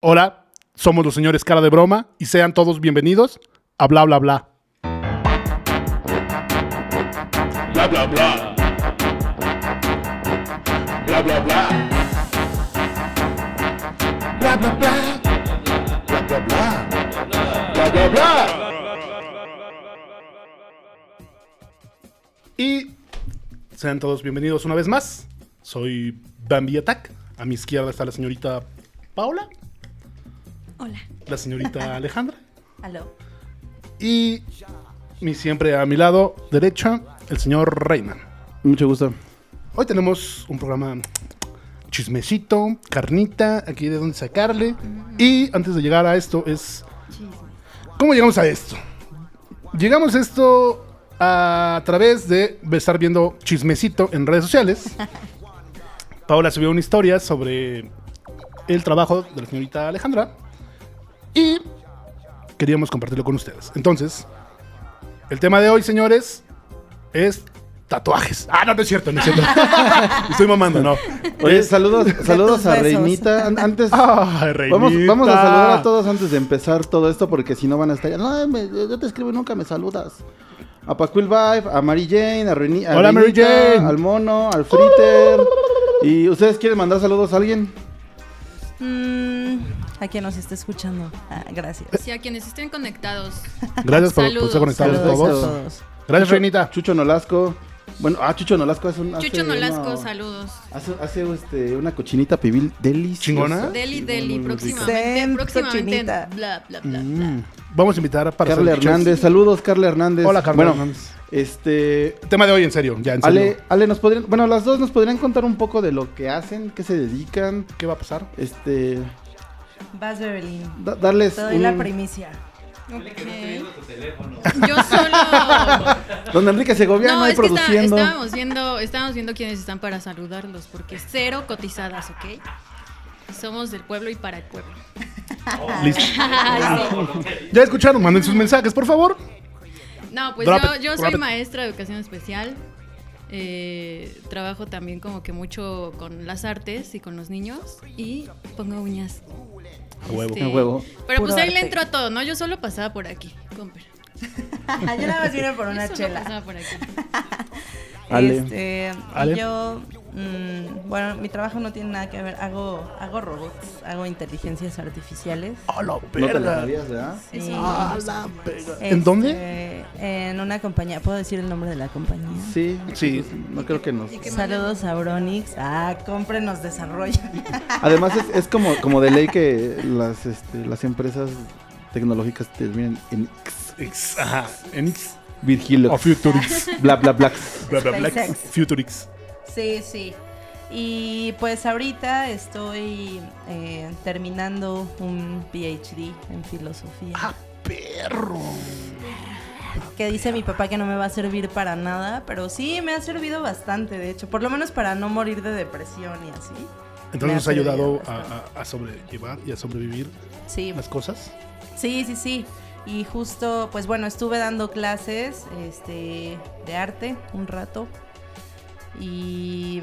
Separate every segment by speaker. Speaker 1: Hola, somos los señores Cara de Broma y sean todos bienvenidos a Bla Bla Bla.
Speaker 2: Bla bla bla. Bla bla bla. Bla bla bla. Bla bla bla. Bla bla bla.
Speaker 1: Y sean todos bienvenidos una vez más. Soy Bambi Attack. A mi izquierda está la señorita Paola,
Speaker 3: Hola.
Speaker 1: la señorita Alejandra
Speaker 3: Aló.
Speaker 1: y mi siempre a mi lado derecha, el señor Reyman.
Speaker 4: Mucho gusto.
Speaker 1: Hoy tenemos un programa chismecito, carnita, aquí de dónde sacarle. Y antes de llegar a esto es... ¿Cómo llegamos a esto? Llegamos a esto a través de estar viendo chismecito en redes sociales. Paola subió una historia sobre el trabajo de la señorita Alejandra y queríamos compartirlo con ustedes. Entonces, el tema de hoy, señores, es tatuajes. Ah, no, no es cierto, no es cierto. Estoy mamando, no.
Speaker 4: Oye,
Speaker 1: Es-
Speaker 4: saludos, saludos
Speaker 3: tus
Speaker 4: a
Speaker 3: besos.
Speaker 4: Reinita. An- Antes,
Speaker 1: Ay,
Speaker 4: vamos,
Speaker 1: Ah, reinita.
Speaker 4: vamos a saludar a todos antes de empezar todo esto, porque si no van a estar. No, me- yo te escribo y nunca me saludas. A Pacul Vibe, a Mary Jane, a, Reini, a
Speaker 1: Hola, Mary
Speaker 4: Reinita,
Speaker 1: Jane.
Speaker 4: al Mono, al Fritter. ¿Y ustedes quieren mandar saludos a alguien?
Speaker 3: Mm, a quien nos está escuchando. Ah, gracias.
Speaker 5: Sí, a quienes estén conectados.
Speaker 1: Gracias por, por estar
Speaker 5: Saludos.
Speaker 1: conectados
Speaker 4: Saludos
Speaker 1: todos.
Speaker 4: a
Speaker 1: Gracias,
Speaker 4: Chucho-
Speaker 1: Reinita.
Speaker 4: Chucho Nolasco. Bueno, ah, Chucho Nolasco es un. hace
Speaker 5: Chucho Nolasco,
Speaker 4: una-
Speaker 5: saludos.
Speaker 4: Hace, hace, este, una cochinita pibil deliciosa.
Speaker 1: ¿Chingona?
Speaker 5: Deli,
Speaker 4: Sí,
Speaker 5: Deli,
Speaker 4: muy, muy rica.
Speaker 5: próximamente.
Speaker 3: Sen,
Speaker 5: próximamente.
Speaker 3: cochinita.
Speaker 5: Bla, bla, bla.
Speaker 4: Mm.
Speaker 1: Vamos a invitar para
Speaker 4: Carla
Speaker 1: hacer chistes.
Speaker 4: Hernández, saludos Carla Hernández.
Speaker 1: Hola, Carla
Speaker 4: Bueno,
Speaker 1: Hernández.
Speaker 4: Este,
Speaker 1: Tema de hoy, en serio, ya en serio.
Speaker 4: Ale, Ale, nos podrían, bueno, las dos nos podrían contar un poco de lo que hacen, qué se dedican,
Speaker 1: ¿Qué va a pasar?
Speaker 4: este,
Speaker 3: Vas, Berlín.
Speaker 4: da- darles
Speaker 3: Te doy
Speaker 4: un-
Speaker 3: la primicia.
Speaker 5: Ok. Yo solo.
Speaker 4: Don Enrique Segovia no,
Speaker 5: No, es que está-
Speaker 4: produciendo.
Speaker 5: estábamos viendo, estábamos viendo quiénes están para saludarlos, porque cero cotizadas, ¿ok? Somos del pueblo y para el pueblo.
Speaker 1: Listo.
Speaker 3: Ah,
Speaker 1: Ya escucharon, manden sus mensajes, por favor.
Speaker 5: No, pues
Speaker 1: Drop
Speaker 5: yo,
Speaker 1: it,
Speaker 5: yo
Speaker 1: drop
Speaker 5: soy
Speaker 1: it.
Speaker 5: maestra de educación especial. Eh, trabajo también como que mucho con las artes y con los niños y pongo uñas.
Speaker 1: huevo.
Speaker 4: A huevo.
Speaker 5: Pero
Speaker 3: Puro
Speaker 5: pues ahí le
Speaker 3: arte.
Speaker 5: entro a todo, ¿no? Yo solo pasaba por aquí, compa.
Speaker 3: Yo Ah, nada más vine por una
Speaker 5: Yo solo
Speaker 3: chela.
Speaker 5: pasaba por aquí.
Speaker 4: Ale.
Speaker 3: Este,
Speaker 1: Ale.
Speaker 3: Yo, mm, bueno, mi trabajo no tiene nada que ver. Hago, hago robots, hago inteligencias artificiales.
Speaker 5: Ah,
Speaker 1: A la
Speaker 4: No te la
Speaker 1: verga.
Speaker 4: sabías, ¿verdad?
Speaker 3: Sí.
Speaker 1: A la verga.
Speaker 3: Este,
Speaker 1: ¿En dónde?
Speaker 3: En una compañía. ¿Puedo decir el nombre de la compañía?
Speaker 4: Sí,
Speaker 1: Sí.
Speaker 4: pues, no creo que nos.
Speaker 3: Saludos a Bronix. Ah, cómprenos desarrollo.
Speaker 4: Además es, es como, como de ley que las, este, las empresas tecnológicas terminan en X.
Speaker 1: Ex- Ajá. En X. O
Speaker 4: Virgilux,
Speaker 1: Futurix.
Speaker 4: bla bla bla.
Speaker 1: Bla, bla, bla.
Speaker 3: SpaceX.
Speaker 1: Futurix.
Speaker 3: Sí, sí. Y pues ahorita estoy eh, terminando un PhD en filosofía.
Speaker 1: Ah, perro.
Speaker 3: Que dice mi papá que no me va a servir para nada, pero sí me ha servido bastante, de hecho. Por lo menos para no morir de depresión y así. Me
Speaker 1: Entonces
Speaker 3: ha
Speaker 1: nos ha ayudado
Speaker 3: servido
Speaker 1: a,
Speaker 3: bastante.
Speaker 1: a- a sobrellevar y a sobrevivir
Speaker 3: Sí,
Speaker 1: las cosas.
Speaker 3: sí, sí, sí. Y justo, pues bueno, estuve dando clases este, de arte un rato. Y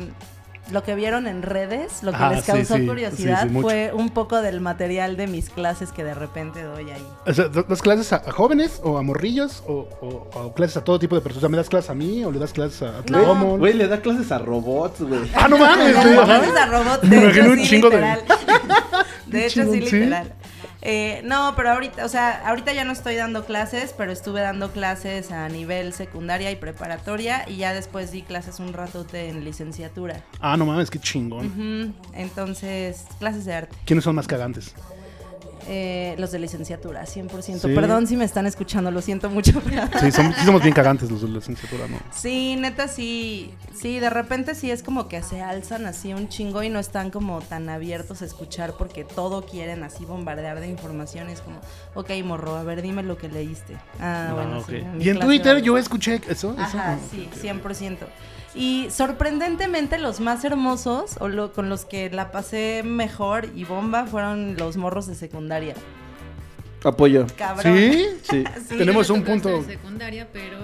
Speaker 3: lo que vieron en redes, lo que
Speaker 1: Ah,
Speaker 3: les
Speaker 1: sí,
Speaker 3: causó
Speaker 1: sí, sí, sí,
Speaker 3: curiosidad,
Speaker 1: mucho.
Speaker 3: fue un poco del material de mis clases que de repente doy ahí.
Speaker 1: O sea, ¿das das clases a, a jóvenes o a morrillos o, o- o clases a todo tipo de personas? ¿Me das clases a mí o le das clases a, a tu
Speaker 3: No.
Speaker 1: homo?
Speaker 4: Güey, le da clases a robots, güey.
Speaker 1: Ah, no mames, güey.
Speaker 3: Claro,
Speaker 1: Ajá.
Speaker 3: gracias a robots,
Speaker 1: Me
Speaker 3: de
Speaker 1: imagino
Speaker 3: hecho,
Speaker 1: un
Speaker 3: sí,
Speaker 1: chingo de-
Speaker 3: literal. De hecho,
Speaker 1: chingo,
Speaker 3: sí,
Speaker 1: ¿sí?
Speaker 3: literal. Eh, no, pero ahorita, o sea, ahorita ya no estoy dando clases, pero estuve dando clases a nivel secundaria y preparatoria y ya después di clases un ratote en licenciatura.
Speaker 1: Ah, no mames, qué chingón.
Speaker 3: Ujú, Entonces, clases de arte.
Speaker 1: ¿Quiénes son más cagantes?
Speaker 3: Eh, los de licenciatura, 100%.
Speaker 1: Sí.
Speaker 3: Perdón si me están escuchando, lo siento mucho. pero-
Speaker 1: Sí, son- sí somos bien cagantes los de la licenciatura, ¿no?
Speaker 3: Sí, neta, sí. Sí, de repente sí es como que se alzan así un chingo y no están como tan abiertos a escuchar porque todo quieren así bombardear de información. Es como, ok, morro, a ver, dime lo que leíste. Ah,
Speaker 1: Ah,
Speaker 3: bueno,
Speaker 1: ok.
Speaker 3: sí, mi
Speaker 1: Y en
Speaker 3: clase
Speaker 1: Twitter
Speaker 3: va-
Speaker 1: yo escuché que eso. eso,
Speaker 3: Ajá,
Speaker 1: ah,
Speaker 3: sí,
Speaker 1: ok, ok.
Speaker 3: 100%. Y sorprendentemente los más hermosos o lo- con los que la pasé mejor y bomba fueron los morros de secundaria.
Speaker 4: Apoyo.
Speaker 3: Cabrón.
Speaker 1: ¿Sí?
Speaker 4: Sí.
Speaker 3: Sí.
Speaker 1: Tenemos
Speaker 5: Yo
Speaker 1: un
Speaker 5: me tocó estar
Speaker 1: punto.
Speaker 5: en secundaria, pero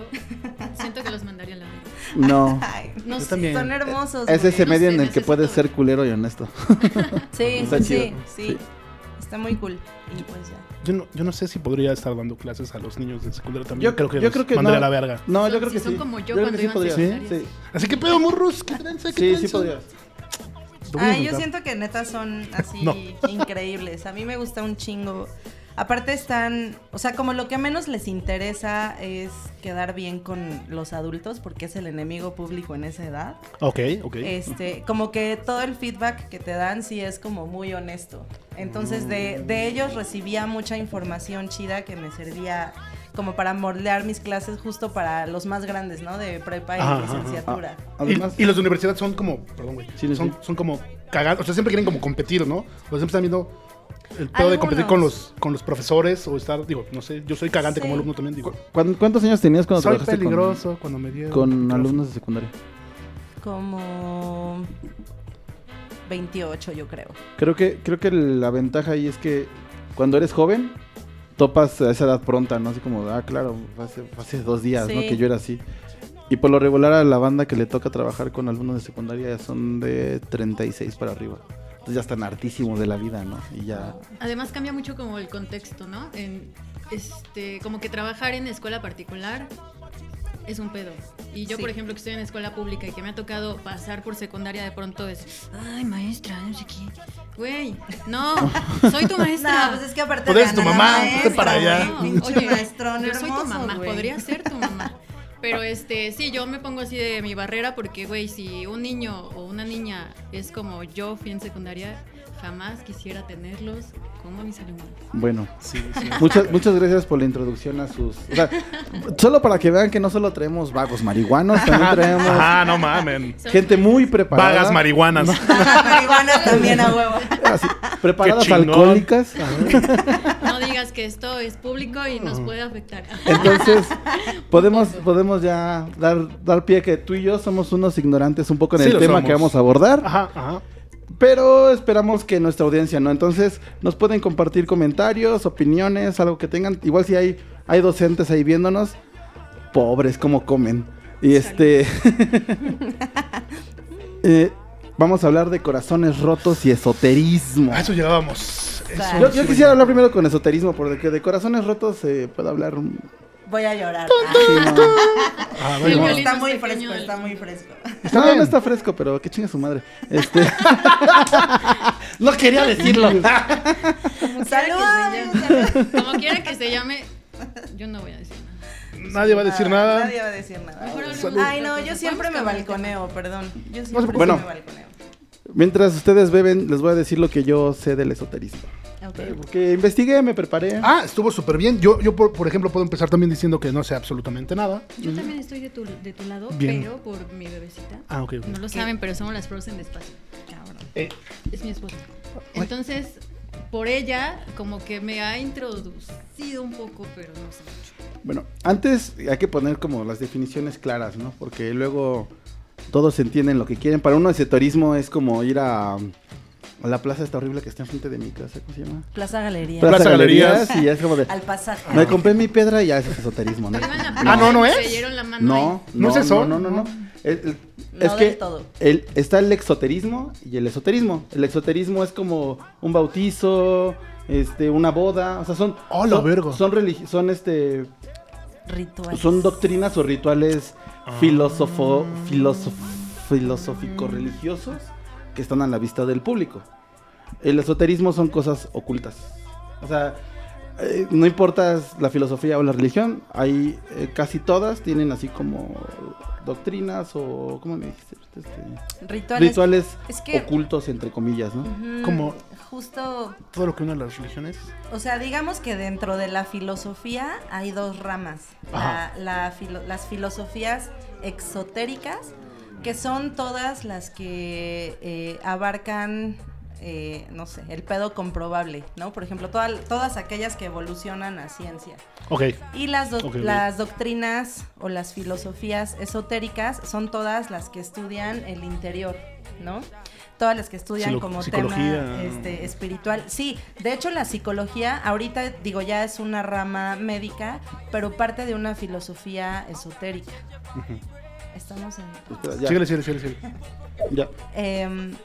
Speaker 5: siento que los mandaría a la verga.
Speaker 4: No.
Speaker 3: Ay,
Speaker 5: No
Speaker 1: Yo
Speaker 5: sé.
Speaker 1: también.
Speaker 3: son hermosos.
Speaker 4: Es
Speaker 3: güey.
Speaker 4: ese medio en
Speaker 5: sé,
Speaker 4: el que
Speaker 5: necesito-
Speaker 4: puedes ser culero y honesto.
Speaker 3: Sí,
Speaker 4: Está
Speaker 3: sí,
Speaker 4: chido.
Speaker 3: sí.
Speaker 4: Sí.
Speaker 3: Está muy cool. Y pues ya.
Speaker 1: Yo no, yo no sé si podría estar dando clases a los niños de secundaria también.
Speaker 4: Yo
Speaker 1: creo que
Speaker 4: yo
Speaker 1: los
Speaker 4: creo que
Speaker 1: mandaría
Speaker 4: no.
Speaker 1: a la verga.
Speaker 4: No, yo
Speaker 5: Son-
Speaker 4: creo
Speaker 5: si
Speaker 4: que
Speaker 5: son
Speaker 4: sí.
Speaker 5: como yo
Speaker 4: creo
Speaker 5: cuando
Speaker 4: que sí
Speaker 5: iba en
Speaker 4: podrías. Sí,
Speaker 5: secundaria.
Speaker 4: sí,
Speaker 1: Así que pedo, morros, ¿qué tranza? ¿Qué
Speaker 4: sí, sí
Speaker 1: tranza?
Speaker 4: podrías.
Speaker 1: Lo voy a
Speaker 3: Ah, yo
Speaker 1: intentar.
Speaker 3: siento que neta son así
Speaker 1: No.
Speaker 3: increíbles. A mí me gusta un chingo. Aparte están, o sea, como lo que menos les interesa es quedar bien con los adultos porque es el enemigo público en esa edad.
Speaker 1: Ok, ok.
Speaker 3: Este, como que todo el feedback que te dan sí es como muy honesto. Entonces de, de ellos recibía mucha información chida que me servía como para moldear mis clases justo para los más grandes, ¿no? De prepa y
Speaker 1: Ajá, ajá, ajá.
Speaker 3: licenciatura.
Speaker 4: Ah, Además,
Speaker 1: y, y los de universidad son como, perdón, güey,
Speaker 4: Sí, sí,
Speaker 1: son,
Speaker 4: sí.
Speaker 1: son como cagados, o sea, siempre quieren como competir, ¿no? O sea, siempre están viendo el pedo de competir con los, con los profesores o estar, digo, no sé, yo soy cagante como
Speaker 3: Sí.
Speaker 1: alumno también, digo.
Speaker 4: ¿cuán- ¿cuántos años tenías cuando
Speaker 1: soy
Speaker 4: trabajaste con-
Speaker 1: peligroso cuando me dieron.
Speaker 4: con alumnos de secundaria?
Speaker 3: Como 28, yo creo.
Speaker 4: Creo que, creo que la ventaja ahí es que cuando eres joven, topas a esa edad pronta, ¿no? Así como, ah, claro, fue hace, fue hace dos días, ¿no?
Speaker 3: Sí.
Speaker 4: Que yo era así. Y por lo regular a la banda que le toca trabajar con alumnos de secundaria ya son de 36 para arriba. Entonces ya están hartísimos de la vida, ¿no? Y ya...
Speaker 5: Además cambia mucho como el contexto, ¿no? En, este, como que trabajar en escuela particular es un pedo. Y yo,
Speaker 3: Sí.
Speaker 5: por ejemplo, que estoy en escuela pública y que me ha tocado pasar por secundaria de pronto es, ay, maestra, no sé qué. Güey, no, soy tu maestra.
Speaker 3: No, pues es que aparte
Speaker 1: Pues eres
Speaker 3: gana
Speaker 1: tu
Speaker 3: la
Speaker 1: mamá,
Speaker 3: maestra,
Speaker 1: vete para allá.
Speaker 3: güey,
Speaker 5: No,
Speaker 3: pinche
Speaker 5: oye,
Speaker 3: maestrón
Speaker 5: yo soy tu
Speaker 3: hermoso,
Speaker 5: mamá,
Speaker 3: güey.
Speaker 5: podría ser tu mamá. Pero este, sí, yo me pongo así de mi barrera porque, güey, si un niño o una niña es como yo fui en secundaria, jamás quisiera tenerlos como mis alumnos.
Speaker 4: Bueno,
Speaker 1: Sí, sí.
Speaker 4: muchas, muchas gracias por la introducción a sus... o sea, solo para que vean que no solo traemos vagos marihuanos, también traemos
Speaker 1: Ah, no mamen.
Speaker 4: gente muy preparada.
Speaker 1: Vagas marihuanas.
Speaker 3: Las marihuanas también a huevo.
Speaker 4: Así, preparadas
Speaker 1: Qué chingón.
Speaker 4: alcohólicas.
Speaker 5: No digas que esto es público y
Speaker 1: Mm.
Speaker 5: nos puede afectar.
Speaker 4: Entonces, podemos, podemos ya dar, dar pie a que tú y yo somos unos ignorantes un poco en
Speaker 1: Sí,
Speaker 4: el
Speaker 1: lo
Speaker 4: tema
Speaker 1: somos.
Speaker 4: que vamos a abordar,
Speaker 1: Ajá, ajá.
Speaker 4: pero esperamos que nuestra audiencia no. Entonces, nos pueden compartir comentarios, opiniones, algo que tengan. Igual si hay, hay docentes ahí viéndonos, pobres, cómo comen. Y este. eh, vamos a hablar de corazones rotos y esoterismo.
Speaker 1: A eso llegábamos. Eso
Speaker 4: Yo,
Speaker 1: nos
Speaker 4: yo
Speaker 1: iba
Speaker 4: quisiera
Speaker 1: a-
Speaker 4: hablar primero con esoterismo, porque de corazones rotos se puede hablar. un-
Speaker 3: Voy a llorar.
Speaker 4: Sí, no.
Speaker 1: Ah,
Speaker 5: El
Speaker 1: bueno.
Speaker 5: violín
Speaker 3: está
Speaker 5: más
Speaker 3: muy
Speaker 5: pequeño
Speaker 3: fresco,
Speaker 5: del
Speaker 3: está muy
Speaker 5: mundo.
Speaker 3: fresco.
Speaker 4: No, no está fresco, pero que chinga su madre. Este. no quería decirlo.
Speaker 3: Salud.
Speaker 5: Como quiera que se llame, yo no voy a decir nada.
Speaker 1: Nadie va a decir nada.
Speaker 3: Ah, Nadie va a decir nada.
Speaker 5: Mejor hablemos
Speaker 1: Salud.
Speaker 5: de
Speaker 3: Ay,
Speaker 5: otra
Speaker 3: no,
Speaker 5: cosa.
Speaker 3: yo siempre me
Speaker 5: Vamos con el tema.
Speaker 3: balconeo, perdón. Yo siempre
Speaker 4: Bueno.
Speaker 3: me balconeo.
Speaker 4: Mientras ustedes beben, les voy a decir lo que yo sé del esoterismo.
Speaker 3: Ok.
Speaker 4: Porque investigué, me preparé.
Speaker 1: Ah, estuvo súper bien. Yo, yo por, por ejemplo, puedo empezar también diciendo que no sé absolutamente nada.
Speaker 5: Yo también estoy de tu, de tu lado,
Speaker 1: Bien.
Speaker 5: pero por mi bebecita.
Speaker 1: Ah, ok, ok.
Speaker 5: No lo saben, pero somos las Frozen de espacio.
Speaker 1: Eh.
Speaker 5: Es mi esposa. Entonces, por ella, como que me ha introducido un poco, pero no sé mucho.
Speaker 4: Bueno, antes hay que poner como las definiciones claras, ¿no? Porque luego todos entienden lo que quieren. Para uno, esoterismo es como ir a, a la plaza esta horrible que está enfrente de mi casa. ¿Cómo se llama?
Speaker 3: Plaza Galería.
Speaker 1: Plaza Galerías.
Speaker 4: Y ya es como de.
Speaker 3: Al pasaje.
Speaker 4: Me compré mi piedra y ya eso es esoterismo, ¿no?
Speaker 5: Iban a
Speaker 1: Ah, no, no
Speaker 5: y
Speaker 1: es.
Speaker 5: Se dieron la mano
Speaker 4: No,
Speaker 1: ¿No
Speaker 4: no,
Speaker 1: es eso?
Speaker 4: No, no, no. no. El- el-
Speaker 3: No
Speaker 4: es que
Speaker 3: del todo.
Speaker 4: el- está el exoterismo y el esoterismo. El exoterismo es como un bautizo, este, una boda, o sea, son
Speaker 1: ¡Ah, la
Speaker 4: son,
Speaker 1: verga!
Speaker 4: son religi- son este
Speaker 3: Ritual.
Speaker 4: Pues son doctrinas o rituales filósofo filosófico religiosos que están a la vista del público. El esoterismo son cosas ocultas. O sea, eh, no importa la filosofía o la religión, hay eh, casi todas tienen así como doctrinas o ¿cómo me dijiste? Este,
Speaker 3: Rituales.
Speaker 4: rituales
Speaker 3: es que-
Speaker 4: ocultos entre comillas, ¿no?
Speaker 3: Ujú,
Speaker 1: Como-
Speaker 3: Justo
Speaker 1: Todo lo que une a las religiones.
Speaker 3: O sea, digamos que dentro de la filosofía hay dos ramas. La- la filo- las filosofías exotéricas, que son todas las que eh, abarcan, eh, no sé, el pedo comprobable, ¿no? Por ejemplo, toda- todas aquellas que evolucionan a ciencia.
Speaker 1: Ok.
Speaker 3: Y las, doc-
Speaker 1: Ok, ok.
Speaker 3: las doctrinas o las filosofías esotéricas son todas las que estudian el interior, ¿no? Todas las que estudian
Speaker 1: Psilo-
Speaker 3: como tema
Speaker 1: psicología.
Speaker 3: este, espiritual. Sí, de hecho la psicología ahorita digo ya es una rama médica, pero parte de una filosofía esotérica. Estamos en...
Speaker 4: Espera, ya,
Speaker 1: Síguele, síguele, síguele, síguele.
Speaker 4: ya.
Speaker 3: Em,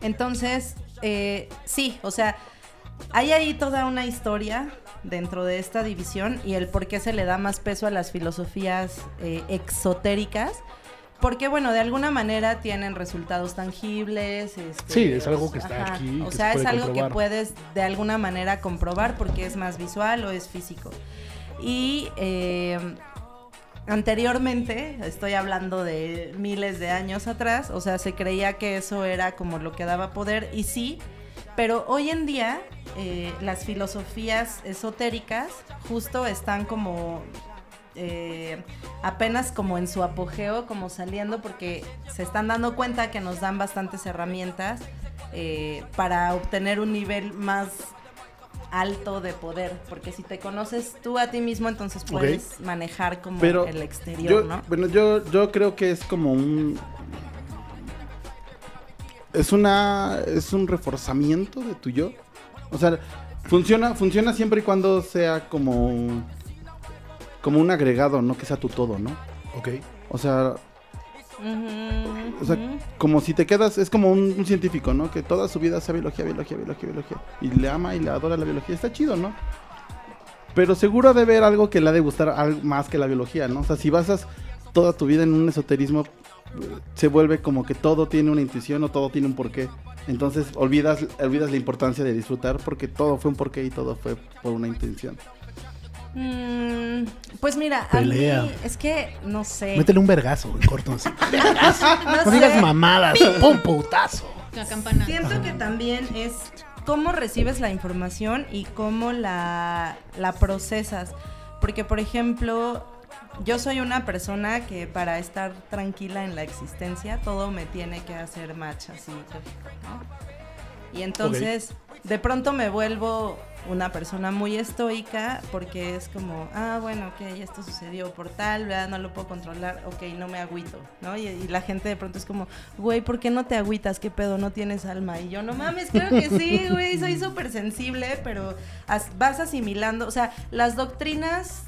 Speaker 3: entonces, eh, sí, o sea, Hay ahí toda una historia dentro de esta división y el por qué se le da más peso a las filosofías eh, exotéricas. Porque, bueno, de alguna manera tienen resultados tangibles. este,
Speaker 1: Sí, es algo que está aquí,
Speaker 3: O
Speaker 1: que
Speaker 3: sea,
Speaker 1: se
Speaker 3: es
Speaker 1: puede
Speaker 3: algo que
Speaker 1: comprobar.
Speaker 3: puedes de alguna manera comprobar porque es más visual o es físico. Y eh, anteriormente, estoy hablando de miles de años atrás, o sea, se creía que eso era como lo que daba poder y sí, pero hoy en día eh, las filosofías esotéricas justo están como eh, apenas como en su apogeo, como saliendo, porque se están dando cuenta que nos dan bastantes herramientas eh, para obtener un nivel más alto de poder, porque si te conoces tú a ti mismo, entonces puedes manejar como
Speaker 4: Pero
Speaker 3: el exterior,
Speaker 4: Yo,
Speaker 3: ¿no?
Speaker 4: Bueno, yo, yo creo que es como un. Es una. Es un reforzamiento de tu yo. O sea, funciona, funciona siempre y cuando sea como. Como un agregado, no que sea tu todo, ¿no?
Speaker 1: Ok.
Speaker 4: O sea,
Speaker 3: Ujú,
Speaker 4: o sea,
Speaker 3: ujú.
Speaker 4: como si te quedas, es como un, un científico, ¿no? Que toda su vida sea biología, biología, biología, biología. Y le ama y le adora la biología. Está chido, ¿no? Pero seguro ha de haber algo que le ha de gustar al- más que la biología, ¿no? O sea, si basas toda tu vida en un esoterismo, eh, se vuelve como que todo tiene una intuición o todo tiene un porqué. Entonces olvidas, olvidas la importancia de disfrutar porque todo fue un porqué y todo fue por una intención.
Speaker 3: Mm, pues mira, a
Speaker 1: Pelea.
Speaker 3: mí es que no sé.
Speaker 1: Métele un vergazo en corto. así.
Speaker 3: no
Speaker 1: No digas
Speaker 3: sé.
Speaker 1: mamadas. Pum, putazo.
Speaker 5: La campana.
Speaker 3: Siento que también es cómo recibes la información y cómo la, la procesas. Porque, por ejemplo, yo soy una persona que para estar tranquila en la existencia, todo me tiene que hacer match así. ¿no? Y entonces, de pronto me vuelvo una persona muy estoica porque es como, ah, bueno, ok, esto sucedió por tal, ¿verdad? no lo puedo controlar, ok, no me agüito, ¿no? Y, y la gente de pronto es como, güey, ¿por qué no te agüitas? ¿Qué pedo? No tienes alma. Y yo, no mames, creo que sí, güey, soy súper sensible, pero as- vas asimilando, o sea, las doctrinas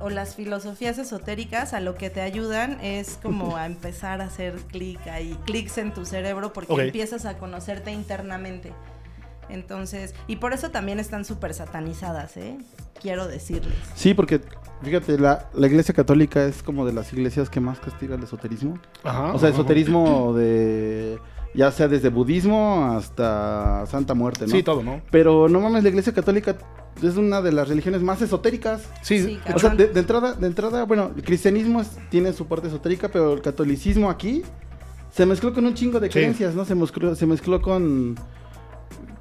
Speaker 3: o las filosofías esotéricas a lo que te ayudan es como a empezar a hacer clic ahí, clics en tu cerebro porque
Speaker 1: Ok.
Speaker 3: empiezas a conocerte internamente. Entonces, y por eso también están súper satanizadas, ¿eh? Quiero decirles.
Speaker 4: Sí, porque fíjate, la, la iglesia católica es como de las iglesias que más castiga el esoterismo.
Speaker 1: Ajá.
Speaker 4: O sea,
Speaker 1: Ah, ajá.
Speaker 4: esoterismo de. Ya sea desde budismo hasta Santa Muerte, ¿no?
Speaker 1: Sí, todo, ¿no?
Speaker 4: Pero no mames, la iglesia católica es una de las religiones más esotéricas.
Speaker 1: Sí.
Speaker 3: Sí,
Speaker 4: O sea,
Speaker 3: cabrón.
Speaker 4: de, de entrada, de entrada, bueno, el cristianismo es- tiene su parte esotérica, pero el catolicismo aquí se mezcló con un chingo de
Speaker 1: Sí.
Speaker 4: creencias, ¿no? Se mezcló, se mezcló con.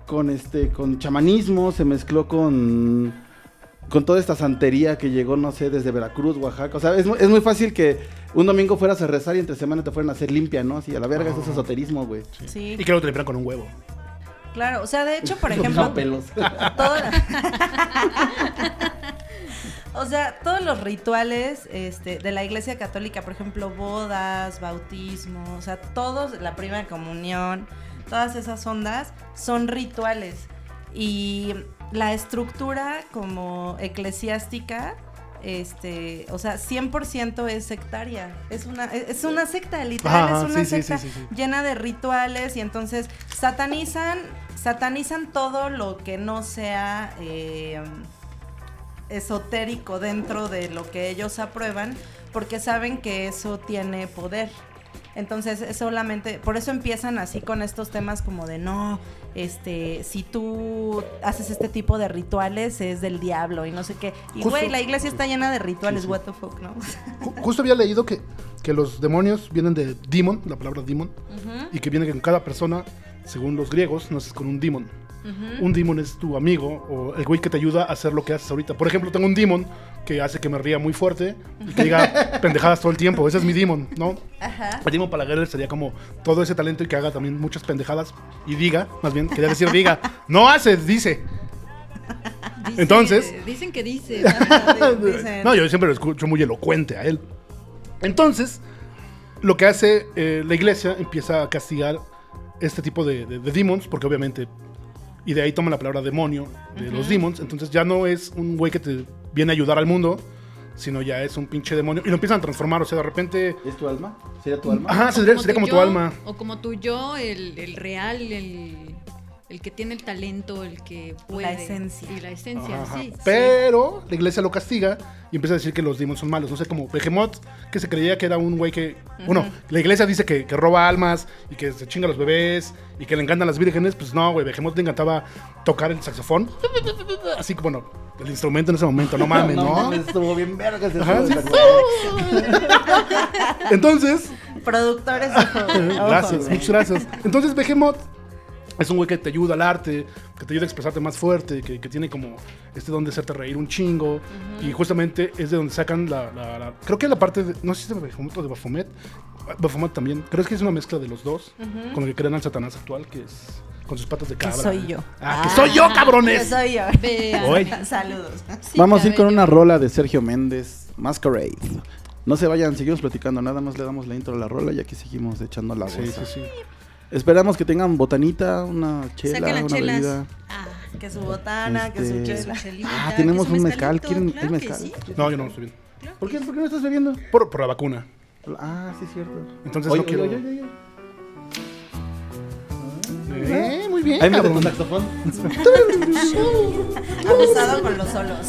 Speaker 4: con este. con chamanismo, se mezcló con. con toda esta santería que llegó, no sé, desde Veracruz, Oaxaca. O sea, es, mu- es muy fácil que un domingo fueras a rezar y entre semana te fueran a hacer limpia, ¿no? Así, a la verga, eso es
Speaker 1: Ah.
Speaker 4: esoterismo, güey.
Speaker 3: Sí,
Speaker 1: Y que lo tripean con un huevo.
Speaker 3: claro. O sea, de hecho, por
Speaker 4: Los
Speaker 3: ejemplo,
Speaker 4: pelos.
Speaker 3: todo- o sea, todos los rituales este, de la iglesia católica, por ejemplo, bodas, bautismos, o sea, todos, la primera comunión, todas esas ondas son rituales. Y la estructura como eclesiástica, este, o sea, 100% es sectaria. Es una, es una secta, literal,
Speaker 1: Ajá,
Speaker 3: es una
Speaker 1: sí, sí,
Speaker 3: secta
Speaker 1: sí, sí, sí.
Speaker 3: llena de rituales y entonces satanizan, satanizan todo lo que no sea... eh, esotérico dentro de lo que ellos aprueban porque saben que eso tiene poder. Entonces es solamente, por eso empiezan así con estos temas como de no, este, si tú haces este tipo de rituales es del diablo y no sé qué. Y
Speaker 1: Justo.
Speaker 3: güey, la iglesia está llena de rituales, what the fuck, ¿no?
Speaker 1: Ju- Justo había leído que, que los demonios vienen de demon, la palabra demon, y que viene con cada persona, según los griegos, naces con un demon. Un demon es tu amigo o el güey que te ayuda a hacer lo que haces ahorita. Por ejemplo, tengo un demon que hace que me ría muy fuerte y que diga pendejadas todo el tiempo. Ese es mi demon, ¿no?
Speaker 3: Ajá.
Speaker 1: El demon para la guerra sería como todo ese talento y que haga también muchas pendejadas y diga, más bien, quería decir diga, no haces, dice.
Speaker 5: Dice-
Speaker 1: Entonces-
Speaker 5: Dicen que dice.
Speaker 3: Dicen,
Speaker 1: No, yo siempre lo escucho muy elocuente a él. Entonces, lo que hace eh, la iglesia empieza a castigar este tipo de, de- de demons, porque obviamente, y de ahí toma la palabra demonio de los demons. Entonces ya no es un güey que te viene a ayudar al mundo, sino ya es un pinche demonio. Y lo empiezan a transformar, o sea, de repente.
Speaker 4: ¿Es tu alma? ¿Sería tu alma?
Speaker 1: Ajá, sería sería como tu
Speaker 5: yo,
Speaker 1: alma.
Speaker 5: O como tu yo, el, el real, el, el que tiene el talento, el que puede.
Speaker 3: esencia.
Speaker 5: Y la esencia,
Speaker 1: Ajá.
Speaker 5: sí.
Speaker 1: Pero la iglesia lo castiga y empieza a decir que los demonios son malos. No sé, como Behemoth, que se creía que era un güey que. Bueno, la iglesia dice que, que roba almas y que se chinga a los bebés y que le encantan las vírgenes. Pues no, güey, Behemoth le encantaba tocar el saxofón. Así que, bueno, el instrumento en ese momento, no mames, ¿no?
Speaker 4: mames, estuvo bien verga ese
Speaker 1: Ajá,
Speaker 4: estuvo
Speaker 1: sí.
Speaker 4: de acuerdo.
Speaker 1: Entonces,
Speaker 3: Productores. ojo.
Speaker 1: gracias,
Speaker 3: Ojo.
Speaker 1: muchas gracias. Entonces, Behemoth es un güey que te ayuda al arte, que te ayuda a expresarte más fuerte, que, que tiene como este don de hacerte reír un chingo. Y justamente es de donde sacan la. la- la- creo que la parte. de- no sé si es de Behemoth o de Baphomet. Baphomet también. Creo que es una mezcla de los dos, con lo que crean al Satanás actual, que es con sus patas de
Speaker 3: Que
Speaker 1: cabra.
Speaker 3: soy yo.
Speaker 1: Ah, que soy yo,
Speaker 3: Que
Speaker 1: cabrones.
Speaker 3: soy yo.
Speaker 5: Vean.
Speaker 1: Oye.
Speaker 3: Saludos.
Speaker 5: Sí,
Speaker 4: Vamos a ir con
Speaker 5: cabello.
Speaker 4: una rola de Sergio Méndez, Masquerade. No se vayan, seguimos platicando, nada más le damos la intro a la rola y aquí seguimos echando la
Speaker 1: Sí,
Speaker 4: bolsa.
Speaker 1: sí, sí.
Speaker 4: Esperamos que tengan botanita, una chela,
Speaker 5: Saquen las
Speaker 4: una
Speaker 5: chelas.
Speaker 4: bebida.
Speaker 5: Ah,
Speaker 3: Que su botana, que su
Speaker 4: Este,
Speaker 5: su
Speaker 3: chela.
Speaker 5: chelita,
Speaker 4: Ah,
Speaker 5: que
Speaker 4: tenemos
Speaker 5: su
Speaker 4: un mezcal,
Speaker 5: mezcalito,
Speaker 4: ¿quieren
Speaker 5: claro
Speaker 4: un
Speaker 5: que
Speaker 4: mezcal?
Speaker 5: sí.
Speaker 1: No, yo no estoy bien.
Speaker 4: ¿Por qué? ¿Por qué no estás bebiendo?
Speaker 1: Por, por la vacuna.
Speaker 4: Ah, sí, es cierto.
Speaker 1: Entonces
Speaker 4: Oye,
Speaker 1: no quiero.
Speaker 4: oye, oye, oye.
Speaker 1: Eh, muy bien.
Speaker 4: Ahí me
Speaker 1: cabrón.
Speaker 4: tu saxofón.
Speaker 3: Abusado con los solos.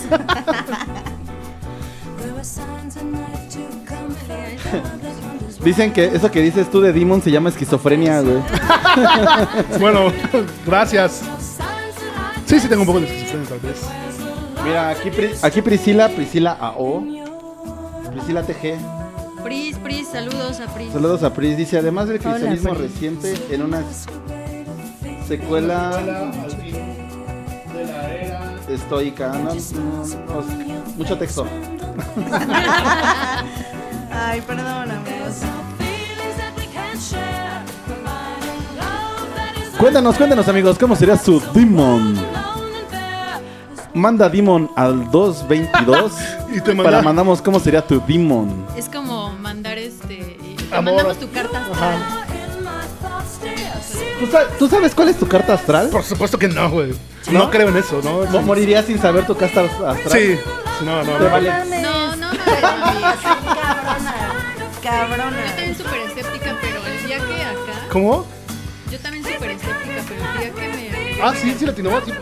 Speaker 4: Dicen que eso que dices tú de Demon se llama esquizofrenia, güey.
Speaker 1: Bueno, gracias. Sí, sí, tengo un poco de esquizofrenia, tal vez.
Speaker 4: Mira, aquí, Pris- aquí Priscila, Priscila AO, Priscila TG.
Speaker 5: Pris, Pris, saludos a Pris.
Speaker 4: Saludos a Pris. Dice, además del
Speaker 3: Hola,
Speaker 4: cristianismo
Speaker 3: Pris.
Speaker 4: reciente, en una secuela estoica, ¿no? No, no, mucho texto.
Speaker 3: Ay, perdón, amigos.
Speaker 4: Cuéntanos, cuéntanos, amigos, ¿cómo sería su Demon? Manda Demon al 222
Speaker 1: Y te manda-
Speaker 4: para mandamos cómo sería tu Demon.
Speaker 5: Es como mandar este. eh, Te
Speaker 1: Amor.
Speaker 5: mandamos tu carta astral.
Speaker 4: ¿Tú, sa- tú sabes cuál es tu carta astral?
Speaker 1: Por supuesto que no, güey. ¿No? creo en eso, ¿no?
Speaker 4: Mo- ¿Morirías sin saber tu carta astral?
Speaker 1: Sí. Sí, No, no,
Speaker 4: Te
Speaker 1: no.
Speaker 4: vale.
Speaker 5: No, no, no. Yo
Speaker 3: Cabrona. Cabrona.
Speaker 5: también súper escéptica, pero el día que acá.
Speaker 1: ¿Cómo?
Speaker 5: Yo también súper escéptica, pero el día que me.
Speaker 1: Ah, sí, sí, latino. Sí,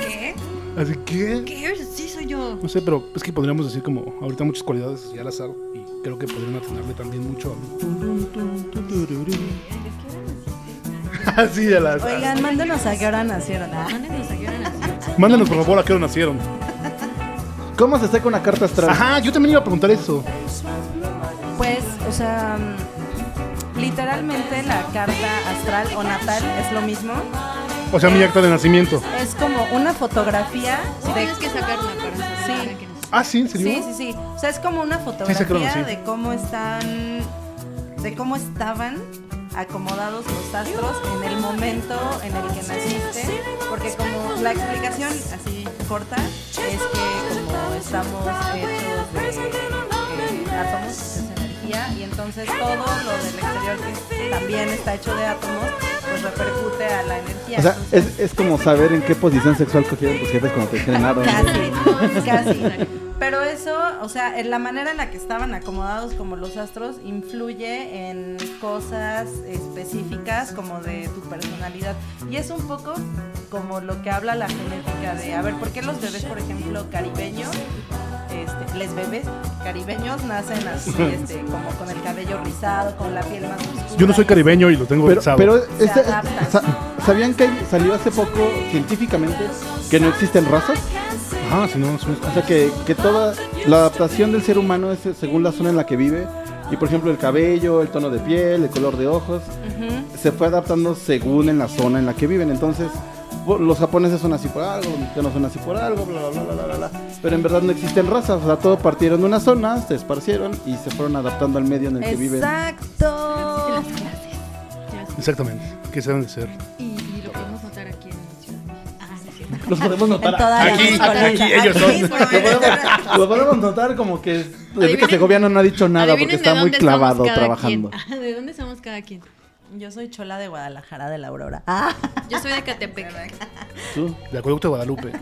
Speaker 5: ¿Qué?
Speaker 1: Así que.
Speaker 5: ¿Qué? Sí, soy yo.
Speaker 1: No sé, pero es que podríamos decir como ahorita muchas cualidades ya al azar y creo que podrían atinarle también mucho. Así Ah, al azar.
Speaker 3: Oigan, mándenos a qué hora nacieron. Ah,
Speaker 5: Mándenos a qué hora nació.
Speaker 1: Mándanos por favor a qué hora nacieron.
Speaker 4: ¿Cómo se saca una carta astral?
Speaker 1: Ajá, yo también iba a preguntar eso.
Speaker 3: Pues, o sea, mm, literalmente la carta astral o natal es lo mismo.
Speaker 1: O sea, mi acta de nacimiento.
Speaker 3: Es como una fotografía
Speaker 5: Sí,
Speaker 3: de
Speaker 5: tienes que sacar una carta astral.
Speaker 3: Sí.
Speaker 1: Ah, sí, ¿en serio?
Speaker 3: Sí, sí, sí. O sea, es como una fotografía
Speaker 1: Sí, sí, claro, sí.
Speaker 3: de cómo están, de cómo estaban acomodados los astros en el momento en el que naciste, porque como la explicación así corta es que como estamos hechos de eh, átomos, es energía, y entonces todo lo del exterior que también está hecho de átomos, pues repercute a la energía.
Speaker 4: O sea,
Speaker 3: Entonces,
Speaker 4: es, es como saber en qué posición sexual cogieron tus jefes cuando te estrenaron. güey.
Speaker 3: Casi, casi. Pero eso, o sea, en la manera en la que estaban acomodados como los astros influye en cosas específicas como de tu personalidad. Y es un poco como lo que habla la genética de, a ver, ¿por qué los bebés, por ejemplo, caribeños, este, les bebés caribeños nacen así, este, como con el cabello rizado, con la piel más oscura?
Speaker 1: Yo no soy caribeño y lo tengo
Speaker 4: Pero,
Speaker 1: pensado.
Speaker 4: pero
Speaker 3: Se
Speaker 4: este-
Speaker 3: adaptan.
Speaker 4: sa- ¿sabían que salió hace poco científicamente que no existen razas?
Speaker 1: Ajá, si no, si no-
Speaker 4: O sea, que, que toda la adaptación del ser humano es según la zona en la que vive. Y por ejemplo, el cabello, el tono de piel, el color de ojos,
Speaker 3: Ujú.
Speaker 4: se fue adaptando según en la zona en la que viven. Entonces, po- los japoneses son así por algo, los mexicanos son así por algo, bla, bla, bla, bla, bla, bla. Pero en verdad no existen razas, o sea, todos partieron de una zona, se esparcieron y se fueron adaptando al medio en el que viven.
Speaker 3: Exacto.
Speaker 1: Exactamente. ¿Qué se deben de ser?
Speaker 5: Y, y lo podemos notar aquí en Ciudad de México. Ah, sí, sí.
Speaker 4: Los podemos
Speaker 3: En
Speaker 4: notar.
Speaker 3: toda la
Speaker 1: Aquí,
Speaker 3: mezcolanza.
Speaker 1: aquí ellos son.
Speaker 3: mismo, en
Speaker 4: Lo podemos,
Speaker 3: toda-
Speaker 4: lo podemos notar como que Enrique
Speaker 5: Adivinen-
Speaker 4: Segoviano no ha dicho nada porque
Speaker 5: Adivinen de
Speaker 4: está muy
Speaker 5: dónde somos
Speaker 4: clavado
Speaker 5: cada
Speaker 4: trabajando.
Speaker 5: quien. Ah, ¿De dónde somos cada quien?
Speaker 3: Yo soy chola de Guadalajara de la Aurora. Ah.
Speaker 5: Yo soy de Catepec.
Speaker 4: Tú,
Speaker 1: De Acueducto de Guadalupe,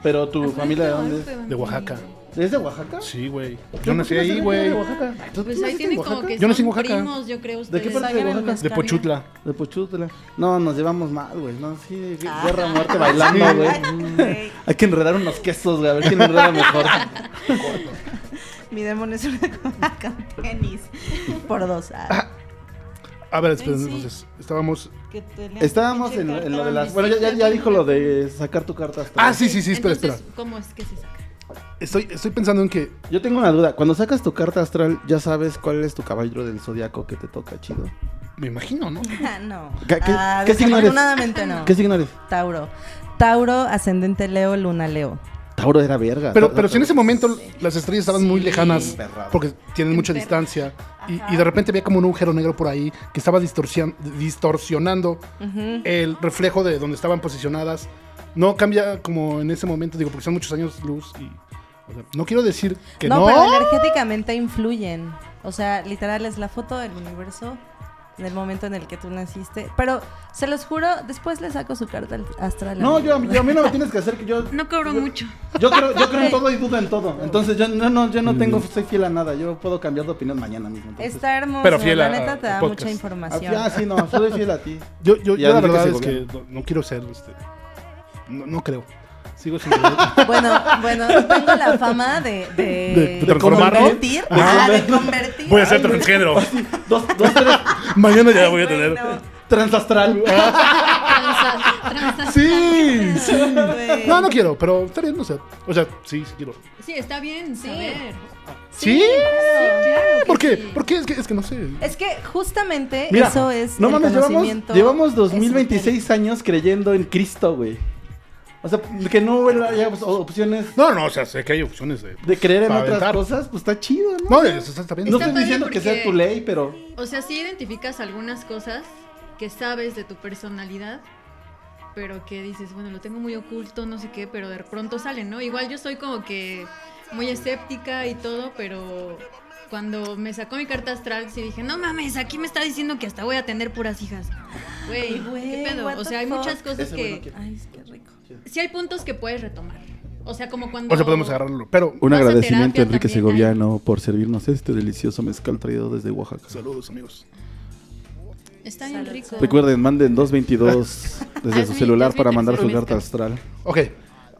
Speaker 4: Pero tu familia de dónde es?
Speaker 1: de Oaxaca.
Speaker 4: ¿Es de Oaxaca?
Speaker 1: Sí, güey. Yo
Speaker 4: ¿Por
Speaker 1: nací
Speaker 4: qué no
Speaker 1: ahí,
Speaker 4: sabía que
Speaker 1: güey.
Speaker 4: era de Oaxaca? ¿Tú- tú
Speaker 5: Pues ahí
Speaker 4: naciste en
Speaker 5: tienen como
Speaker 4: Oaxaca?
Speaker 5: que
Speaker 1: Yo nací en
Speaker 5: son
Speaker 1: Oaxaca.
Speaker 5: primos, yo creo
Speaker 4: ¿De qué
Speaker 5: ustedes.
Speaker 4: parte de
Speaker 3: Salgan en
Speaker 4: Oaxaca?
Speaker 1: De
Speaker 3: Mezcalia.
Speaker 1: Pochutla.
Speaker 4: De Pochutla. No, nos llevamos mal, güey. No, sí,
Speaker 3: Ah.
Speaker 4: guerra muerte bailando, güey.
Speaker 3: Güey,
Speaker 4: Hay que enredar unos quesos, güey, a ver quién enreda mejor.
Speaker 3: Mi demonio es una cosa con tenis. Por dos. ah,
Speaker 1: A ver, esperen,
Speaker 3: Sí, sí.
Speaker 1: entonces. Estábamos.
Speaker 3: que tenía
Speaker 4: Estábamos
Speaker 3: pinche
Speaker 4: en, en lo
Speaker 3: carta
Speaker 4: de las.
Speaker 3: mis
Speaker 4: Bueno, ya, ya, ya
Speaker 3: hijas.
Speaker 4: dijo lo de sacar tu carta hasta.
Speaker 1: Ah, sí, sí, sí, espera,
Speaker 5: Entonces,
Speaker 1: espera.
Speaker 5: ¿cómo es que se saca?
Speaker 1: Estoy, estoy pensando en que.
Speaker 4: Yo tengo una duda. Cuando sacas tu carta astral, ya sabes cuál es tu caballero del zodiaco que te toca, chido.
Speaker 1: Me imagino, ¿no?
Speaker 3: Ah, no.
Speaker 4: ¿Qué- qué-
Speaker 3: Ah,
Speaker 4: qué signo eres?
Speaker 3: desafortunadamente no.
Speaker 4: ¿Qué signo eres?
Speaker 3: Tauro. Tauro, ascendente Leo, luna Leo.
Speaker 4: Tauro era verga.
Speaker 1: Pero,
Speaker 4: Ta-
Speaker 1: pero
Speaker 4: ta-
Speaker 1: si en ese momento las estrellas estaban muy
Speaker 5: Sí.
Speaker 1: lejanas
Speaker 4: Emperrado.
Speaker 1: porque tienen mucha
Speaker 5: Emperrado.
Speaker 1: distancia y, y de repente había como un agujero negro por ahí que estaba distorsion- distorsionando el reflejo de donde estaban posicionadas. No cambia como en ese momento, digo, porque son muchos años luz y... o sea, no quiero decir que no.
Speaker 3: no, pero energéticamente influyen. O sea, literal es la foto del universo en el momento en el que tú naciste. Pero se los juro, después le saco su carta al- astral.
Speaker 4: No, yo, a
Speaker 3: amigo.
Speaker 4: mí- yo a mí no me tienes que hacer que yo.
Speaker 5: No cobro mucho.
Speaker 4: Yo creo, yo creo en todo y dudo en todo. Entonces yo no, no, yo no tengo, soy fiel a nada. Yo puedo cambiar de opinión mañana mismo. entonces.
Speaker 3: Está hermoso.
Speaker 1: Pero fiel
Speaker 3: la
Speaker 1: a-
Speaker 3: neta te da
Speaker 1: al podcast.
Speaker 3: mucha
Speaker 4: Ah,
Speaker 3: información.
Speaker 4: ah, sí, no, soy fiel a ti.
Speaker 1: Yo, yo,
Speaker 4: Ya
Speaker 1: yo la
Speaker 4: dije que
Speaker 1: verdad
Speaker 4: se
Speaker 1: es que no, no quiero ser... este, no, no creo. Sigo sin creer.
Speaker 3: Bueno, bueno, tengo la fama de. De,
Speaker 1: De- de transformarme.
Speaker 3: convertir. Ah, de convertir.
Speaker 1: Voy a ser transgénero.
Speaker 4: Dos, dos, tres,
Speaker 1: Mañana ya
Speaker 3: Ay,
Speaker 1: voy a
Speaker 3: güey,
Speaker 1: tener...
Speaker 3: no.
Speaker 4: transastral. Ah,
Speaker 5: Transa- transa-
Speaker 1: Sí, sí.
Speaker 3: Güey.
Speaker 1: No, no quiero, pero está bien, no sé. O sea, sí, sí quiero.
Speaker 5: Sí, está bien saber. Ah,
Speaker 1: ¿Sí?
Speaker 5: claro que
Speaker 1: ¿Por qué?
Speaker 5: sí.
Speaker 1: ¿Por qué? Es que, es que no sé.
Speaker 3: Es que justamente
Speaker 4: Mira,
Speaker 3: eso es.
Speaker 4: No
Speaker 3: el
Speaker 4: mames,
Speaker 3: conocimiento
Speaker 4: llevamos, llevamos
Speaker 3: es
Speaker 4: 2026 años creyendo en Cristo, güey. O sea, que no haya op- opciones
Speaker 1: No, no, o sea, sé que hay opciones de.
Speaker 4: de creer en
Speaker 1: Para
Speaker 4: otras
Speaker 1: aventar.
Speaker 4: cosas, pues está chido, ¿no?
Speaker 1: No, eso está, está bien.
Speaker 4: No
Speaker 5: Está
Speaker 4: estoy
Speaker 5: padre
Speaker 4: diciendo que sea
Speaker 5: porque-
Speaker 4: tu ley, pero
Speaker 5: O sea, sí identificas algunas cosas que sabes de tu personalidad, pero que dices, bueno, lo tengo muy oculto, no sé qué, pero de pronto salen, ¿no? Igual yo soy como que muy escéptica y todo, pero cuando me sacó mi carta astral, sí dije, no mames, aquí me está diciendo que hasta voy a tener puras hijas. Güey,
Speaker 3: Güey,
Speaker 5: ¿qué pedo?
Speaker 3: what
Speaker 5: O
Speaker 3: the
Speaker 5: sea, hay
Speaker 3: fuck?
Speaker 5: muchas cosas
Speaker 4: Ese güey no
Speaker 5: que...
Speaker 4: quiere.
Speaker 3: Ay, es que rico.
Speaker 5: Sí hay puntos que puedes retomar. O sea, como cuando...
Speaker 1: O sea, podemos agarrarlo. Pero.
Speaker 4: Un
Speaker 5: Vas a
Speaker 4: agradecimiento
Speaker 5: terapia
Speaker 4: a Enrique
Speaker 5: también, ¿eh?
Speaker 4: Segoviano por servirnos este delicioso mezcal traído desde Oaxaca.
Speaker 1: Saludos, amigos.
Speaker 5: Está bien
Speaker 3: Salud,
Speaker 5: rico.
Speaker 3: salud.
Speaker 4: Recuerden, manden 222 desde su
Speaker 5: Hazme-
Speaker 4: celular
Speaker 5: hazme
Speaker 4: para mandar su
Speaker 5: tercer
Speaker 4: carta
Speaker 5: mezcal.
Speaker 4: astral.
Speaker 1: Ok.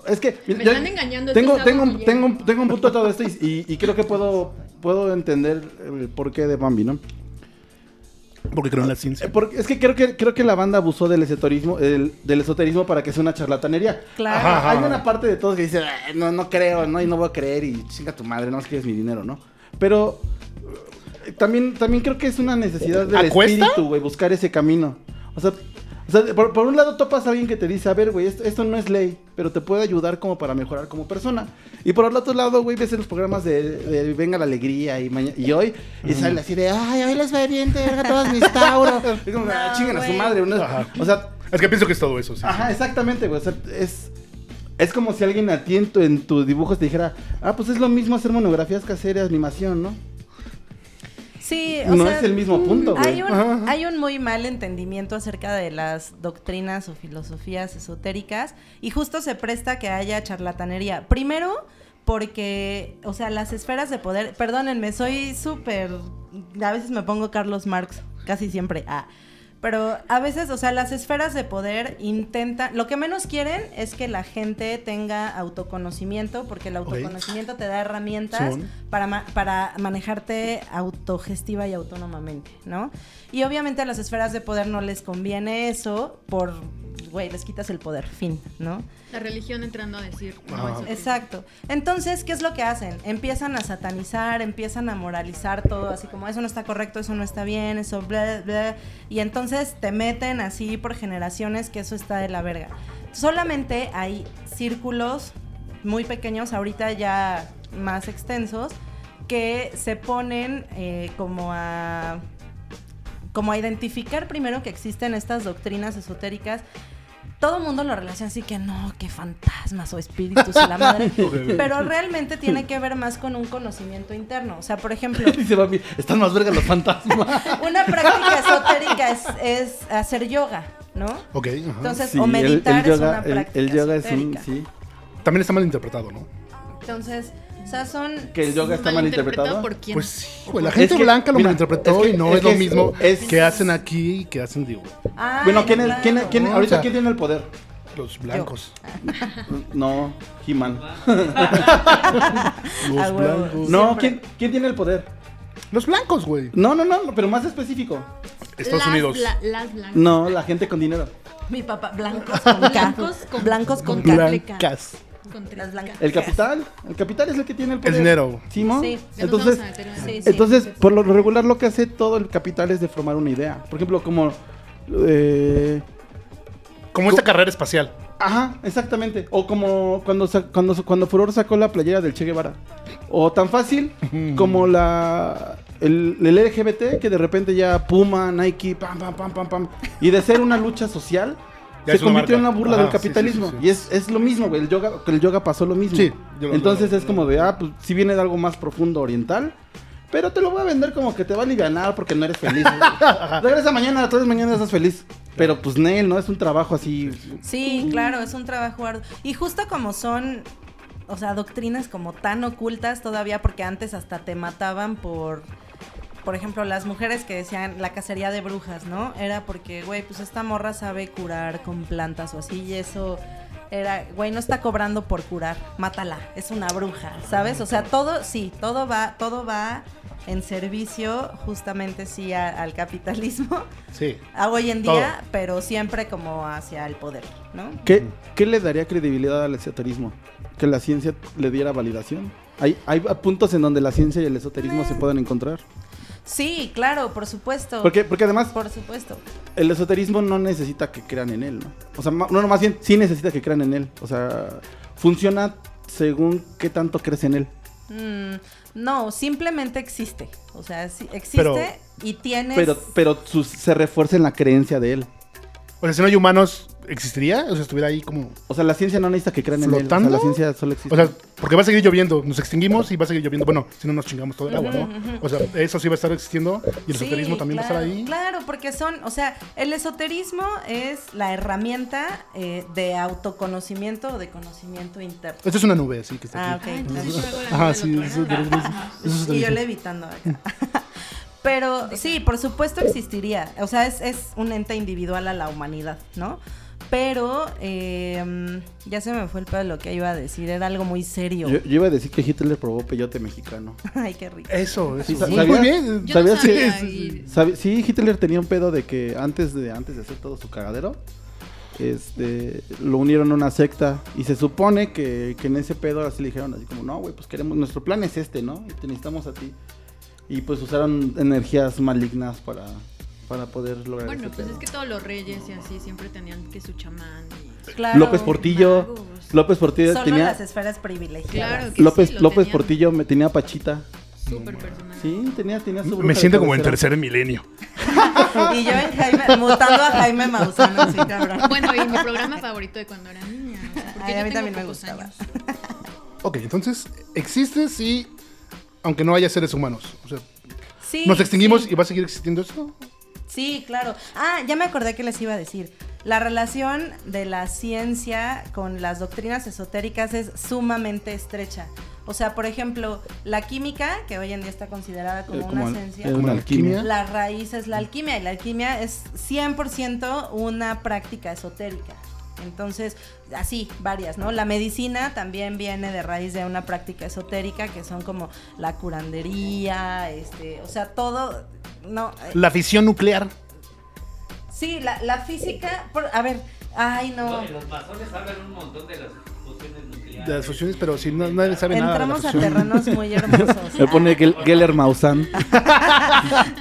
Speaker 4: Es que mira,
Speaker 5: Me
Speaker 4: yo-
Speaker 5: están engañando,
Speaker 4: Tengo,
Speaker 5: esto es
Speaker 4: tengo,
Speaker 5: agua
Speaker 4: un-
Speaker 5: con
Speaker 4: tengo, un-
Speaker 5: hielo.
Speaker 4: tengo un punto de todo esto y, y- y creo que puedo, puedo entender el porqué de Bambi, ¿no?
Speaker 1: Porque creo en la
Speaker 4: Eh,
Speaker 1: ciencia.
Speaker 4: porque- es que creo que creo que la banda abusó del esoterismo, el- del esoterismo para que sea una charlatanería.
Speaker 3: Claro.
Speaker 1: Ajá, ajá.
Speaker 4: Hay una parte de todos que dice, "Ah, no, no creo, no, y no voy a creer, y chinga tu madre, no más quieres mi dinero, ¿no? Pero eh, también, también creo que es una necesidad del
Speaker 1: ¿A cuesta?
Speaker 4: espíritu, güey, buscar ese camino. O sea, o sea, por, por un lado topas a alguien que te dice, a ver, güey, esto, esto no es ley, pero te puede ayudar como para mejorar como persona. Y por el otro lado, güey, ves en los programas de, de Venga la Alegría y, maña- y hoy, y sale así de, ay, hoy les va bien, te verga todas mis tauros. Y como, "Ah,
Speaker 3: No,
Speaker 4: chingan a su
Speaker 3: güey.
Speaker 4: madre. uno-
Speaker 1: Ajá.
Speaker 4: o sea,
Speaker 1: Es que pienso que es todo eso, sí.
Speaker 4: Ajá, exactamente, güey. O sea, es, es como si alguien a ti en tu, en tus dibujos te dijera, ah, pues es lo mismo hacer monografías que hacer animación, ¿no?
Speaker 3: Sí, o
Speaker 4: No
Speaker 3: sea,
Speaker 4: es el mismo punto, güey.
Speaker 3: Hay un,
Speaker 1: Ajá, ajá.
Speaker 3: hay un muy mal entendimiento acerca de las doctrinas o filosofías esotéricas y justo se presta que haya charlatanería. Primero, porque, o sea, las esferas de poder, perdónenme, soy súper, a veces me pongo Carlos Marx, casi siempre, ah. Pero a veces, o sea, las esferas de poder intentan, lo que menos quieren es que la gente tenga autoconocimiento, porque el autoconocimiento te da herramientas
Speaker 1: Simón.
Speaker 3: para, ma- para manejarte autogestiva y autónomamente, ¿no? Y obviamente a las esferas de poder no les conviene eso por, güey, les quitas el poder, fin, ¿no?
Speaker 5: La religión entrando a decir... no,
Speaker 1: Ajá.
Speaker 5: eso sí.
Speaker 3: Exacto. Entonces, ¿qué es lo que hacen? Empiezan a satanizar, empiezan a moralizar todo, así como eso no está correcto, eso no está bien, eso bla, bla. Y entonces te meten así por generaciones que eso está de la verga. Solamente hay círculos muy pequeños, ahorita ya más extensos, que se ponen eh, como a como a identificar primero que existen estas doctrinas esotéricas. Todo el mundo lo relaciona así que no, que fantasmas o espíritus y la madre. Pero realmente tiene que ver más con un conocimiento interno. O sea, por ejemplo,
Speaker 4: Dice Bambi, están más verga los fantasmas.
Speaker 3: una práctica esotérica es, es hacer yoga, ¿no?
Speaker 1: Ok, ajá.
Speaker 3: Entonces,
Speaker 4: Sí,
Speaker 3: o
Speaker 4: el- el
Speaker 3: meditar es
Speaker 4: yoga-
Speaker 3: una
Speaker 4: el-
Speaker 3: práctica
Speaker 4: El, yoga es un,
Speaker 3: esotérica.
Speaker 4: sí.
Speaker 1: También está mal interpretado, ¿no?
Speaker 3: Entonces, sea, son...
Speaker 4: Que el yoga está mal interpretado.
Speaker 5: ¿Por quién?
Speaker 1: Pues sí, güey, la
Speaker 4: Es
Speaker 1: gente
Speaker 4: que-
Speaker 1: blanca lo
Speaker 4: mira,
Speaker 1: malinterpretó
Speaker 4: es que-
Speaker 1: y no
Speaker 4: es
Speaker 1: es,
Speaker 4: que
Speaker 1: lo
Speaker 4: es-
Speaker 1: mismo
Speaker 4: es-
Speaker 1: que hacen aquí y que hacen, digo,
Speaker 3: Ay,
Speaker 4: Bueno, ¿quién, es-
Speaker 3: claro.
Speaker 4: quién, quién-
Speaker 1: No,
Speaker 4: ahorita
Speaker 1: o sea-
Speaker 4: quién tiene el poder?
Speaker 1: los blancos.
Speaker 4: No, He-Man.
Speaker 1: Los
Speaker 3: Ah, huevo.
Speaker 1: blancos.
Speaker 4: No,
Speaker 3: Siempre.
Speaker 4: ¿quién, ¿quién tiene el poder?
Speaker 1: Los blancos, güey.
Speaker 4: No, no, no, pero más específico.
Speaker 1: Estados
Speaker 5: Las
Speaker 1: Unidos.
Speaker 5: bla- las blancas.
Speaker 4: No, la gente con dinero.
Speaker 3: Mi papá, blancos con K.
Speaker 5: Blancos con-
Speaker 3: blancos con K.
Speaker 1: Blancas.
Speaker 5: Con tres
Speaker 3: Las blancas.
Speaker 5: K.
Speaker 4: El capital, el capital es el que tiene el poder.
Speaker 1: El dinero.
Speaker 4: Simón.
Speaker 3: Sí.
Speaker 5: Ya nos
Speaker 4: Entonces,
Speaker 5: vamos a meter en-
Speaker 3: Sí, sí.
Speaker 4: Entonces, por lo regular lo que hace todo el capital es de formar una idea. Por ejemplo, como... eh,
Speaker 1: Como esta carrera espacial.
Speaker 4: ajá, exactamente. O como cuando, sa- cuando, cuando Furor sacó la playera del Che Guevara. O tan fácil como la... El, el LGBT que de repente ya Puma, Nike, pam, pam, pam, pam, pam. Y de ser una lucha social,
Speaker 1: Ya
Speaker 4: se
Speaker 1: es una
Speaker 4: convirtió en
Speaker 1: marca.
Speaker 4: una
Speaker 1: Ajá,
Speaker 4: burla del
Speaker 1: sí, sí, sí,
Speaker 4: capitalismo.
Speaker 1: sí.
Speaker 4: Y es, es lo mismo, güey. El yoga, el yoga pasó lo mismo.
Speaker 1: Sí, yo lo-
Speaker 4: Entonces
Speaker 1: lo-
Speaker 4: es como de, ah, pues si viene de algo más profundo oriental. Pero te lo voy a vender como que te va a aliviar porque no eres feliz. güey. Regresa mañana, todas las mañanas estás feliz. Pero pues Nel, ¿no? Es un trabajo así.
Speaker 3: Sí, claro, es un trabajo arduo. Y justo como son, o sea, doctrinas como tan ocultas todavía, porque antes hasta te mataban por, por ejemplo, las mujeres que decían la cacería de brujas, ¿no? Era porque, güey, pues esta morra sabe curar con plantas o así, y eso era, güey, no está cobrando por curar, mátala, es una bruja, ¿sabes? O sea, todo, sí, todo va, todo va en servicio justamente, sí, a- al capitalismo,
Speaker 1: Sí.
Speaker 3: a hoy en día, pero siempre como hacia el poder, ¿no?
Speaker 4: ¿Qué, ¿Qué le daría credibilidad al esoterismo? ¿Que la ciencia le diera validación? Hay, hay puntos en donde la ciencia y el esoterismo se pueden encontrar.
Speaker 3: Sí, claro, por supuesto.
Speaker 4: Porque, porque además
Speaker 3: Por supuesto.
Speaker 4: el esoterismo no necesita que crean en él, ¿no? O sea, ma- no, no, más bien sí necesita que crean en él. O sea, funciona según qué tanto crees en él.
Speaker 3: Mm, no, simplemente existe. O sea, sí, existe
Speaker 1: Pero-
Speaker 3: y tienes.
Speaker 4: Pero, pero sus- se refuerza en la creencia de él.
Speaker 1: O sea, si no hay humanos, ¿existiría? O sea, estuviera ahí como.
Speaker 4: O sea, la ciencia no necesita que crean en él. O sea,
Speaker 1: ¿Flotando?
Speaker 4: la ciencia solo existe.
Speaker 1: O sea, porque va a seguir lloviendo. Nos extinguimos y va a seguir lloviendo. Bueno, si no nos chingamos todo el agua, ¿no? O sea, eso sí va a estar existiendo y el
Speaker 3: Sí,
Speaker 1: socialismo también va a
Speaker 3: claro,
Speaker 1: estar ahí.
Speaker 3: Claro, porque son, o sea, el esoterismo es la herramienta eh, de autoconocimiento o de conocimiento interno.
Speaker 1: Esto es una nube, así que está
Speaker 3: Ah,
Speaker 1: aquí.
Speaker 3: ok.
Speaker 5: Ah, entonces yo hago la
Speaker 1: Ajá,
Speaker 5: del
Speaker 1: sí,
Speaker 5: otro
Speaker 1: eso,
Speaker 5: lado.
Speaker 1: pero- eso es
Speaker 3: Y yo
Speaker 1: esoterismo.
Speaker 3: levitando acá. Pero sí, por supuesto existiría. O sea, es, es un ente individual a la humanidad, ¿no? Pero eh, ya se me fue el pedo de lo que iba a decir. Era algo muy serio.
Speaker 4: yo, yo iba a decir que Hitler probó peyote mexicano.
Speaker 3: Ay, qué rico.
Speaker 1: Eso, eso.
Speaker 4: Sí,
Speaker 1: Muy-
Speaker 4: ¿sabías?
Speaker 1: muy bien.
Speaker 5: Yo no
Speaker 4: ¿Sabías
Speaker 5: sabía
Speaker 1: que-
Speaker 5: y-
Speaker 4: ¿Sabe- Sí, Hitler tenía un pedo de que antes de, antes de hacer todo su cagadero, este, lo unieron a una secta y se supone que, que en ese pedo así le dijeron así como, no, güey, pues queremos, nuestro plan es este, ¿no? Y te necesitamos a ti. Y pues usaron energías malignas para, para poder lograr
Speaker 5: Bueno,
Speaker 4: ese
Speaker 5: pues
Speaker 4: pedo.
Speaker 5: es que todos los reyes y así siempre tenían que su chamán. Y...
Speaker 3: Claro.
Speaker 4: López Portillo,
Speaker 5: Magos.
Speaker 4: López Portillo
Speaker 3: Solo
Speaker 4: tenía...
Speaker 3: las esferas privilegiadas.
Speaker 5: Claro que
Speaker 4: López,
Speaker 5: sí, lo
Speaker 4: López
Speaker 5: tenían
Speaker 4: Portillo me tenía pachita.
Speaker 5: Súper personal.
Speaker 4: Sí, tenía, tenía su
Speaker 1: Me
Speaker 4: bruja
Speaker 1: siento
Speaker 4: de
Speaker 1: como en
Speaker 4: cabecera.
Speaker 1: tercer milenio.
Speaker 3: Y yo en Jaime, mutando a Jaime Mausano, sí, cabrón.
Speaker 5: Bueno, y mi programa favorito de cuando era niña. o sea, porque
Speaker 3: Ay,
Speaker 5: yo
Speaker 3: a mí
Speaker 5: tengo
Speaker 3: también me
Speaker 5: pocos
Speaker 3: gustaba.
Speaker 5: años.
Speaker 1: Ok, entonces, existe sí, aunque no haya seres humanos. O sea,
Speaker 3: Sí,
Speaker 1: nos extinguimos
Speaker 3: sí.
Speaker 1: y va a seguir existiendo esto.
Speaker 3: Sí, claro. Ah, ya me acordé que les iba a decir. La relación de la ciencia con las doctrinas esotéricas es sumamente estrecha. O sea, por ejemplo, la química, que hoy en día está considerada como,
Speaker 4: Eh, como
Speaker 3: una
Speaker 4: al-
Speaker 3: ciencia.
Speaker 4: era una alquimia.
Speaker 3: La raíz es la alquimia y la alquimia es 100% una práctica esotérica. Entonces, así, varias, ¿no? La medicina también viene de raíz de una práctica esotérica que son como la curandería, este, o sea, todo, no, eh,
Speaker 1: La fisión nuclear.
Speaker 3: sí, la, la física, por- a ver, ay no,
Speaker 6: Los masones hablan un montón de las fusiones nucleares.
Speaker 1: De las fusiones, pero si no, nadie sabe nada. de
Speaker 3: entramos
Speaker 1: la
Speaker 3: a
Speaker 1: fusión.
Speaker 3: terrenos muy hermosos.
Speaker 4: Me pone Gel- Geller Maussan.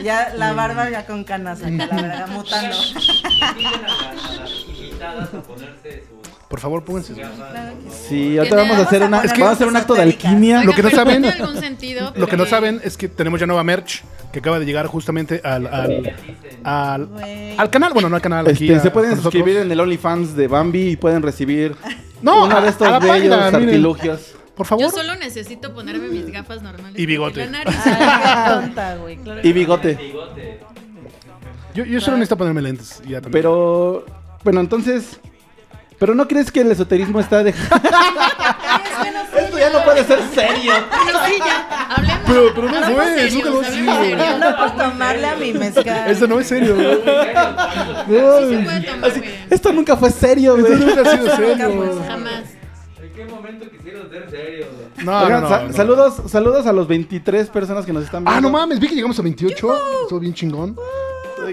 Speaker 3: Ya la barba ya con canas acá, la verdad, mutando.
Speaker 6: Invitan a, la- a las invitadas a ponerse sus
Speaker 1: Por favor, pónganse. sus-
Speaker 3: Claro que sí.
Speaker 4: Sí, ahorita vamos a hacer,
Speaker 3: Vamos a
Speaker 4: una,
Speaker 3: poner
Speaker 4: vamos a hacer un
Speaker 3: cosas
Speaker 4: acto de
Speaker 3: esotéricas.
Speaker 4: alquimia.
Speaker 1: Lo que no
Speaker 5: pero
Speaker 1: saben-
Speaker 5: tiene algún sentido,
Speaker 1: Lo que no
Speaker 5: porque-
Speaker 1: saben es que tenemos ya nueva merch que acaba de llegar justamente al, al, al, al canal. Bueno, no al canal. Aquí
Speaker 4: Este,
Speaker 1: a-
Speaker 4: se pueden
Speaker 1: con nosotros.
Speaker 4: suscribir en el OnlyFans de Bambi y pueden recibir
Speaker 1: No,
Speaker 4: uno
Speaker 1: a-
Speaker 4: de estos
Speaker 1: a la
Speaker 4: bellos
Speaker 1: página, miren.
Speaker 4: artilugios.
Speaker 1: Por
Speaker 5: Yo
Speaker 1: favor.
Speaker 5: solo necesito ponerme mis gafas normales.
Speaker 1: Y bigote.
Speaker 5: porque la nariz-
Speaker 3: Ay, qué tonta, güey. claro.
Speaker 4: Y bigote.
Speaker 6: bigote.
Speaker 1: Yo, yo solo necesito ponerme lentes. y ya también.
Speaker 4: Pero, bueno, entonces... ¿Pero no crees que el esoterismo está dejando...
Speaker 3: Ay, es que no sé,
Speaker 4: ya no puede ser serio.
Speaker 5: Bueno, sí, ya. Hablemos.
Speaker 1: Pero, pero no
Speaker 5: hablemos
Speaker 1: fue,
Speaker 5: serios,
Speaker 1: nunca lo
Speaker 5: hablemos
Speaker 1: hicimos.
Speaker 5: serios.
Speaker 3: No por tomarle a mi mezcal.
Speaker 1: Eso no es serio, güey.
Speaker 5: Sí se puede
Speaker 1: Ay,
Speaker 5: tomar,
Speaker 4: Así,
Speaker 5: miren.
Speaker 4: esto nunca fue serio,
Speaker 1: Eso
Speaker 4: güey.
Speaker 1: nunca ha sido
Speaker 3: Nunca fue
Speaker 5: pues.
Speaker 1: serio.
Speaker 3: serio.
Speaker 5: Jamás.
Speaker 6: ¿En qué momento quisieron ser serios?
Speaker 1: No,
Speaker 4: Oigan,
Speaker 1: no, no,
Speaker 4: sa-
Speaker 1: no.
Speaker 4: Saludos, saludos a los 23 personas que nos están viendo.
Speaker 1: Ah, no mames, vi que llegamos a 28. Estuvo bien chingón.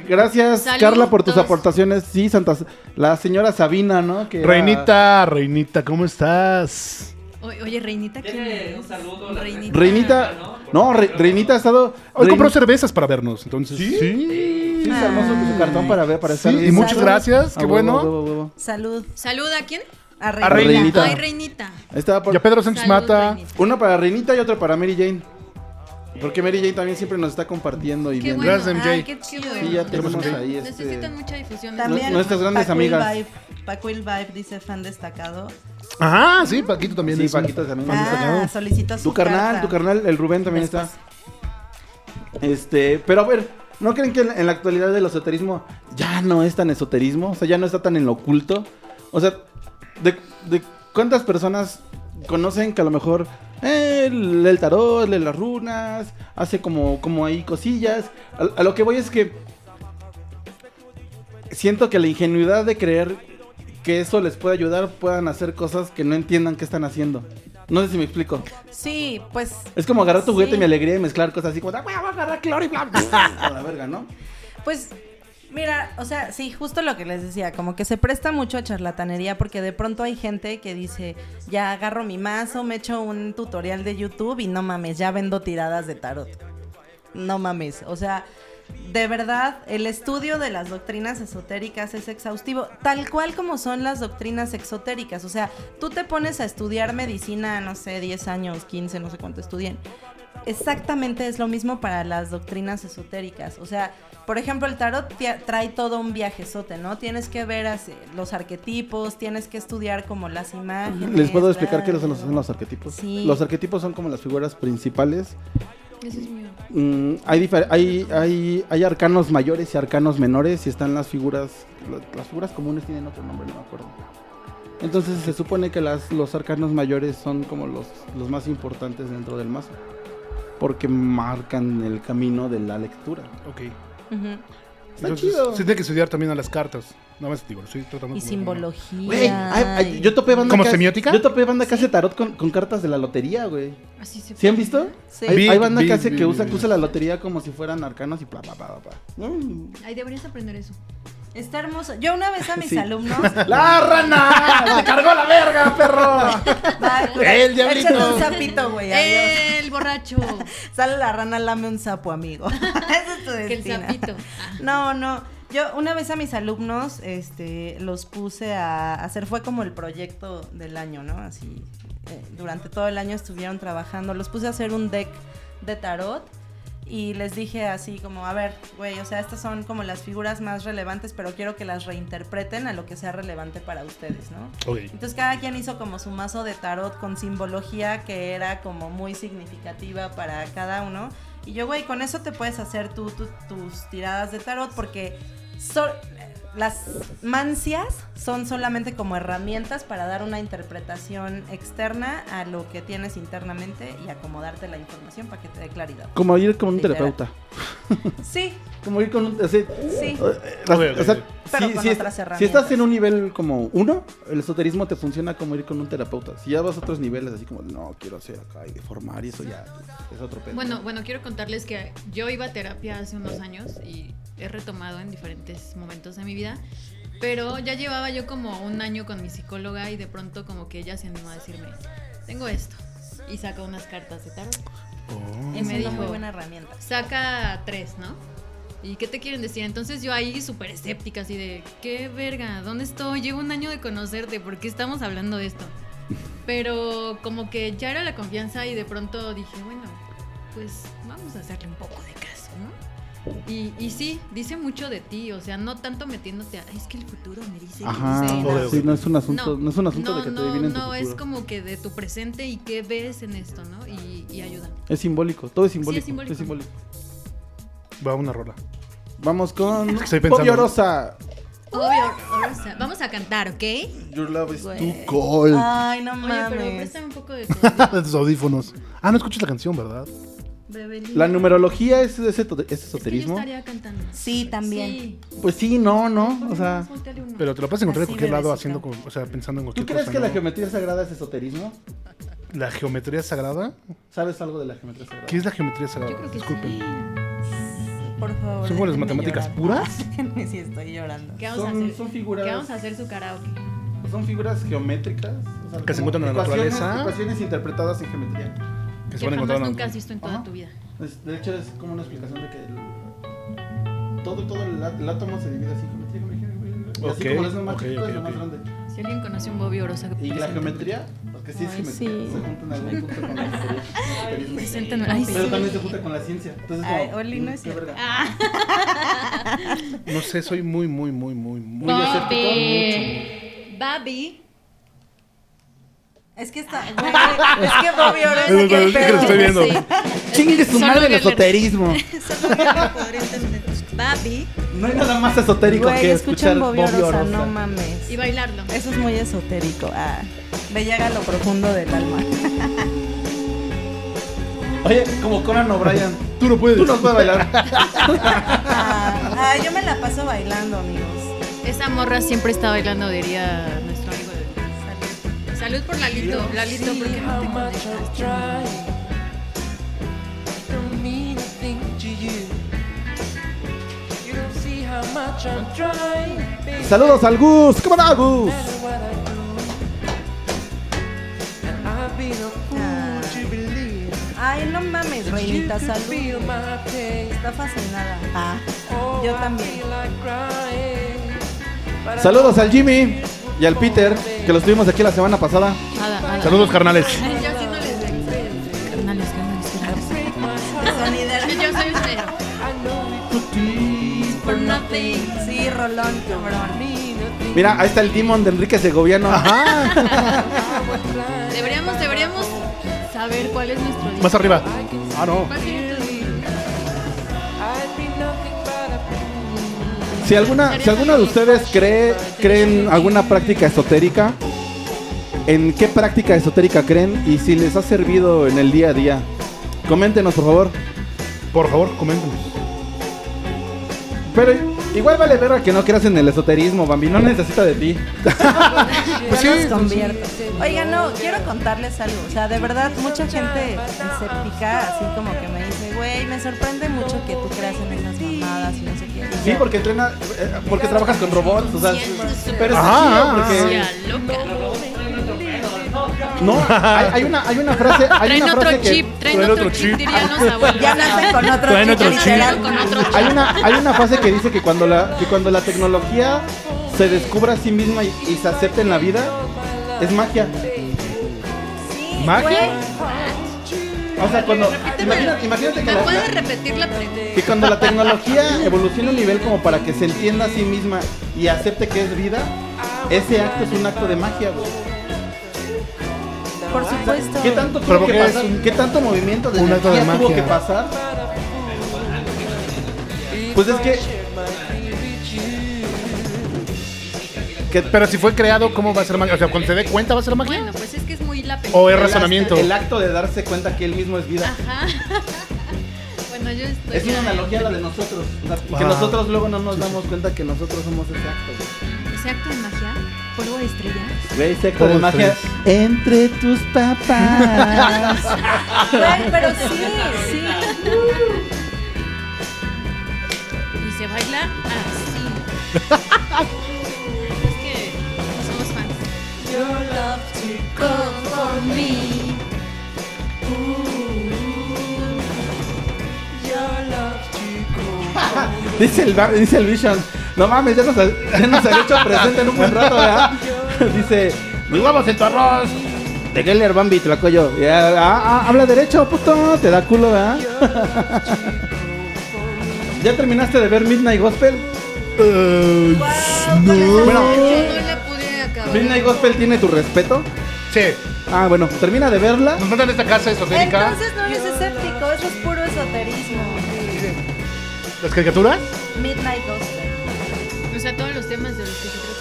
Speaker 4: Gracias,
Speaker 5: Saludos.
Speaker 4: Carla, por tus aportaciones. Sí, Santa, la señora Sabina, ¿no? Que era-
Speaker 1: Reinita, reinita, ¿cómo estás?
Speaker 5: O- Oye, Reinita, ¿quién
Speaker 6: Tiene
Speaker 5: es?
Speaker 6: un saludo, la
Speaker 5: Reinita.
Speaker 4: Reinita, no, Re- Reinita ha estado.
Speaker 1: Hoy
Speaker 4: Rein-
Speaker 1: compró cervezas para vernos, entonces. Sí. Sí,
Speaker 4: Sí, se armó su, su cartón para ver, para estar
Speaker 1: y
Speaker 4: bien.
Speaker 1: muchas
Speaker 3: Salud.
Speaker 1: gracias,
Speaker 4: Ah,
Speaker 1: qué
Speaker 4: huevo,
Speaker 1: bueno.
Speaker 4: huevo, huevo.
Speaker 3: Salud.
Speaker 5: ¿Saluda a quién?
Speaker 3: A
Speaker 1: A Reinita.
Speaker 5: Ay, Reinita.
Speaker 4: Ahí está por-
Speaker 1: Y a Pedro Sánchez
Speaker 5: Salud,
Speaker 1: Mata.
Speaker 5: Reinita.
Speaker 4: Una para Reinita y otra para Mary Jane. Porque Mary Jane también siempre nos está compartiendo y
Speaker 5: Qué
Speaker 4: viendo.
Speaker 5: bueno.
Speaker 1: Gracias, MJ.
Speaker 5: Ay, qué chido. ¿eh?
Speaker 4: Sí, ya
Speaker 1: Tenemos
Speaker 4: tenemos
Speaker 1: un-
Speaker 4: ahí este-
Speaker 5: Necesitan mucha difusión. ¿no?
Speaker 3: También
Speaker 4: nuestras grandes
Speaker 3: Paco el
Speaker 4: amigas.
Speaker 3: Vibe, Paco el Vibe dice fan destacado.
Speaker 1: Ah, sí, Paquito también.
Speaker 4: Sí,
Speaker 1: es un
Speaker 4: Paquito también.
Speaker 1: fan
Speaker 4: Ah,
Speaker 1: destacado.
Speaker 3: Ah, solicita su
Speaker 4: Tu carnal,
Speaker 3: carta.
Speaker 4: tu carnal, el Rubén también está. Este, pero a ver, ¿no creen que en en la actualidad del esoterismo ya no es tan esoterismo? O sea, ya no está tan en lo oculto. O sea, ¿de, de cuántas personas conocen que a lo mejor eh, el, el tarot, lee las runas, hace como, como ahí cosillas? A, a lo que voy es que siento que la ingenuidad de creer que eso les puede ayudar, puedan hacer cosas que no entiendan qué están haciendo. No sé si me explico.
Speaker 3: Sí, pues
Speaker 4: Es como agarrar tu juguete
Speaker 3: Sí.
Speaker 4: y mi alegría y mezclar cosas así como, "Ah, voy a agarrar cloro y bla, bla, bla", a la verga, ¿no?
Speaker 3: Pues, mira, o sea, sí, justo lo que les decía, como que se presta mucho a charlatanería porque de pronto hay gente que dice, ya agarro mi mazo, me echo un tutorial de YouTube y no mames, ya vendo tiradas de tarot. No mames, o sea, de verdad, el estudio de las doctrinas esotéricas es exhaustivo, tal cual como son las doctrinas exotéricas. O sea, tú te pones a estudiar medicina, no sé, 10 años, 15, no sé cuánto estudien. Exactamente es lo mismo para las doctrinas esotéricas. O sea, por ejemplo, el tarot tia- trae todo un viajezote, ¿no? Tienes que ver así, los arquetipos, tienes que estudiar como las imágenes.
Speaker 4: Les puedo explicar
Speaker 3: bla,
Speaker 4: qué son los,
Speaker 3: bla,
Speaker 4: son
Speaker 3: bla.
Speaker 4: los arquetipos.
Speaker 3: Sí.
Speaker 4: Los arquetipos son como las figuras principales.
Speaker 5: Eso es mío.
Speaker 4: Mm, hay, difer- hay, hay, hay arcanos mayores y arcanos menores y están las figuras, lo- las figuras comunes tienen otro nombre, no me acuerdo. Entonces se supone que las, los arcanos mayores son como los, los más importantes dentro del mazo. Porque marcan el camino de la lectura.
Speaker 1: Ok.
Speaker 3: Ujú.
Speaker 4: Está
Speaker 1: Entonces,
Speaker 4: chido.
Speaker 1: Se tiene que estudiar también a las cartas. Nada más digo, estoy tratando
Speaker 3: Y
Speaker 1: como-
Speaker 3: simbología.
Speaker 4: Güey, ay, ay, yo topé banda
Speaker 1: ¿Como
Speaker 4: que hace-
Speaker 1: semiótica?
Speaker 4: Yo topé banda que hace tarot con, con cartas de la lotería, güey.
Speaker 5: Así se
Speaker 4: ¿Sí han visto?
Speaker 3: Sí.
Speaker 4: Hay,
Speaker 1: Vi,
Speaker 4: hay banda
Speaker 1: vi,
Speaker 4: que hace
Speaker 1: vi,
Speaker 4: que
Speaker 1: vi,
Speaker 4: usa,
Speaker 1: vi.
Speaker 4: que usa la lotería como si fueran arcanos y bla, bla, bla, bla, bla. Mm.
Speaker 5: Ahí deberías aprender eso.
Speaker 3: Está hermoso. Yo una vez a mis
Speaker 4: Sí.
Speaker 3: alumnos.
Speaker 4: ¡La rana! ¡Se cargó la verga, perro!
Speaker 3: el
Speaker 1: diablito.
Speaker 3: un sapito, güey. adiós.
Speaker 5: El borracho.
Speaker 3: Sale la rana, lame un sapo, amigo. Esa es tu
Speaker 5: que el
Speaker 3: destino.
Speaker 5: sapito.
Speaker 3: No, no. Yo una vez a mis alumnos, este, los puse a hacer, fue como el proyecto del año, ¿no? Así, eh, durante todo el año estuvieron trabajando, los puse a hacer un deck de tarot y les dije así como, a ver, güey, o sea, estas son como las figuras más relevantes, pero quiero que las reinterpreten a lo que sea relevante para ustedes, ¿no?
Speaker 1: Ok.
Speaker 3: Entonces cada quien hizo como su mazo de tarot con simbología que era como muy significativa para cada uno. Y yo, güey, con eso te puedes hacer tú, tú- tus tiradas de tarot porque so- las mancias son solamente como herramientas para dar una interpretación externa a lo que tienes internamente y acomodarte la información para que te dé claridad.
Speaker 4: Como ir con un
Speaker 3: Literal.
Speaker 4: terapeuta.
Speaker 3: Sí,
Speaker 4: Como ir con un... así-
Speaker 3: sí.
Speaker 4: eh, las-
Speaker 1: Ok, ok,
Speaker 4: o sea,
Speaker 1: ok.
Speaker 3: Pero
Speaker 4: si-
Speaker 3: con
Speaker 4: si,
Speaker 3: otras
Speaker 4: si
Speaker 3: herramientas.
Speaker 4: estás en un nivel como uno, el esoterismo te funciona como ir con un terapeuta. Si ya vas a otros niveles, así como, no, quiero hacer acá y deformar y eso ya es otro pedo.
Speaker 5: Bueno, bueno, quiero contarles que yo iba a terapia hace unos años y he retomado en diferentes momentos de mi vida. Pero ya llevaba yo como un año con mi psicóloga y de pronto como que ella se animó a decirme, tengo esto. Y saca unas cartas de tarot.
Speaker 1: Oh.
Speaker 5: Y
Speaker 3: Es
Speaker 5: me
Speaker 3: una
Speaker 5: dijo,
Speaker 3: muy buena herramienta.
Speaker 5: saca tres, ¿no? ¿Y qué te quieren decir? Entonces yo ahí súper escéptica, así de, ¿qué verga? ¿Dónde estoy? Llevo un año de conocerte, ¿por qué estamos hablando de esto? Pero como que ya era la confianza y de pronto dije, bueno, pues vamos a hacerle un poco de caso, ¿no? Y, y sí, dice mucho de ti, o sea, no tanto metiéndote a, es que el futuro me dice... que
Speaker 4: Ajá,
Speaker 5: hice
Speaker 1: Obvio,
Speaker 5: las
Speaker 4: sí, no es un asunto, no, es un asunto
Speaker 5: no,
Speaker 4: de que te
Speaker 5: no,
Speaker 4: adivinen tu
Speaker 5: no, es
Speaker 4: futuro.
Speaker 5: como que de tu presente y qué ves en esto, ¿no? Y, y ayuda.
Speaker 4: Es simbólico, todo es simbólico. todo
Speaker 5: simbólico.
Speaker 4: es simbólico.
Speaker 1: Va una rola.
Speaker 4: Vamos con
Speaker 1: Estoy pensando.
Speaker 4: Bobby Orosa.
Speaker 5: Obvio, Orosa. Vamos a cantar, ¿ok? Oye,
Speaker 4: Your love is
Speaker 3: Güey.
Speaker 4: too cold.
Speaker 3: Ay, no
Speaker 5: pero
Speaker 3: mames.
Speaker 5: préstame un poco de tu-
Speaker 1: de tus audífonos. Ah, no escuchas la canción, ¿verdad?
Speaker 5: Bebelina.
Speaker 4: La numerología es, es, esote- es
Speaker 5: Es que yo
Speaker 4: esoterismo.
Speaker 5: estaría cantando.
Speaker 3: Sí, también.
Speaker 5: Sí.
Speaker 4: Pues sí, no, no. O sea,
Speaker 5: Volteale uno.
Speaker 1: Pero te lo puedes encontrar en
Speaker 3: Así,
Speaker 1: cualquier lado
Speaker 3: bebecito.
Speaker 1: haciendo, como- o sea, pensando en
Speaker 4: ¿tú
Speaker 1: cualquier
Speaker 4: crees
Speaker 1: cosa,
Speaker 4: que la
Speaker 1: ¿no?
Speaker 4: geometría sagrada es esoterismo?
Speaker 1: ¿La geometría sagrada?
Speaker 4: ¿Sabes algo de la geometría sagrada?
Speaker 1: ¿Qué es la geometría
Speaker 5: Yo
Speaker 1: sagrada?
Speaker 5: creo que
Speaker 1: Disculpen.
Speaker 5: sí.
Speaker 3: Por favor.
Speaker 1: ¿Son como las
Speaker 3: déjenme
Speaker 1: matemáticas
Speaker 3: llorar.
Speaker 1: puras?
Speaker 3: Déjenme si estoy llorando.
Speaker 5: ¿Qué vamos a
Speaker 4: Son,
Speaker 5: hacer?
Speaker 4: son
Speaker 5: ¿Qué vamos
Speaker 4: figuras,
Speaker 5: a hacer su karaoke?
Speaker 4: son figuras geométricas o sea,
Speaker 1: Que se
Speaker 4: como
Speaker 1: encuentran en la
Speaker 4: ecuaciones-
Speaker 1: naturaleza.
Speaker 4: Ecuaciones interpretadas en geometría.
Speaker 1: Que se
Speaker 5: Que
Speaker 1: van a encontrar
Speaker 5: jamás
Speaker 1: en la-
Speaker 5: nunca has visto en toda
Speaker 4: Ajá.
Speaker 5: tu vida.
Speaker 4: Es- de hecho, es como una explicación de que el- todo, todo el, á- el átomo se divide así. geometría, geometría, geometría, y así
Speaker 1: Ok,
Speaker 4: como lo es más
Speaker 1: ok,
Speaker 4: chiquito, es
Speaker 1: ok,
Speaker 4: lo más
Speaker 1: ok.
Speaker 4: grande.
Speaker 5: Si alguien conoce un Bobby Orosa.
Speaker 4: Y la
Speaker 5: preséntenme.
Speaker 4: geometría, porque sí es
Speaker 3: Ay,
Speaker 4: geometría,
Speaker 3: sí.
Speaker 4: se junta en algún punto con la esoterismo. esoterismo.
Speaker 5: Preséntenme. Ay, sí.
Speaker 4: Pero también se junta con la ciencia. Entonces, como,
Speaker 3: Ay, Oli, no es
Speaker 4: qué
Speaker 3: cierto.
Speaker 4: verga.
Speaker 5: Ah,
Speaker 1: No sé, soy muy, muy, muy, muy, muy...
Speaker 5: Bobby. Bobby.
Speaker 3: Es que está.
Speaker 5: Ah.
Speaker 3: güey, es que Bobby ahora es que
Speaker 1: que lo estoy viendo.
Speaker 4: Chingue su
Speaker 5: Solo
Speaker 4: madre el
Speaker 5: Geller.
Speaker 4: esoterismo.
Speaker 5: Bobby.
Speaker 4: No hay nada más esotérico
Speaker 3: Güey,
Speaker 4: que escuchar
Speaker 3: escuchan
Speaker 4: Bobby
Speaker 3: Bobby Orosa,
Speaker 4: Orosa.
Speaker 3: no mames.
Speaker 5: Y bailarlo.
Speaker 3: Eso es muy esotérico. Ah, me llega a lo profundo del alma.
Speaker 4: Oye, como Conan O'Brien.
Speaker 1: Tú no puedes.
Speaker 4: Tú no puedes bailar.
Speaker 3: Ah, ah, yo me la paso bailando, amigos.
Speaker 5: Esa morra siempre está bailando, diría nuestro amigo de Salud. Salud por Lalito. Lalito, porque no te contestas.
Speaker 7: don't mean a thing to you. You don't see how much I'm trying, baby.
Speaker 4: Saludos al Gus. ¿Cómo no, Gus?
Speaker 7: No matter what I do. And I've been a fool to believe
Speaker 3: Ay, no mames,
Speaker 7: that you
Speaker 3: reinita,
Speaker 7: could feel
Speaker 3: salud.
Speaker 7: my pain.
Speaker 3: Está fascinada. Ah,
Speaker 7: Oh,
Speaker 3: Yo
Speaker 7: I
Speaker 3: también.
Speaker 7: feel like crying. But I
Speaker 4: Saludos al Jimmy y al Peter, que los tuvimos aquí la semana pasada.
Speaker 5: Ada, Ada.
Speaker 1: Saludos, carnales.
Speaker 5: Ay, Yo sí no les veo. Carnales, carnales, carnales.
Speaker 7: break my heart.
Speaker 3: sonidera.
Speaker 5: Yo soy usted.
Speaker 7: I know it
Speaker 5: For nothing.
Speaker 3: Sí, Rolón,
Speaker 7: don't
Speaker 3: cabrón.
Speaker 7: mean a thing.
Speaker 4: Mira, ahí está el Demon de Enrique Segoviano.
Speaker 7: I was blind.
Speaker 5: Deberíamos, deberíamos saber cuál es nuestro disco.
Speaker 1: Más arriba.
Speaker 7: I can
Speaker 1: Ah, no.
Speaker 5: ¿Cuál sería tu disco?
Speaker 7: I'd be nothing but a fool.
Speaker 4: Si alguna, si alguno de ustedes cree, creen alguna práctica esotérica, ¿en qué práctica esotérica creen? Y si les ha servido en el día a día, coméntenos por favor.
Speaker 1: Por favor, coméntenos.
Speaker 4: Pero igual vale verga que no creas en el esoterismo, Bambi, no necesita de ti.
Speaker 3: Yo los convierto. Oigan, no, quiero contarles algo. O sea, de verdad, mucha gente escéptica, así como que me dice, güey, me sorprende mucho que tú creas en esas mamadas y no sé qué. Y
Speaker 4: Sí,
Speaker 3: yo,
Speaker 4: porque entrena, eh, porque trabajas con robots, o sea, pero
Speaker 1: Ajá.
Speaker 4: está chido porque
Speaker 5: Ya, loca.
Speaker 4: no, hay, hay una, hay una frase, hay
Speaker 5: Traen
Speaker 4: una
Speaker 5: otro
Speaker 4: frase que,
Speaker 5: chip, traen
Speaker 1: traen
Speaker 5: otro
Speaker 1: otro
Speaker 5: chip,
Speaker 1: chip.
Speaker 5: dirían los abuelos.
Speaker 3: Ya nacen con otro
Speaker 1: Traen
Speaker 3: chip,
Speaker 1: otro chip.
Speaker 3: literal.
Speaker 5: Con otro chip.
Speaker 4: hay una, hay una frase que dice que cuando la, que cuando la tecnología se descubra a sí misma y, y se acepta en la vida, es magia.
Speaker 3: Sí,
Speaker 1: ¿Magia?
Speaker 3: güey.
Speaker 4: O sea, cuando, imagínate, imagínate que
Speaker 5: ¿Me
Speaker 4: la-
Speaker 5: puedes
Speaker 4: la-
Speaker 5: repetir la pregunta?
Speaker 4: que cuando la tecnología evoluciona a un nivel como para que se entienda a sí misma y acepte que es vida,
Speaker 5: Ah,
Speaker 4: ese acto es un acto de magia, güey.
Speaker 3: Por supuesto.
Speaker 4: ¿Qué tanto
Speaker 1: Pero
Speaker 4: tuvo que
Speaker 1: porque es
Speaker 4: pasar?
Speaker 1: un-
Speaker 4: ¿Qué tanto movimiento de
Speaker 1: un acto de
Speaker 4: energía tuvo
Speaker 1: magia.
Speaker 4: que pasar? Pues es que,
Speaker 1: Pero si fue creado, ¿cómo va a ser magia? O sea, cuando se dé cuenta, ¿va a ser magia?
Speaker 5: Bueno, pues es que es muy la película.
Speaker 1: O es
Speaker 4: el
Speaker 1: razonamiento.
Speaker 4: acto- El acto de darse cuenta que él mismo es vida.
Speaker 5: Ajá. Bueno, yo estoy.
Speaker 4: Es una analogía a la de nosotros. o sea, Que
Speaker 1: Ah.
Speaker 4: nosotros luego no nos damos cuenta que nosotros somos ese acto. güey.
Speaker 5: Ese acto de magia, polvo de estrellas.
Speaker 4: Güey, ese acto de
Speaker 1: Todos
Speaker 4: magia. Entre tus papás.
Speaker 3: Güey, pero sí, sí.
Speaker 5: Y se baila así. es que somos fans.
Speaker 4: dice, el, va- dice el Vision. No mames, ya nos, ha- ya nos había hecho presente en un buen rato, ¿verdad? dice, mis huevos en tu arroz. De Geller Bambi, te la coyo. Ya, ah, ah, habla derecho, puto. Te da culo, ¿verdad? ¿Ya terminaste de ver Midnight Gospel? Bueno,
Speaker 5: Yo no la pude acabar.
Speaker 4: Midnight Gospel tiene tu respeto.
Speaker 1: Sí.
Speaker 4: Ah, bueno, termina de verla.
Speaker 1: Nos mandan esta casa esotérica.
Speaker 3: Entonces no eres escéptico, eso es puro esoterismo.
Speaker 1: ¿Las caricaturas?
Speaker 3: Midnight Gospel.
Speaker 5: O sea, todos los temas de los que se trata.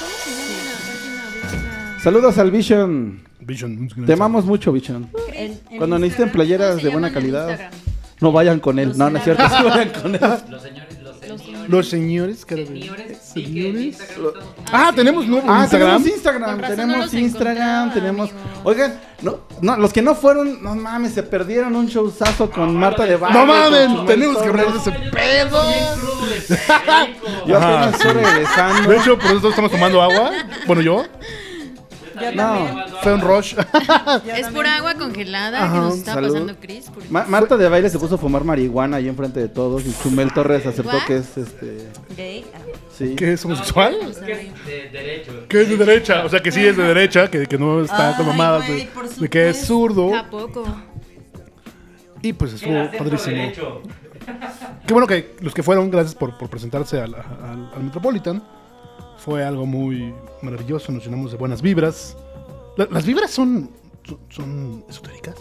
Speaker 5: ¿Cómo se llama la página blanca?
Speaker 4: Saludos al Vision.
Speaker 1: Vision.
Speaker 4: Te amamos mucho, Vision.
Speaker 5: En- en
Speaker 4: Cuando necesiten
Speaker 5: Instagram,
Speaker 4: playeras
Speaker 5: ¿cómo se
Speaker 4: de buena
Speaker 5: llaman en
Speaker 4: calidad.
Speaker 5: Instagram?
Speaker 4: No vayan con él.
Speaker 5: Los
Speaker 4: No, no es cierto. Sí vayan con él.
Speaker 6: Los señores, los
Speaker 5: Los
Speaker 6: señores.
Speaker 1: Los señores, cara.
Speaker 6: Señores, sí que en Instagram estamos como-
Speaker 1: Ah, tenemos nuevo
Speaker 4: Ah,
Speaker 1: Instagram.
Speaker 4: tenemos Instagram,
Speaker 5: Con razón no
Speaker 4: tenemos
Speaker 5: los
Speaker 4: Instagram,
Speaker 5: encontraba,
Speaker 4: tenemos.
Speaker 5: amigos.
Speaker 4: Oigan, no, no, los que no fueron, no mames, se perdieron un showzazo
Speaker 5: Ah,
Speaker 4: con Marta de Valle.
Speaker 1: No
Speaker 4: con
Speaker 1: mames,
Speaker 4: Chumel
Speaker 1: tenemos que
Speaker 4: Torres.
Speaker 1: hablar de ese
Speaker 4: Yo
Speaker 1: Ajá.
Speaker 4: apenas estoy regresando.
Speaker 1: De hecho, por eso estamos tomando agua. Bueno, yo.
Speaker 3: Yo
Speaker 4: No.
Speaker 1: Fue un rush.
Speaker 5: Es por agua congelada
Speaker 1: Ajá,
Speaker 5: que nos está
Speaker 4: salud.
Speaker 5: pasando Chris. porque-
Speaker 4: Ma- Marta de Baile se puso a fumar marihuana ahí enfrente de todos y Chumel Torres acertó
Speaker 5: ¿What?
Speaker 4: que es este.
Speaker 3: Gay. Ah,
Speaker 4: Sí.
Speaker 1: ¿Qué es homosexual?
Speaker 6: Es que es de derecho.
Speaker 1: Que es de derecha. O sea, que sí es de derecha, que, que no está con
Speaker 3: Ay,
Speaker 1: mamadas de,
Speaker 3: güey, por
Speaker 1: de que es
Speaker 3: supuesto.
Speaker 1: zurdo.
Speaker 4: Oh.
Speaker 5: Tampoco.
Speaker 1: Y pues
Speaker 6: El
Speaker 1: estuvo
Speaker 6: acento
Speaker 1: padrísimo.
Speaker 6: derecho.
Speaker 1: Qué bueno que los que fueron, gracias por, por presentarse al, al- al Metropolitan. Fue algo muy maravilloso, nos llenamos de buenas vibras. La- ¿Las vibras son, son, son esotéricas?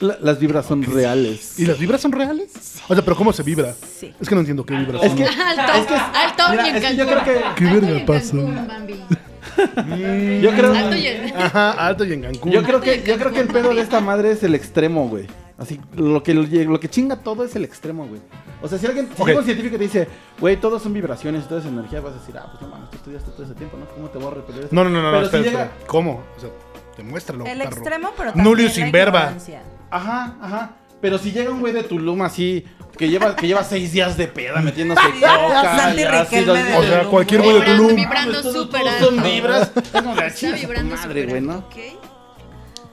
Speaker 4: La- las vibras son reales.
Speaker 1: ¿Y las vibras son reales? O sea, pero ¿cómo se vibra?
Speaker 3: Sí. Ah,
Speaker 1: Es que no entiendo qué vibras
Speaker 4: Es
Speaker 1: son.
Speaker 4: que.
Speaker 5: Alto,
Speaker 4: es que-
Speaker 5: alto
Speaker 4: mira,
Speaker 5: y en
Speaker 4: es que yo
Speaker 5: Cancún.
Speaker 4: creo que.
Speaker 1: ¿Qué
Speaker 5: Alto y
Speaker 1: verga
Speaker 5: en
Speaker 1: pasa?
Speaker 5: Cancún, Bambi.
Speaker 4: Yo creo.
Speaker 5: Alto y en-
Speaker 1: Ajá, alto y en Cancún.
Speaker 4: Yo creo que, yo creo que el pedo de esta madre es el extremo, güey. Así, lo que, lo que chinga todo es el extremo, güey. O sea, si alguien, si
Speaker 1: Ok.
Speaker 4: llega un científico y te dice, güey, todo son vibraciones, todo es energía, vas a decir, ah, pues no mames, tú estudiaste todo ese tiempo, ¿no? ¿Cómo te voy a repeler eso?
Speaker 1: No, no, no, no,
Speaker 4: Pero
Speaker 1: espera,
Speaker 4: si
Speaker 1: espera.
Speaker 4: llega,
Speaker 1: ¿Cómo? O sea, demuéstralo.
Speaker 3: El
Speaker 1: perro.
Speaker 3: extremo, pero también
Speaker 1: Nullius
Speaker 3: la
Speaker 1: in verba.
Speaker 3: ignorancia.
Speaker 4: ajá, ajá. Pero si llega un güey de Tulum así, que lleva, que lleva seis días de peda metiéndose
Speaker 1: Ah,
Speaker 4: coca,
Speaker 3: Santi
Speaker 4: y ácido,
Speaker 3: Riquelme de
Speaker 1: O sea,
Speaker 3: Tulum.
Speaker 1: cualquier güey de
Speaker 5: Vibrando,
Speaker 1: Tulum.
Speaker 5: vibrando
Speaker 4: Todo- todo
Speaker 5: súper alto.
Speaker 4: son vibras. Es como de
Speaker 5: Está
Speaker 4: chingas a tu
Speaker 5: vibrando
Speaker 4: madre,
Speaker 5: súper
Speaker 4: güey,
Speaker 5: alto,
Speaker 4: ¿no?
Speaker 5: ¿ok?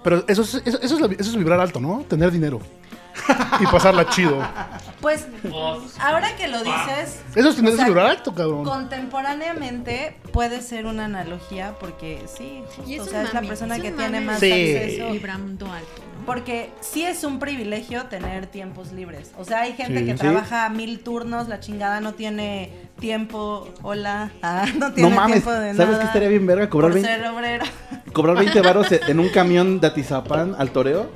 Speaker 1: Pero eso es, eso, eso es la- eso es vibrar alto, ¿no? Tener dinero. y pasarla chido.
Speaker 3: Pues
Speaker 6: Os-
Speaker 3: ahora que lo dices,
Speaker 1: Eso es tener
Speaker 3: O sea,
Speaker 1: vibrar alto, cabrón.
Speaker 3: contemporáneamente puede ser una analogía porque sí,
Speaker 5: Y
Speaker 3: justo,
Speaker 5: es
Speaker 3: o
Speaker 5: un
Speaker 3: sea, es la
Speaker 5: mame,
Speaker 3: persona
Speaker 5: es
Speaker 3: que
Speaker 5: un
Speaker 3: tiene
Speaker 5: mame
Speaker 3: más
Speaker 1: Sí.
Speaker 3: acceso.
Speaker 5: Vibrando alto. ¿no?
Speaker 3: Porque sí es un privilegio tener tiempos libres. O sea, hay gente
Speaker 1: Sí.
Speaker 3: que
Speaker 1: Sí.
Speaker 3: trabaja mil turnos, la chingada no tiene tiempo, hola, ah, no tiene
Speaker 4: no mames,
Speaker 3: tiempo de
Speaker 4: ¿sabes
Speaker 3: nada.
Speaker 4: qué estaría bien verga? Cobrar
Speaker 3: por
Speaker 4: 20,
Speaker 3: ser obrero.
Speaker 4: cobrar 20 varos en un camión de Atizapán al toreo.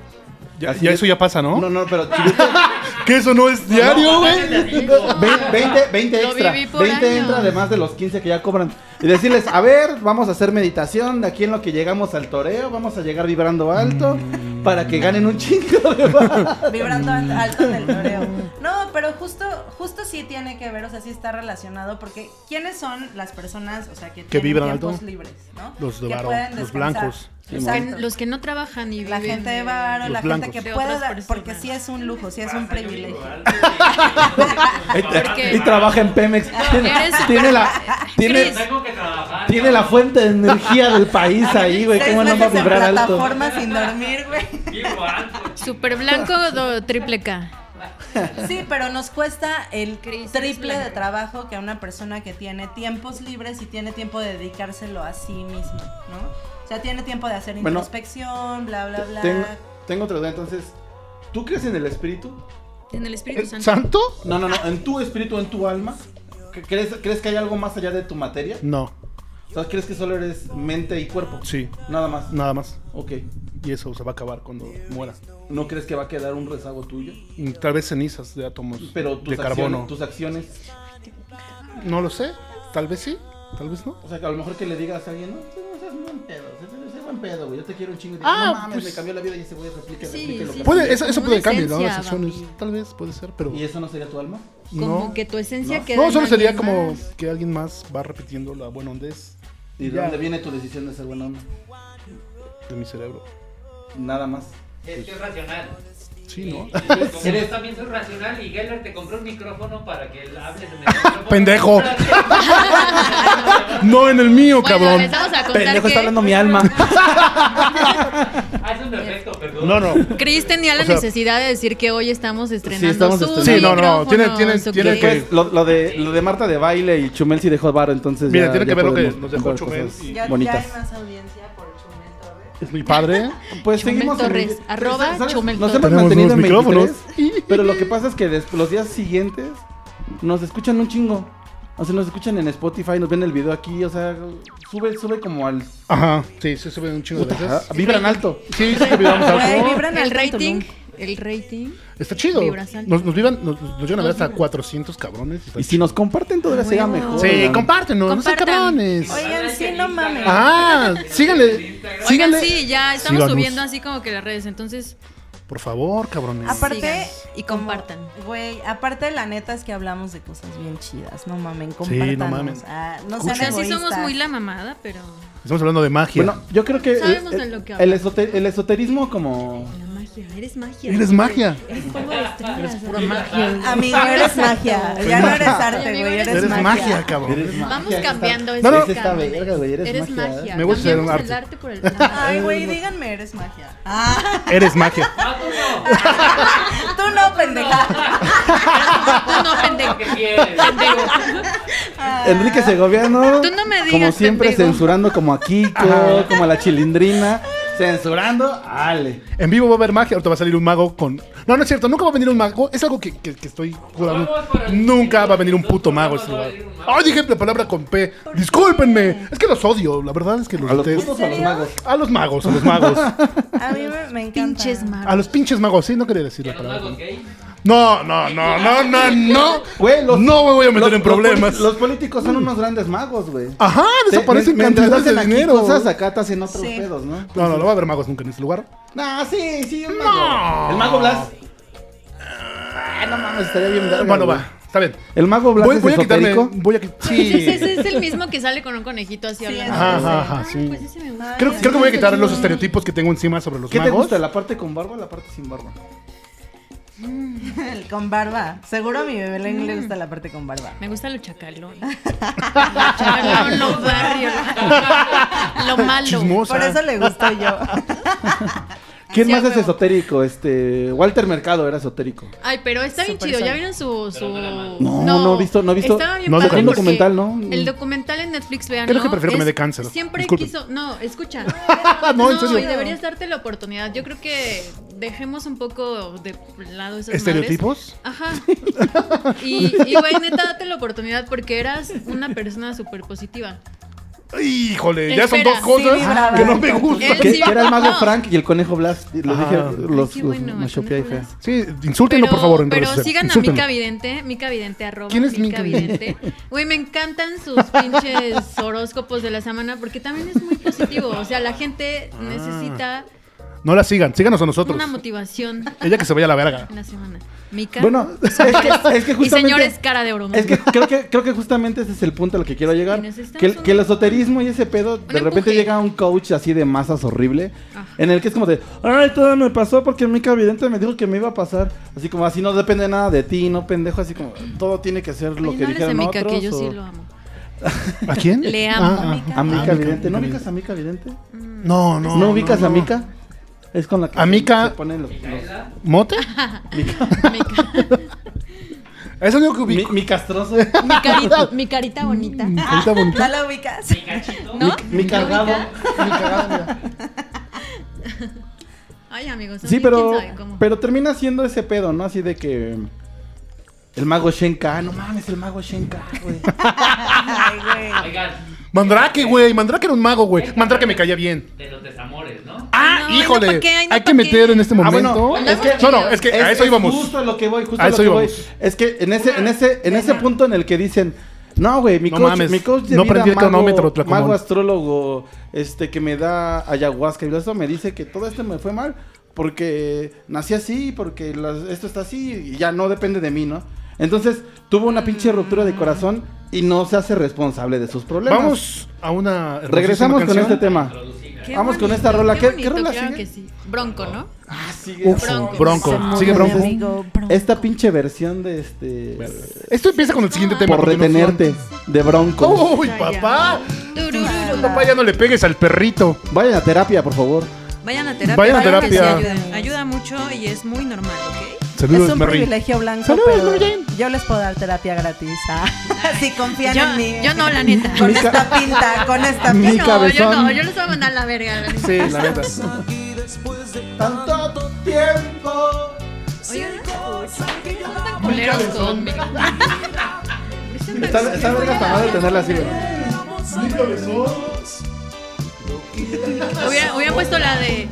Speaker 1: Ya,
Speaker 4: Así
Speaker 1: ya
Speaker 4: es.
Speaker 1: eso ya pasa, ¿no?
Speaker 4: No, no, pero chivito,
Speaker 1: Que eso no es diario, güey.
Speaker 4: ve- 20, 20
Speaker 5: Lo
Speaker 4: extra.
Speaker 5: viví
Speaker 4: 20
Speaker 5: por año.
Speaker 4: entra además de los 15 que ya cobran. Y decirles, a ver, vamos a hacer meditación de aquí en lo que llegamos al toreo, vamos a llegar vibrando alto
Speaker 1: Mm.
Speaker 4: para que ganen un chingo de bar.
Speaker 3: vibrando al- alto en el toreo. No, pero justo, justo sí tiene que ver, o sea, sí está relacionado, porque ¿quiénes son las personas, o sea, que, tienen
Speaker 1: vibran
Speaker 3: tiempos
Speaker 1: alto?
Speaker 3: libres, no?
Speaker 1: Los de
Speaker 3: Que
Speaker 1: varo,
Speaker 3: pueden
Speaker 1: los
Speaker 3: descansar.
Speaker 1: blancos.
Speaker 4: Sí,
Speaker 5: Que-
Speaker 3: Exacto.
Speaker 5: Los que no trabajan y
Speaker 3: la
Speaker 5: viven
Speaker 3: gente
Speaker 5: de-
Speaker 3: de varo,
Speaker 1: Los
Speaker 3: la
Speaker 1: blancos.
Speaker 3: gente que
Speaker 5: De
Speaker 3: puede
Speaker 5: otras
Speaker 3: dar, porque
Speaker 5: personas.
Speaker 3: sí es un lujo, sí es un
Speaker 6: Pasa, yo vivo
Speaker 3: privilegio.
Speaker 6: alto
Speaker 4: Y, tra-
Speaker 5: Porque-
Speaker 4: y trabaja en Pemex. Tiene,
Speaker 5: Eres súper-
Speaker 4: tiene la, tiene,
Speaker 5: Chris.
Speaker 6: Tengo que trabajar.
Speaker 4: tiene la fuente de energía del país ahí, güey.
Speaker 3: Seis
Speaker 4: ¿Cómo no va a
Speaker 3: meses en
Speaker 4: vibrar alto?
Speaker 3: plataforma sin dormir, güey.
Speaker 6: Vivo alto.
Speaker 5: Super blanco do- triple K.
Speaker 3: Sí, pero nos cuesta el
Speaker 5: Crisis
Speaker 3: triple de
Speaker 5: blanca.
Speaker 3: trabajo que a una persona que tiene tiempos libres y tiene tiempo de dedicárselo a sí misma, ¿no? O sea, tiene tiempo de hacer
Speaker 4: Bueno,
Speaker 3: introspección, bla, bla, bla.
Speaker 4: Tengo, tengo otra duda, entonces. ¿Tú crees en el espíritu?
Speaker 5: En el Espíritu Santo.
Speaker 1: ¿Eh? ¿Santo?
Speaker 4: No, no, no, en tu espíritu, en tu alma. ¿Cre- ¿Crees, ¿Crees que hay algo más allá de tu materia?
Speaker 1: No,
Speaker 4: O sea, ¿crees que solo eres mente y cuerpo?
Speaker 1: sí,
Speaker 4: Nada más.
Speaker 1: nada más.
Speaker 4: Ok.
Speaker 1: Y eso se va a acabar cuando muera.
Speaker 4: ¿No crees que va a quedar un rezago tuyo?
Speaker 1: Y Tal vez cenizas de átomos
Speaker 4: Pero tus,
Speaker 1: de carbono.
Speaker 4: acciones, tus acciones.
Speaker 1: No lo sé. Tal vez sí, tal vez no.
Speaker 4: O sea, que a lo mejor que le digas a alguien, no, tú no seas buen pedo, seas- seas buen pedo, güey. Yo te quiero un chingo. Y dices,
Speaker 1: Ah,
Speaker 4: no mames,
Speaker 1: pues-
Speaker 4: me cambió la vida y ese güey replica,
Speaker 5: Sí,
Speaker 4: replica lo
Speaker 5: sí,
Speaker 4: que
Speaker 1: Puede, eh,
Speaker 4: hace.
Speaker 1: eso, eso
Speaker 5: Una
Speaker 1: puede cambiar, ¿no?
Speaker 5: esencia,
Speaker 1: Las acciones.
Speaker 5: Bambi.
Speaker 1: Tal vez puede ser, pero.
Speaker 4: ¿Y eso no sería tu alma?
Speaker 5: Como
Speaker 1: No.
Speaker 5: que tu esencia
Speaker 4: No.
Speaker 5: queda.
Speaker 1: No,
Speaker 5: en
Speaker 1: solo sería
Speaker 5: alguien
Speaker 1: como
Speaker 5: más.
Speaker 1: que alguien más va repitiendo la buena ondez
Speaker 4: ¿Y de
Speaker 1: Ya.
Speaker 4: dónde viene tu decisión de ser buen hombre?
Speaker 1: de mi cerebro.
Speaker 4: Nada más.
Speaker 6: Es que es racional.
Speaker 1: Sí, ¿no?
Speaker 6: Y- y como
Speaker 4: Eres-
Speaker 6: yo también soy racional y Geller te compró un micrófono para que él hables en el micrófono.
Speaker 1: Pendejo. no en el mío,
Speaker 5: Bueno,
Speaker 1: cabrón.
Speaker 5: les vamos a contar
Speaker 4: Pendejo,
Speaker 5: que
Speaker 4: está hablando mi alma.
Speaker 6: Haz un defecto, perdón.
Speaker 1: No, no.
Speaker 5: Chris tenía la
Speaker 1: O sea-
Speaker 5: necesidad de decir que hoy estamos estrenando
Speaker 4: estamos
Speaker 5: su
Speaker 4: estrenando. Sí,
Speaker 1: no, no,
Speaker 5: micrófono,
Speaker 1: tiene- tiene-
Speaker 5: su
Speaker 1: tiene
Speaker 5: kit.
Speaker 1: que-
Speaker 4: Pues, lo, lo de, lo de Marta de baile y Chumel sí dejó varo, entonces.
Speaker 1: Mira,
Speaker 4: ya-
Speaker 1: tiene que
Speaker 4: ya
Speaker 1: ver lo que
Speaker 4: podemos
Speaker 1: nos dejó
Speaker 4: contar
Speaker 1: Chumel
Speaker 4: cosas
Speaker 1: y-
Speaker 3: Ya, ya
Speaker 4: Bonitas.
Speaker 3: hay más audiencia por Chumel Torres.
Speaker 1: Es mi padre.
Speaker 4: Pues
Speaker 5: Chumel
Speaker 4: seguimos en-
Speaker 5: Torres,
Speaker 4: ¿sabes?
Speaker 5: arroba Chumel Torres.
Speaker 4: Nos hemos
Speaker 1: Tenemos
Speaker 4: mantenido en
Speaker 1: nuevos micrófonos.
Speaker 4: micrófonos. pero lo que pasa es que des- los días siguientes nos escuchan un chingo. O sea, nos escuchan en Spotify, nos ven el video aquí, o sea, sube, sube como al...
Speaker 1: Ajá. Sí, se sube un chingo de
Speaker 4: Puta,
Speaker 1: veces.
Speaker 4: vibran alto.
Speaker 1: Sí, sí, que vivamos
Speaker 3: Güey,
Speaker 1: algo.
Speaker 3: vibran
Speaker 5: El
Speaker 3: al tanto,
Speaker 5: rating
Speaker 3: ¿no?
Speaker 5: el rating.
Speaker 1: Está chido.
Speaker 5: Vibrasantes.
Speaker 1: Nos, nos, vivan, nos, nos llegan a ver
Speaker 5: Nos
Speaker 1: hasta
Speaker 5: vibra.
Speaker 1: 400 cabrones. Está
Speaker 4: Y si nos comparten, todavía
Speaker 5: Ah,
Speaker 4: será
Speaker 5: bueno.
Speaker 4: mejor.
Speaker 1: Sí,
Speaker 4: oigan.
Speaker 1: compártenos, no sean
Speaker 5: Compartan.
Speaker 1: cabrones.
Speaker 3: Oigan, sí, no mames.
Speaker 1: Ah, síganle.
Speaker 5: Oigan,
Speaker 1: Síganle.
Speaker 5: sí, ya estamos
Speaker 1: Síganos.
Speaker 5: subiendo así como que las redes, entonces
Speaker 1: Por favor, cabrones.
Speaker 3: Aparte,
Speaker 5: sigan y
Speaker 3: como-
Speaker 5: compartan.
Speaker 3: Güey, aparte la neta es que hablamos de cosas bien chidas, no mamen, compártanos.
Speaker 1: Sí, no mamen.
Speaker 3: ah, no
Speaker 5: O
Speaker 3: sean
Speaker 5: sea, sí somos
Speaker 3: egoístas.
Speaker 5: muy la mamada, pero
Speaker 1: Estamos hablando de magia.
Speaker 4: Bueno, yo creo que,
Speaker 5: Sabemos
Speaker 4: eh,
Speaker 5: de lo que
Speaker 4: el,
Speaker 5: hablamos.
Speaker 4: esote- el esoterismo como...
Speaker 5: la magia, eres magia.
Speaker 1: Eres magia.
Speaker 5: Eres polvo de estrellas.
Speaker 6: Pura magia.
Speaker 3: Ah, Amigo, eres magia. Ya no eres arte,
Speaker 5: Amigo,
Speaker 3: güey,
Speaker 5: eres
Speaker 3: eres,
Speaker 1: Eres magia,
Speaker 3: magia.
Speaker 1: cabrón.
Speaker 5: Vamos
Speaker 4: Magia,
Speaker 5: cambiando
Speaker 4: esa-
Speaker 5: ese
Speaker 4: No, no.
Speaker 5: cambio.
Speaker 4: Esa verga, güey, eres
Speaker 5: Eres
Speaker 4: magia.
Speaker 5: magia.
Speaker 1: Me gusta ser un
Speaker 5: Cambiamos el
Speaker 1: arte.
Speaker 5: arte por el la magia.
Speaker 3: Ay, güey, díganme, eres magia. Ah,
Speaker 1: Eres magia.
Speaker 6: Ah, tú no.
Speaker 3: tú no, pendeja.
Speaker 5: Tú no, pendejo.
Speaker 6: ¿Qué quieres?
Speaker 4: Enrique Segoviano,
Speaker 5: Ah. Tú no me digas,
Speaker 4: como siempre,
Speaker 5: pendejo.
Speaker 4: censurando como a Kiko, como a la chilindrina, censurando, ale.
Speaker 1: En vivo va a haber magia, ahorita va a salir un mago con... No, no es cierto, nunca va a venir un mago. Es algo que, que- que estoy jurando.
Speaker 6: Vamos para el-
Speaker 1: Nunca va a venir un puto mago a este
Speaker 6: No va a
Speaker 1: lugar.
Speaker 6: venir un mago.
Speaker 1: Ay, dije la palabra con P. Discúlpenme. Es que los odio, la verdad es que los
Speaker 4: A los
Speaker 1: detesto.
Speaker 4: putos o a los magos.
Speaker 1: A los magos, a los magos.
Speaker 3: A mí me, me encanta.
Speaker 5: Pinches
Speaker 1: A
Speaker 5: magos.
Speaker 1: los pinches magos, sí, no quería decir
Speaker 6: ¿Y a
Speaker 1: la
Speaker 6: los
Speaker 1: palabra.
Speaker 6: magos gay?
Speaker 1: No, no, no, no, no, no.
Speaker 4: Güey, los-
Speaker 1: no me voy a meter
Speaker 4: los-
Speaker 1: en problemas. Ah,
Speaker 4: Los, los políticos son unos grandes magos, güey.
Speaker 1: Ajá, desaparecen
Speaker 4: Me-
Speaker 1: cantidades de
Speaker 4: hacen aquí
Speaker 1: dinero.
Speaker 4: cosas, acá te hacen otros
Speaker 3: Sí.
Speaker 4: pedos, ¿no?
Speaker 1: No, no, no va a haber magos nunca en este lugar.
Speaker 4: Nah, sí, sí, un
Speaker 1: No.
Speaker 4: mago. El mago Blas. Ah, no mames, estaría bien verga,
Speaker 1: Bueno,
Speaker 4: güey.
Speaker 1: va, está bien.
Speaker 4: El mago Blas
Speaker 1: Voy,
Speaker 4: es
Speaker 1: voy a quitarme.
Speaker 4: esotérico.
Speaker 1: Voy a qui-
Speaker 5: Ese
Speaker 1: Sí.
Speaker 5: ese es el mismo que sale con un conejito así
Speaker 3: Sí,
Speaker 5: hablando.
Speaker 1: Ajá, ajá, ajá,
Speaker 5: Ah,
Speaker 1: sí.
Speaker 5: pues ese me gusta.
Speaker 1: Creo, creo que voy a quitar los estereotipos que tengo encima sobre los
Speaker 4: ¿Qué te
Speaker 1: magos.
Speaker 4: gusta, la parte con barba o la parte sin barba?
Speaker 5: Ah,
Speaker 3: Con barba. Seguro a mi bebé Lenny
Speaker 1: Mm.
Speaker 3: le gusta la parte con barba.
Speaker 5: Me gusta lo chacalón. Lo chacalón, lo barrio. Lo malo.
Speaker 1: Chismosa.
Speaker 3: Por eso le gusto yo.
Speaker 4: ¿Quién
Speaker 5: Sí,
Speaker 4: más
Speaker 5: a
Speaker 4: es
Speaker 5: huevo.
Speaker 4: esotérico? Este, Walter Mercado era esotérico.
Speaker 5: Ay, pero está bien
Speaker 3: Super
Speaker 5: chido. ¿Ya
Speaker 3: Sonic.
Speaker 5: vieron su, su...
Speaker 6: no la mando.
Speaker 4: No, no he visto- no he visto-
Speaker 5: Estaba bien
Speaker 1: no,
Speaker 5: padre
Speaker 1: hay un
Speaker 5: porque
Speaker 4: documental, ¿no?
Speaker 5: El documental en Netflix, vean.
Speaker 1: ¿Qué es lo que prefiero que me dé cáncer?
Speaker 5: Siempre
Speaker 1: Disculpen.
Speaker 5: quiso. No, escucha.
Speaker 1: No,
Speaker 5: no,
Speaker 1: en serio.
Speaker 5: y deberías darte la oportunidad. Yo creo que dejemos un poco de lado esas madres.
Speaker 1: ¿Estereotipos?
Speaker 5: Ajá. Y, y, güey, neta, date la oportunidad porque eras una persona súper positiva.
Speaker 1: Híjole, ya son
Speaker 5: Espera,
Speaker 1: dos cosas
Speaker 3: sí, vibraba.
Speaker 1: que no me gustan.
Speaker 5: Él
Speaker 4: Que,
Speaker 5: sí-
Speaker 4: que era el mago
Speaker 5: no.
Speaker 4: Frank y el conejo Blas. Lo
Speaker 1: Ajá.
Speaker 4: dije, los,
Speaker 5: Ay, qué
Speaker 4: los
Speaker 5: bueno,
Speaker 4: me chopeé ahí feo.
Speaker 5: Blas.
Speaker 1: Sí, insúltenlo, por favor, en
Speaker 5: pero
Speaker 1: redes sociales.
Speaker 5: sigan a
Speaker 1: Insúltenlo.
Speaker 5: Mica Vidente, Mica Vidente, arroba
Speaker 1: ¿Quién es Mica
Speaker 5: Mica Vidente. Güey, me encantan sus pinches horóscopos de la semana porque también es muy positivo. O sea, la gente necesita
Speaker 1: No la sigan, síganos a nosotros.
Speaker 5: una motivación
Speaker 1: Ella que se vaya a la verga.
Speaker 5: en la semana. Mica.
Speaker 4: Bueno, es que, es que
Speaker 5: y
Speaker 4: justamente...
Speaker 5: señores, cara de oro. ¿no?
Speaker 4: Es que creo, que creo que justamente ese es el punto al que quiero llegar.
Speaker 5: Y necesitamos
Speaker 4: Que, el-
Speaker 5: un-
Speaker 4: que el esoterismo y ese pedo, de repente
Speaker 5: empuje.
Speaker 4: llega un coach así de masas horrible,
Speaker 5: Ajá.
Speaker 4: en el que es como de, ay, todo me pasó porque mi cabidente me dijo que me iba a pasar. Así como, así no depende nada de ti, no pendejo, así como, todo tiene que ser lo
Speaker 5: Oye,
Speaker 4: que
Speaker 5: no hables de
Speaker 4: dijeron
Speaker 5: Mica,
Speaker 4: otros.
Speaker 5: que yo sí
Speaker 4: o-
Speaker 5: lo amo.
Speaker 1: ¿A quién?
Speaker 5: Le amo.
Speaker 4: A Mica
Speaker 1: Ah,
Speaker 4: Vidente, ¿no
Speaker 1: Mica
Speaker 4: ubicas a Mica Vidente?
Speaker 1: No, no.
Speaker 4: ¿No, ubicas
Speaker 1: no.
Speaker 4: a Mica? Es con la que
Speaker 1: A Mica-
Speaker 4: se ponen los... los-
Speaker 1: ¿Mote?
Speaker 5: Mica.
Speaker 1: Es el único que
Speaker 4: Mi,
Speaker 1: ubico.
Speaker 4: mi castroso.
Speaker 5: Mi carita, mi carita bonita.
Speaker 1: Ahorita bonito.
Speaker 3: ¿Ya la ubicas?
Speaker 5: ¿No?
Speaker 4: Mi, mi cargado. mi cargado, mira.
Speaker 5: Ay, amigos.
Speaker 4: Sí,
Speaker 5: así,
Speaker 4: pero,
Speaker 5: quién sabe cómo.
Speaker 4: pero termina siendo ese pedo, ¿no? Así de que. El mago Shenka, "Ah, no mames, el mago Shenka, güey.
Speaker 3: Ay, güey.
Speaker 6: Oigan,
Speaker 1: Mandrake, güey. Mandrake era un mago, güey. Mandrake me caía bien.
Speaker 6: de los desamores, ¿no?
Speaker 1: ¡Ah,
Speaker 5: Ay, no,
Speaker 1: híjole!
Speaker 5: ¿pa' qué? Ay, no,
Speaker 1: Hay
Speaker 5: ¿pa'
Speaker 1: que meter
Speaker 5: qué?
Speaker 1: en este
Speaker 4: Ah,
Speaker 1: momento.
Speaker 4: bueno,
Speaker 5: es que-
Speaker 1: no, no, es que a
Speaker 4: Es-
Speaker 1: eso
Speaker 4: es
Speaker 1: íbamos.
Speaker 4: Justo a lo que voy, justo
Speaker 1: A
Speaker 4: a lo
Speaker 1: eso
Speaker 4: que
Speaker 1: íbamos.
Speaker 4: voy. Es que en ese, en ese, en ese punto en el que dicen. No, güey, mi
Speaker 1: No
Speaker 4: coach,
Speaker 1: mames,
Speaker 4: mi coach de
Speaker 1: no
Speaker 4: vida,
Speaker 1: aprendí el
Speaker 4: mago-
Speaker 1: cronómetro, Tlacomón.
Speaker 4: mago astrólogo, este, que me da ayahuasca y eso me dice que todo esto me fue mal porque nací así, porque las- esto está así y ya no depende de mí, ¿no? Entonces tuvo una pinche ruptura de corazón y no se hace responsable de sus problemas.
Speaker 1: Vamos a una. hermosísima
Speaker 4: Regresamos con
Speaker 1: canción.
Speaker 4: este tema.
Speaker 5: Qué
Speaker 4: Vamos con
Speaker 5: bonito,
Speaker 4: esta rola. ¿Qué, qué
Speaker 5: bonito,
Speaker 4: rola
Speaker 5: claro
Speaker 4: sigue?
Speaker 5: que sí. Bronco, ¿no?
Speaker 4: Ah, sigue.
Speaker 1: Uf,
Speaker 5: Bronco.
Speaker 3: Se
Speaker 1: bronco.
Speaker 3: murió
Speaker 1: Sigue
Speaker 3: mi
Speaker 1: bronco.
Speaker 3: amigo Bronco.
Speaker 4: Esta pinche versión de este.
Speaker 1: Esto empieza con el siguiente tema.
Speaker 4: Por
Speaker 1: porque no son-
Speaker 4: retenerte, de bronco.
Speaker 1: ¡Uy, papá!
Speaker 5: Turururu.
Speaker 1: Papá, ya no le pegues al perrito.
Speaker 4: Vayan a terapia, por favor.
Speaker 8: Vayan a terapia.
Speaker 1: Vayan a
Speaker 8: claro que sí,
Speaker 1: terapia.
Speaker 8: ayuda, ayuda mucho y es muy normal, ¿ok?
Speaker 3: es
Speaker 1: Saludos,
Speaker 3: un
Speaker 1: Merry.
Speaker 3: privilegio blanco,
Speaker 1: Saludos,
Speaker 3: pero
Speaker 1: Mary Jane.
Speaker 3: yo les puedo dar terapia gratis. ah. si confían en mí.
Speaker 5: Yo, yo no, la neta.
Speaker 3: Con
Speaker 4: Mica-
Speaker 3: esta pinta, con esta
Speaker 4: Mi
Speaker 5: Yo
Speaker 3: pinta.
Speaker 5: no,
Speaker 4: cabezón.
Speaker 5: yo no, yo los voy a mandar a la verga. la neta.
Speaker 1: Sí, la neta.
Speaker 4: Tanto tiempo.
Speaker 5: Oigan, son tan culeros conmigo.
Speaker 4: Está, está verga esta madre tenerla así, güey.
Speaker 5: Hubiera- Hubiéramos puesto la de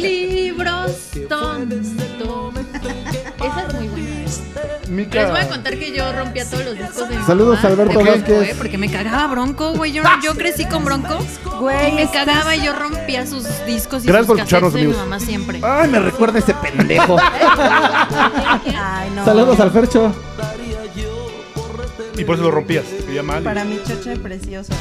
Speaker 5: libros tontos. Esa es muy buena. Les voy a
Speaker 1: Mica.
Speaker 5: contar que yo rompía todos los discos de mi
Speaker 4: Saludos,
Speaker 5: mamá, de
Speaker 4: Alberto
Speaker 5: Bronco,
Speaker 4: Vázquez.
Speaker 5: eh, Porque me cagaba Bronco, güey. Yo, yo crecí con Bronco.
Speaker 3: Güey,
Speaker 5: Y me
Speaker 3: es-
Speaker 5: cagaba y yo rompía sus discos y
Speaker 1: Gracias
Speaker 5: sus
Speaker 1: por escucharnos,
Speaker 5: cassettes de mi
Speaker 1: amigos.
Speaker 5: mamá siempre.
Speaker 4: Ay, me recuerda a ese pendejo.
Speaker 1: Ah,
Speaker 3: Ay, no.
Speaker 4: Saludos al Fercho.
Speaker 1: Y por eso lo rompías. te veía mal.
Speaker 3: Para mi choche precioso.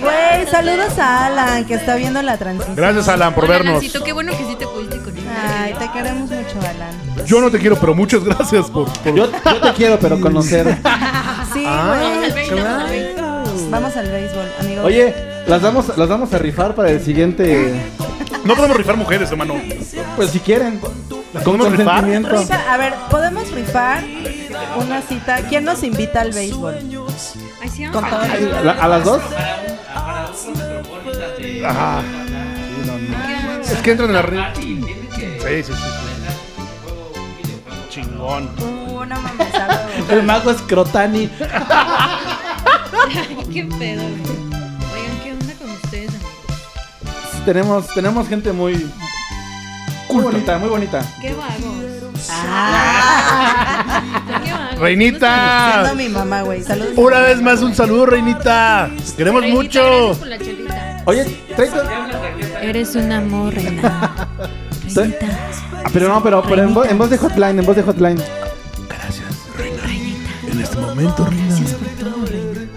Speaker 3: Güey, saludos a Alan, que está viendo la transición.
Speaker 1: Gracias, Alan, por
Speaker 5: Hola,
Speaker 1: vernos.
Speaker 5: Lancito, qué bueno que sí te pudiste conectar.
Speaker 3: Ay, te queremos mucho, Alan.
Speaker 1: Yo no te quiero, pero muchas gracias por. por-
Speaker 4: Yo, yo te quiero, pero conocer.
Speaker 3: Sí,
Speaker 1: Ah,
Speaker 5: Vamos al
Speaker 3: güey.
Speaker 5: baile, vamos al baile.
Speaker 3: Vamos al béisbol, amigos.
Speaker 4: Oye, las vamos, las vamos a rifar para el siguiente.
Speaker 1: No podemos rifar mujeres, hermano.
Speaker 4: Pues si quieren. Con
Speaker 1: podemos rifar?
Speaker 4: consentimiento.
Speaker 3: Rifa- a ver, ¿podemos rifar una cita? ¿Quién nos invita al béisbol?
Speaker 5: Ay, sí,
Speaker 3: Con todo
Speaker 4: Ay, ¿la- ¿A las dos?
Speaker 6: Para un metropolita te-
Speaker 1: Ah, es que entran en la red.
Speaker 6: Pati, tienes que
Speaker 1: Sí, sí, sí, sí. Chingón.
Speaker 3: Una mamá.
Speaker 4: El mago es Crotani.
Speaker 5: Ay, qué pedo, güey. Oigan, ¿qué onda con ustedes, amigos?
Speaker 4: Tenemos, tenemos gente muy. Muy bonita, muy bonita.
Speaker 5: Qué vagos.
Speaker 3: Ah.
Speaker 5: ¿Qué vagos?
Speaker 1: Reinita.
Speaker 3: mi mamá, güey. Saludos.
Speaker 1: Una vez más un saludo, Reinita. Te Queremos
Speaker 5: Reinita,
Speaker 1: mucho.
Speaker 5: gracias por la chelita.
Speaker 4: Oye, tráete-
Speaker 5: Eres un amor, reina. Reinita,
Speaker 4: Ah, Pero no, pero, pero en, vo- en voz de hotline, en voz de hotline.
Speaker 5: reinita.
Speaker 1: En este momento,
Speaker 5: Gracias por todo, reina.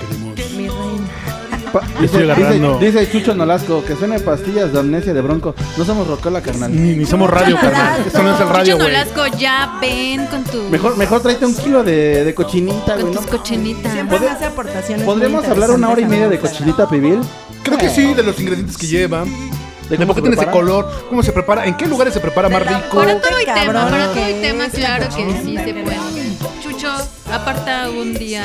Speaker 1: Queremos.
Speaker 5: Mi reina.
Speaker 4: Pa-
Speaker 1: Estoy agarrando.
Speaker 4: Dice, dice Chucho Nolasco que suene pastillas de amnesia de bronco. No somos rocola, carnal.
Speaker 1: Ni, ni somos radio, carnal. Esto no es el radio,
Speaker 5: Mucho
Speaker 1: güey.
Speaker 5: nolasco, ya ven con tu.
Speaker 4: Mejor, mejor tráete un kilo de, de cochinita,
Speaker 5: Con
Speaker 4: güey.
Speaker 5: tus
Speaker 4: ¿no?
Speaker 5: cochinitas.
Speaker 3: Siempre me
Speaker 4: ¿Podre-
Speaker 3: hace aportaciones.
Speaker 4: ¿Podríamos
Speaker 3: muy
Speaker 4: hablar una hora y
Speaker 3: interesantes,
Speaker 4: media de
Speaker 3: amigos.
Speaker 4: cochinita pibil?
Speaker 1: Creo que sí, de los ingredientes que lleva. ¿De por
Speaker 4: cómo
Speaker 1: qué
Speaker 4: se
Speaker 1: tiene ese
Speaker 4: prepara?
Speaker 1: color? ¿Cómo se prepara? ¿En qué lugares se prepara más rico?
Speaker 5: Para todo hay tema,
Speaker 3: Cabrón,
Speaker 5: para todo hay
Speaker 3: que
Speaker 5: tema,
Speaker 3: es,
Speaker 5: claro que
Speaker 3: cabrón.
Speaker 5: sí se puede. Chucho, aparta un día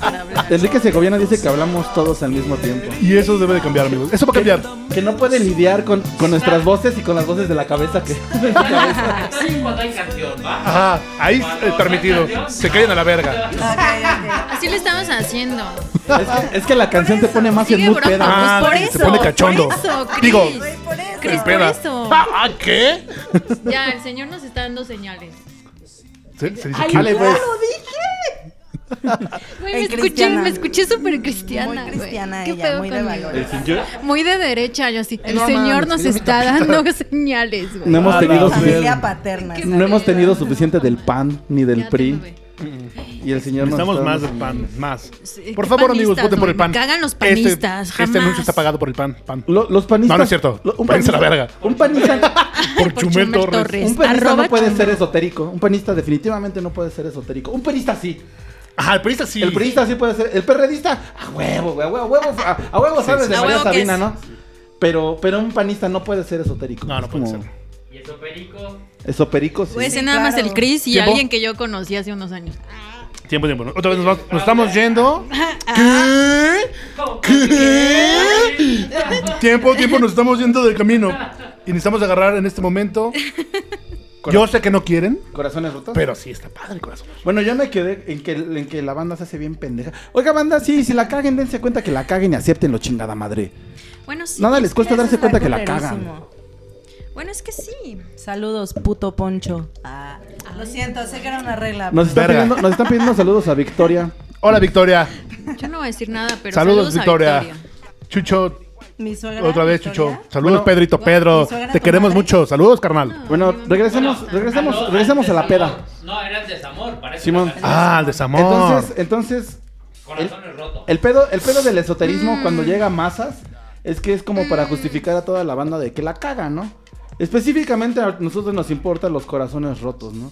Speaker 5: para hablar.
Speaker 4: Enrique Segoviano dice que hablamos todos al mismo tiempo.
Speaker 1: Y eso debe de cambiar, amigos. Eso va a cambiar.
Speaker 4: Que no puede lidiar con, con nuestras voces y con las voces de la cabeza que...
Speaker 6: Sí, cuando hay canción, va.
Speaker 1: Ajá, ahí es permitido. Se callan a la verga.
Speaker 3: Ok, ok.
Speaker 5: Así lo estamos haciendo.
Speaker 4: es, que, es que la canción te pone más en
Speaker 5: Sigue
Speaker 4: mood
Speaker 5: Bronco,
Speaker 4: peda.
Speaker 1: Ah,
Speaker 5: pues por
Speaker 1: que
Speaker 5: eso.
Speaker 1: se pone cachondo.
Speaker 5: Por eso, Chris.
Speaker 1: Digo,
Speaker 3: Por eso.
Speaker 5: Chris, por
Speaker 1: Peda.
Speaker 5: eso.
Speaker 1: Ah, ¿Qué?
Speaker 5: Ya, el señor nos está dando señales.
Speaker 1: Se, se dice
Speaker 4: Dale,
Speaker 1: que-
Speaker 4: pues.
Speaker 5: Güey,
Speaker 3: En
Speaker 5: me escuché,
Speaker 3: cristiana.
Speaker 5: me escuché súper cristiana.
Speaker 3: Muy
Speaker 5: güey.
Speaker 3: cristiana
Speaker 5: Qué
Speaker 3: ella,
Speaker 5: pedo
Speaker 3: muy de
Speaker 5: conmigo.
Speaker 3: valores.
Speaker 5: Muy de derecha, yo así. El
Speaker 4: No
Speaker 5: señor
Speaker 4: mames,
Speaker 5: nos
Speaker 4: yo me
Speaker 5: está dando señales, güey.
Speaker 4: No
Speaker 1: Ah,
Speaker 4: hemos tenido,
Speaker 3: Familia
Speaker 4: sufici-
Speaker 3: paterna.
Speaker 5: Qué
Speaker 4: no hemos tenido suficiente del PAN ni
Speaker 5: Ya
Speaker 4: del
Speaker 5: te
Speaker 4: PRI.
Speaker 5: tuve.
Speaker 4: Y el señor nos
Speaker 1: Necesitamos
Speaker 4: está
Speaker 1: más
Speaker 4: dando
Speaker 1: del pan, más.
Speaker 5: Sí,
Speaker 1: Por
Speaker 5: qué
Speaker 1: favor, amigos,
Speaker 5: panistas,
Speaker 1: voten por
Speaker 5: güey,
Speaker 1: el pan.
Speaker 5: me cagan los
Speaker 1: Este-
Speaker 5: panistas,
Speaker 1: Este,
Speaker 5: jamás.
Speaker 1: anuncio está pagado por el pan. pan.
Speaker 4: Lo- los panistas.
Speaker 1: No, no es cierto.
Speaker 4: lo- un
Speaker 1: Váyanse a la
Speaker 4: panista-
Speaker 1: verga.
Speaker 4: Un panista.
Speaker 1: Por Chumel Torres.
Speaker 4: un panista
Speaker 5: Pues, Arroba
Speaker 4: no puede
Speaker 5: Chumel.
Speaker 4: ser esotérico. Un panista definitivamente no puede ser esotérico. Un panista sí.
Speaker 1: Ajá, el periodista sí.
Speaker 4: El periodista sí puede ser. El perredista, a huevo, güey, a huevo, a huevo, a, a huevo sabes de
Speaker 5: A
Speaker 4: María
Speaker 5: huevo que
Speaker 4: Sabina,
Speaker 5: es.
Speaker 4: ¿no? Pero, pero un panista no puede ser esotérico.
Speaker 1: No, no
Speaker 4: Es
Speaker 1: puede
Speaker 4: como
Speaker 1: ser.
Speaker 6: Y eso, Perico.
Speaker 4: Esoperico, sí.
Speaker 5: Pues
Speaker 3: Sí,
Speaker 5: ese nada más
Speaker 3: claro.
Speaker 5: el Chris y
Speaker 1: ¿Tiempo?
Speaker 5: alguien que yo conocí hace unos años.
Speaker 1: Tiempo, tiempo. ¿no? Otra vez nos, vamos- nos estamos yendo.
Speaker 3: Ah,
Speaker 1: ¿Qué? ¿Qué? Tiempo, tiempo, nos estamos yendo del camino. Y necesitamos agarrar en este momento. Yo sé que no quieren,
Speaker 4: Corazones rotos.
Speaker 1: pero sí está padre, corazón.
Speaker 4: Bueno, yo me quedé en que, en que la banda se hace bien pendeja. Oiga, banda, sí, si la caguen, dense cuenta que la caguen y acepten lo chingada madre.
Speaker 5: Bueno, sí.
Speaker 4: Nada les cuesta
Speaker 3: Eso
Speaker 4: darse
Speaker 3: está
Speaker 4: cuenta que la cagan.
Speaker 3: culerísimo.
Speaker 5: Bueno, es que sí.
Speaker 3: Saludos, puto poncho. Ah, lo siento, sé que era una regla.
Speaker 4: Nos están,
Speaker 1: Verga.
Speaker 4: pidiendo, nos están pidiendo saludos a Victoria.
Speaker 1: Hola, Victoria.
Speaker 5: Yo no voy a decir nada, pero
Speaker 1: Saludos,
Speaker 5: saludos,
Speaker 1: Victoria.
Speaker 5: a Victoria.
Speaker 1: Chucho,
Speaker 3: Mi suegra.
Speaker 1: otra vez,
Speaker 3: Victoria,
Speaker 1: Chucho. Saludos, Pedrito, Pedro.
Speaker 3: mi suegra
Speaker 1: Te queremos
Speaker 3: comadre.
Speaker 1: mucho. Saludos, carnal.
Speaker 4: Bueno,
Speaker 5: mi mamá.
Speaker 4: regresemos, regresemos,
Speaker 6: Aló,
Speaker 4: regresemos a la
Speaker 6: Ah, antes
Speaker 4: peda.
Speaker 6: amor. No, era el desamor, parece.
Speaker 4: Simón.
Speaker 6: que-
Speaker 1: Ah, el desamor.
Speaker 4: Entonces, entonces,
Speaker 6: Corazones rotos.
Speaker 4: El pedo, el pedo del esoterismo
Speaker 5: Mm.
Speaker 4: cuando llega a masas es que es como para justificar a toda la banda de que la caga, ¿no? Específicamente a nosotros nos importan los corazones rotos, ¿no?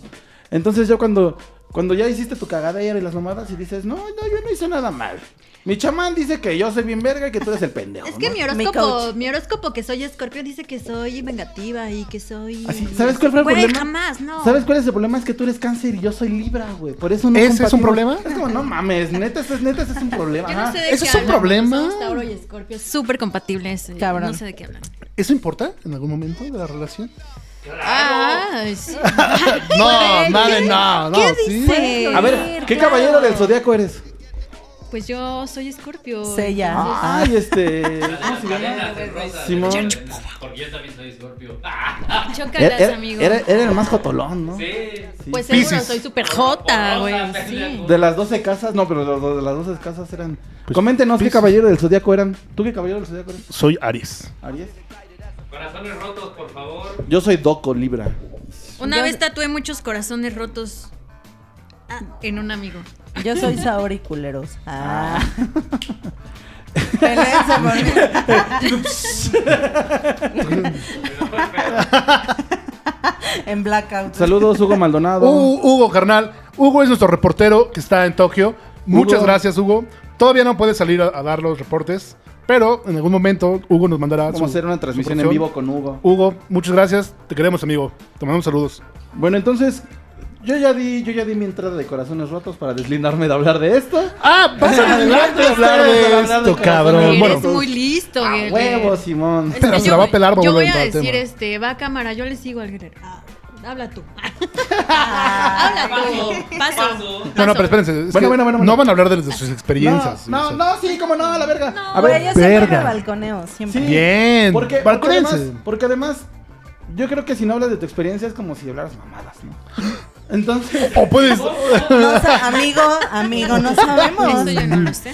Speaker 4: Entonces yo cuando, cuando ya hiciste tu cagadera y las mamadas y dices, no, no, yo no hice nada mal. Mi chamán dice que yo soy bien verga y que tú eres el pendejo.
Speaker 5: Es que
Speaker 4: ¿no?
Speaker 5: mi
Speaker 3: Mi
Speaker 5: horóscopo,
Speaker 3: coach.
Speaker 5: mi horóscopo que soy escorpio dice que soy vengativa y que soy...
Speaker 4: Así, Ah, ¿Sabes cuál fue el
Speaker 5: Güey,
Speaker 4: problema?
Speaker 5: jamás, no.
Speaker 4: ¿Sabes cuál es el problema? Es que tú eres cáncer y yo soy libra, güey. Por eso no
Speaker 1: ¿Ese es un
Speaker 4: compatimos.
Speaker 1: problema?
Speaker 4: Es como, no mames, neta, ese es, neta, ese es un problema.
Speaker 5: Yo
Speaker 4: ajá.
Speaker 5: no sé de
Speaker 1: ¿Eso
Speaker 5: qué
Speaker 1: es un
Speaker 5: hablan,
Speaker 1: Ah, problema?
Speaker 5: somos Tauro y escorpio, súper compatibles. eh,
Speaker 3: Cabrón.
Speaker 5: No sé de qué hablan.
Speaker 1: ¿Eso importa en algún momento de la relación?
Speaker 5: Ah, sí.
Speaker 1: No, madre, no, no,
Speaker 5: ¿Qué
Speaker 1: sí.
Speaker 5: dice?
Speaker 4: A ver, ¿qué caballero del zodiaco eres?
Speaker 5: Pues yo soy Scorpio.
Speaker 3: Sella.
Speaker 5: entonces-
Speaker 4: Ay, este. ¿Cómo se llama? Simón.
Speaker 6: Simón. Porque yo también soy Scorpio. Ah,
Speaker 1: Er,
Speaker 5: Chócalas,
Speaker 4: Era,
Speaker 5: amigo.
Speaker 4: er, era- era el más jotolón, ¿no?
Speaker 6: sí.
Speaker 4: Sí.
Speaker 5: Pues seguro
Speaker 1: Piscis.
Speaker 5: soy super jota, güey.
Speaker 6: Rosa,
Speaker 5: Sí.
Speaker 6: pendejo.
Speaker 4: De las 12 casas, no, pero los- los de las 12 casas eran. Coméntenos qué caballero del zodiaco eran. ¿Tú qué caballero del zodiaco eras?
Speaker 1: Soy Aries.
Speaker 4: Aries.
Speaker 6: Corazones rotos, por favor.
Speaker 4: Yo soy Doco Libra.
Speaker 8: Una vez tatué muchos corazones rotos
Speaker 5: En un amigo.
Speaker 3: Yo soy Saori culeros. Ah. Peleense por mí. en blackout.
Speaker 4: Saludos, Hugo Maldonado.
Speaker 1: Hu- Hugo, carnal. Hugo es nuestro reportero que está en Tokio. Muchas
Speaker 4: Hugo.
Speaker 1: gracias, Hugo. Todavía no puede salir a, a dar los reportes, pero en algún momento Hugo nos mandará
Speaker 4: Vamos a
Speaker 1: su-
Speaker 4: hacer una
Speaker 1: su
Speaker 4: transmisión en
Speaker 1: porción.
Speaker 4: vivo con Hugo.
Speaker 1: Hugo, muchas gracias. Te queremos, amigo. Te mandamos saludos.
Speaker 4: Bueno, entonces. Yo ya di, yo ya di mi entrada de corazones rotos para deslindarme de hablar de esto.
Speaker 1: Ah, vas a hablar de hablar de
Speaker 4: Para hablar de
Speaker 1: esto,
Speaker 4: corazones
Speaker 1: cabrón.
Speaker 5: Eres
Speaker 1: Eh, Bueno, pues, ah,
Speaker 5: muy listo,
Speaker 4: A
Speaker 5: Guerrero.
Speaker 4: huevo, Simón.
Speaker 5: Es
Speaker 1: Pero
Speaker 5: que
Speaker 1: se
Speaker 5: yo-
Speaker 1: la va a pelar,
Speaker 5: Yo
Speaker 1: Bobo,
Speaker 5: voy
Speaker 1: en
Speaker 5: a
Speaker 1: todo el
Speaker 5: decir,
Speaker 1: tema.
Speaker 5: este, va a cámara, yo le sigo al Guerrero. Ah, habla tú.
Speaker 8: Habla
Speaker 6: Paso.
Speaker 8: tú. Paso.
Speaker 6: Paso.
Speaker 1: no, no, pero espérense. es
Speaker 4: Bueno,
Speaker 1: que
Speaker 4: bueno,
Speaker 1: No
Speaker 4: bueno, bueno.
Speaker 1: van a hablar de, de sus experiencias.
Speaker 4: No,
Speaker 1: o
Speaker 4: no,
Speaker 1: sea.
Speaker 4: no, sí, cómo no, a la verga. a
Speaker 3: A ver, yo siempre
Speaker 1: verga.
Speaker 3: me balconeo, siempre.
Speaker 4: Sí.
Speaker 1: Bien.
Speaker 4: Porque, porque, además,
Speaker 1: Balconense.
Speaker 4: porque además, yo creo que si no hablas de tu experiencia es como si hablaras mamadas, ¿no? Entonces,
Speaker 1: O puedes.
Speaker 3: No sa- amigo, amigo, no sabemos.
Speaker 8: Eso yo no lo sé.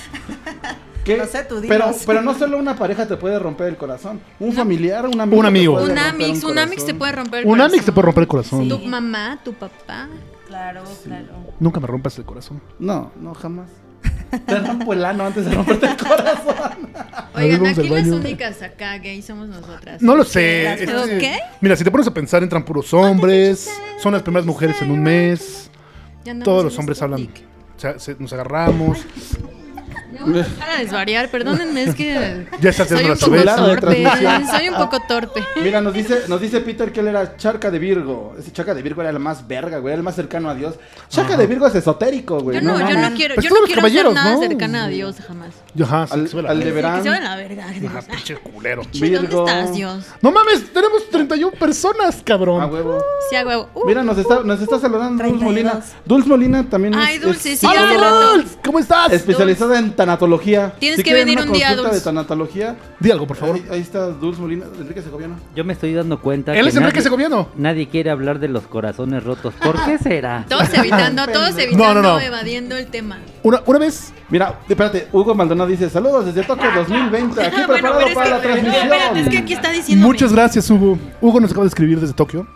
Speaker 4: ¿qué?
Speaker 3: No sé, tú dinos.
Speaker 4: pero, pero no solo una pareja te puede romper el corazón. Un familiar, un amigo.
Speaker 1: Un amigo.
Speaker 4: te puede
Speaker 8: Un
Speaker 4: romper
Speaker 8: amix, un amix
Speaker 4: corazón.
Speaker 8: te puede romper. el
Speaker 1: Un
Speaker 8: corazón.
Speaker 1: Amix te puede romper el corazón.
Speaker 5: Tu mamá, tu papá.
Speaker 3: Claro, claro.
Speaker 1: Nunca me rompas el corazón.
Speaker 4: No, no, jamás. Te rompo el ano antes de romperte el corazón.
Speaker 1: ver,
Speaker 5: Oigan,
Speaker 1: vamos
Speaker 5: aquí
Speaker 1: al
Speaker 5: las
Speaker 1: baño.
Speaker 5: únicas acá gay somos nosotras.
Speaker 1: No lo sé.
Speaker 3: ¿Las
Speaker 1: es
Speaker 8: dos
Speaker 1: que-
Speaker 8: qué?
Speaker 1: Mira, si te pones a pensar, entran puros hombres. Son las primeras mujeres en un mes.
Speaker 5: Ya andamos
Speaker 1: Todos
Speaker 5: en
Speaker 1: los hombres
Speaker 5: este
Speaker 1: hablan.
Speaker 5: tic.
Speaker 1: o sea, se- nos agarramos.
Speaker 5: Para desvariar, perdónenme, es que
Speaker 1: Ya estás
Speaker 5: soy
Speaker 1: haciendo
Speaker 5: un
Speaker 1: la
Speaker 5: poco
Speaker 1: chulada
Speaker 4: de
Speaker 5: torpe.
Speaker 4: transmisión.
Speaker 5: Soy un poco torpe.
Speaker 4: Mira, nos dice, nos dice Peter que él era charca de Virgo. Ese charca de Virgo era el más verga, güey, era el más cercano a Dios. Charca de Virgo es esotérico, güey.
Speaker 5: Yo no, yo
Speaker 4: mames.
Speaker 5: no quiero,
Speaker 1: Pues
Speaker 5: yo
Speaker 1: todos los
Speaker 5: no quiero ser
Speaker 1: caballeros,
Speaker 5: nada
Speaker 1: ¿no?
Speaker 5: cercana a Dios jamás.
Speaker 1: Ajá, se sube
Speaker 4: Al,
Speaker 1: la
Speaker 4: al de
Speaker 1: verga.
Speaker 5: Que se va
Speaker 4: verano.
Speaker 5: la verga.
Speaker 1: Ajá, pinche culero.
Speaker 4: Virgo.
Speaker 5: ¿Dónde estás, Dios?
Speaker 1: No mames, tenemos 31 personas,
Speaker 4: A
Speaker 1: cabrón.
Speaker 4: Ah, huevo.
Speaker 5: Sí, a huevo. Uh,
Speaker 4: Mira, nos está, nos está saludando Dulce
Speaker 3: 32.
Speaker 4: Molina. Dulce Molina también
Speaker 8: Ay,
Speaker 4: es,
Speaker 8: Dulce,
Speaker 4: es
Speaker 8: sí,
Speaker 4: psicóloga
Speaker 8: hace rato.
Speaker 1: Dulce, ¿Cómo estás?
Speaker 4: especializada en tanatología.
Speaker 8: Tienes
Speaker 4: Si
Speaker 8: que
Speaker 4: quieren
Speaker 8: venir
Speaker 4: una
Speaker 8: un día,
Speaker 4: consulta
Speaker 8: Dulce.
Speaker 4: de tanatología,
Speaker 1: Di algo, por favor.
Speaker 4: ahí, ahí está Dulce Molina, Enrique Segoviano.
Speaker 9: Yo me estoy dando cuenta
Speaker 1: Él
Speaker 9: que
Speaker 1: es Enrique
Speaker 9: nadie,
Speaker 1: Segoviano.
Speaker 9: nadie quiere hablar de los corazones rotos. ¿Por qué será?
Speaker 5: Todos evitando, todos
Speaker 1: No,
Speaker 5: evitando,
Speaker 1: no, no.
Speaker 5: evadiendo el tema.
Speaker 1: Una, una vez.
Speaker 4: Mira, espérate, Hugo Maldonado dice, saludos desde Tokio 2020, aquí
Speaker 8: Ah,
Speaker 4: preparado
Speaker 8: pero es
Speaker 4: para
Speaker 8: que-
Speaker 4: la transmisión.
Speaker 8: espérate, es que aquí está diciendo.
Speaker 1: Muchas gracias, Hugo. Hugo nos acaba de escribir desde Tokio.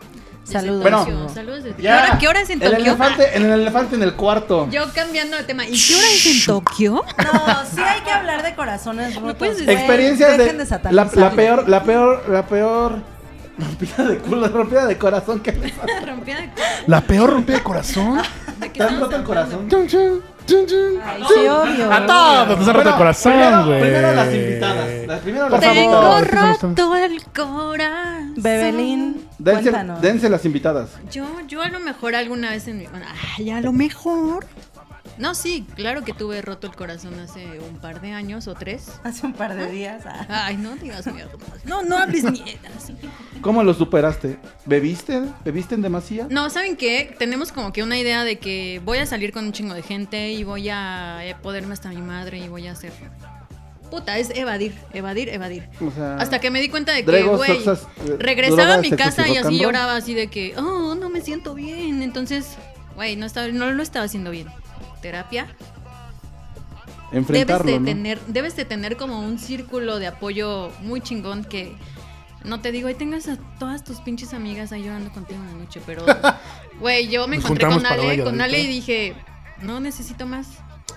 Speaker 3: Saludos.
Speaker 4: Bueno.
Speaker 5: Tokio, Saludos de
Speaker 4: Ya.
Speaker 8: ¿Qué hora- qué hora es en
Speaker 4: el
Speaker 8: Tokio?
Speaker 4: elefante, en el elefante en el cuarto.
Speaker 5: Yo cambiando de tema. ¿Y
Speaker 8: ¿Qué hora es en Tokio?
Speaker 3: No, sí hay que hablar de corazones rotos.
Speaker 8: puedes
Speaker 3: güey.
Speaker 4: Experiencias
Speaker 3: Dejen
Speaker 4: de,
Speaker 3: satanizar.
Speaker 4: la, la peor, la peor, la peor rompida de culo, rompida de corazón que les ha-
Speaker 8: Rompía de-
Speaker 1: La peor rompida de corazón.
Speaker 4: te han roto el corazón.
Speaker 1: Chun, chun, chun, chun.
Speaker 3: Ay, sí, obvio.
Speaker 1: A todos nos ha roto el
Speaker 4: Bueno, primero-
Speaker 1: corazón, güey.
Speaker 4: Primero las invitadas. Las, primero las
Speaker 1: Por favor.
Speaker 8: Tengo
Speaker 1: ¿qué somos
Speaker 8: roto el corazón.
Speaker 3: Bebelín,
Speaker 4: Dense,
Speaker 3: cuéntanos.
Speaker 4: dense las invitadas.
Speaker 5: Yo, yo a lo mejor alguna vez en mi. bueno, Ay, a lo mejor. No, sí, claro que tuve roto el corazón hace un par de años o tres.
Speaker 3: Hace un par de días. ah.
Speaker 5: Ay, no digas miedo. No, no hables mierdas.
Speaker 4: ¿Cómo lo superaste? ¿Bebiste? ¿Bebiste en demasía?
Speaker 5: No, ¿saben qué? Tenemos como que una idea de que voy a salir con un chingo de gente y voy a eh, poderme hasta mi madre y voy a hacer. Puta, es evadir, evadir, evadir.
Speaker 4: O sea,
Speaker 5: Hasta que me di cuenta de que,
Speaker 4: Ah. Dragos,
Speaker 5: güey,
Speaker 4: Oxas, eh,
Speaker 5: regresaba a mi
Speaker 4: drogas, sexos
Speaker 5: casa
Speaker 4: y
Speaker 5: y
Speaker 4: rock and
Speaker 5: así
Speaker 4: roll.
Speaker 5: lloraba así de que, oh, no me siento bien. Entonces, güey, no, estaba, no lo estaba haciendo bien. Terapia. Debes
Speaker 4: enfrentarlo,
Speaker 5: de,
Speaker 4: ¿no?
Speaker 5: tener, debes de tener como un círculo de apoyo muy chingón que no te digo, ahí tengas a todas tus pinches amigas ahí llorando contigo en la noche, pero, güey, yo me
Speaker 1: Nos
Speaker 5: encontré con
Speaker 1: juntamos para
Speaker 5: Ale,
Speaker 1: una
Speaker 5: con Ale y
Speaker 1: lloradita.
Speaker 5: dije, no necesito más.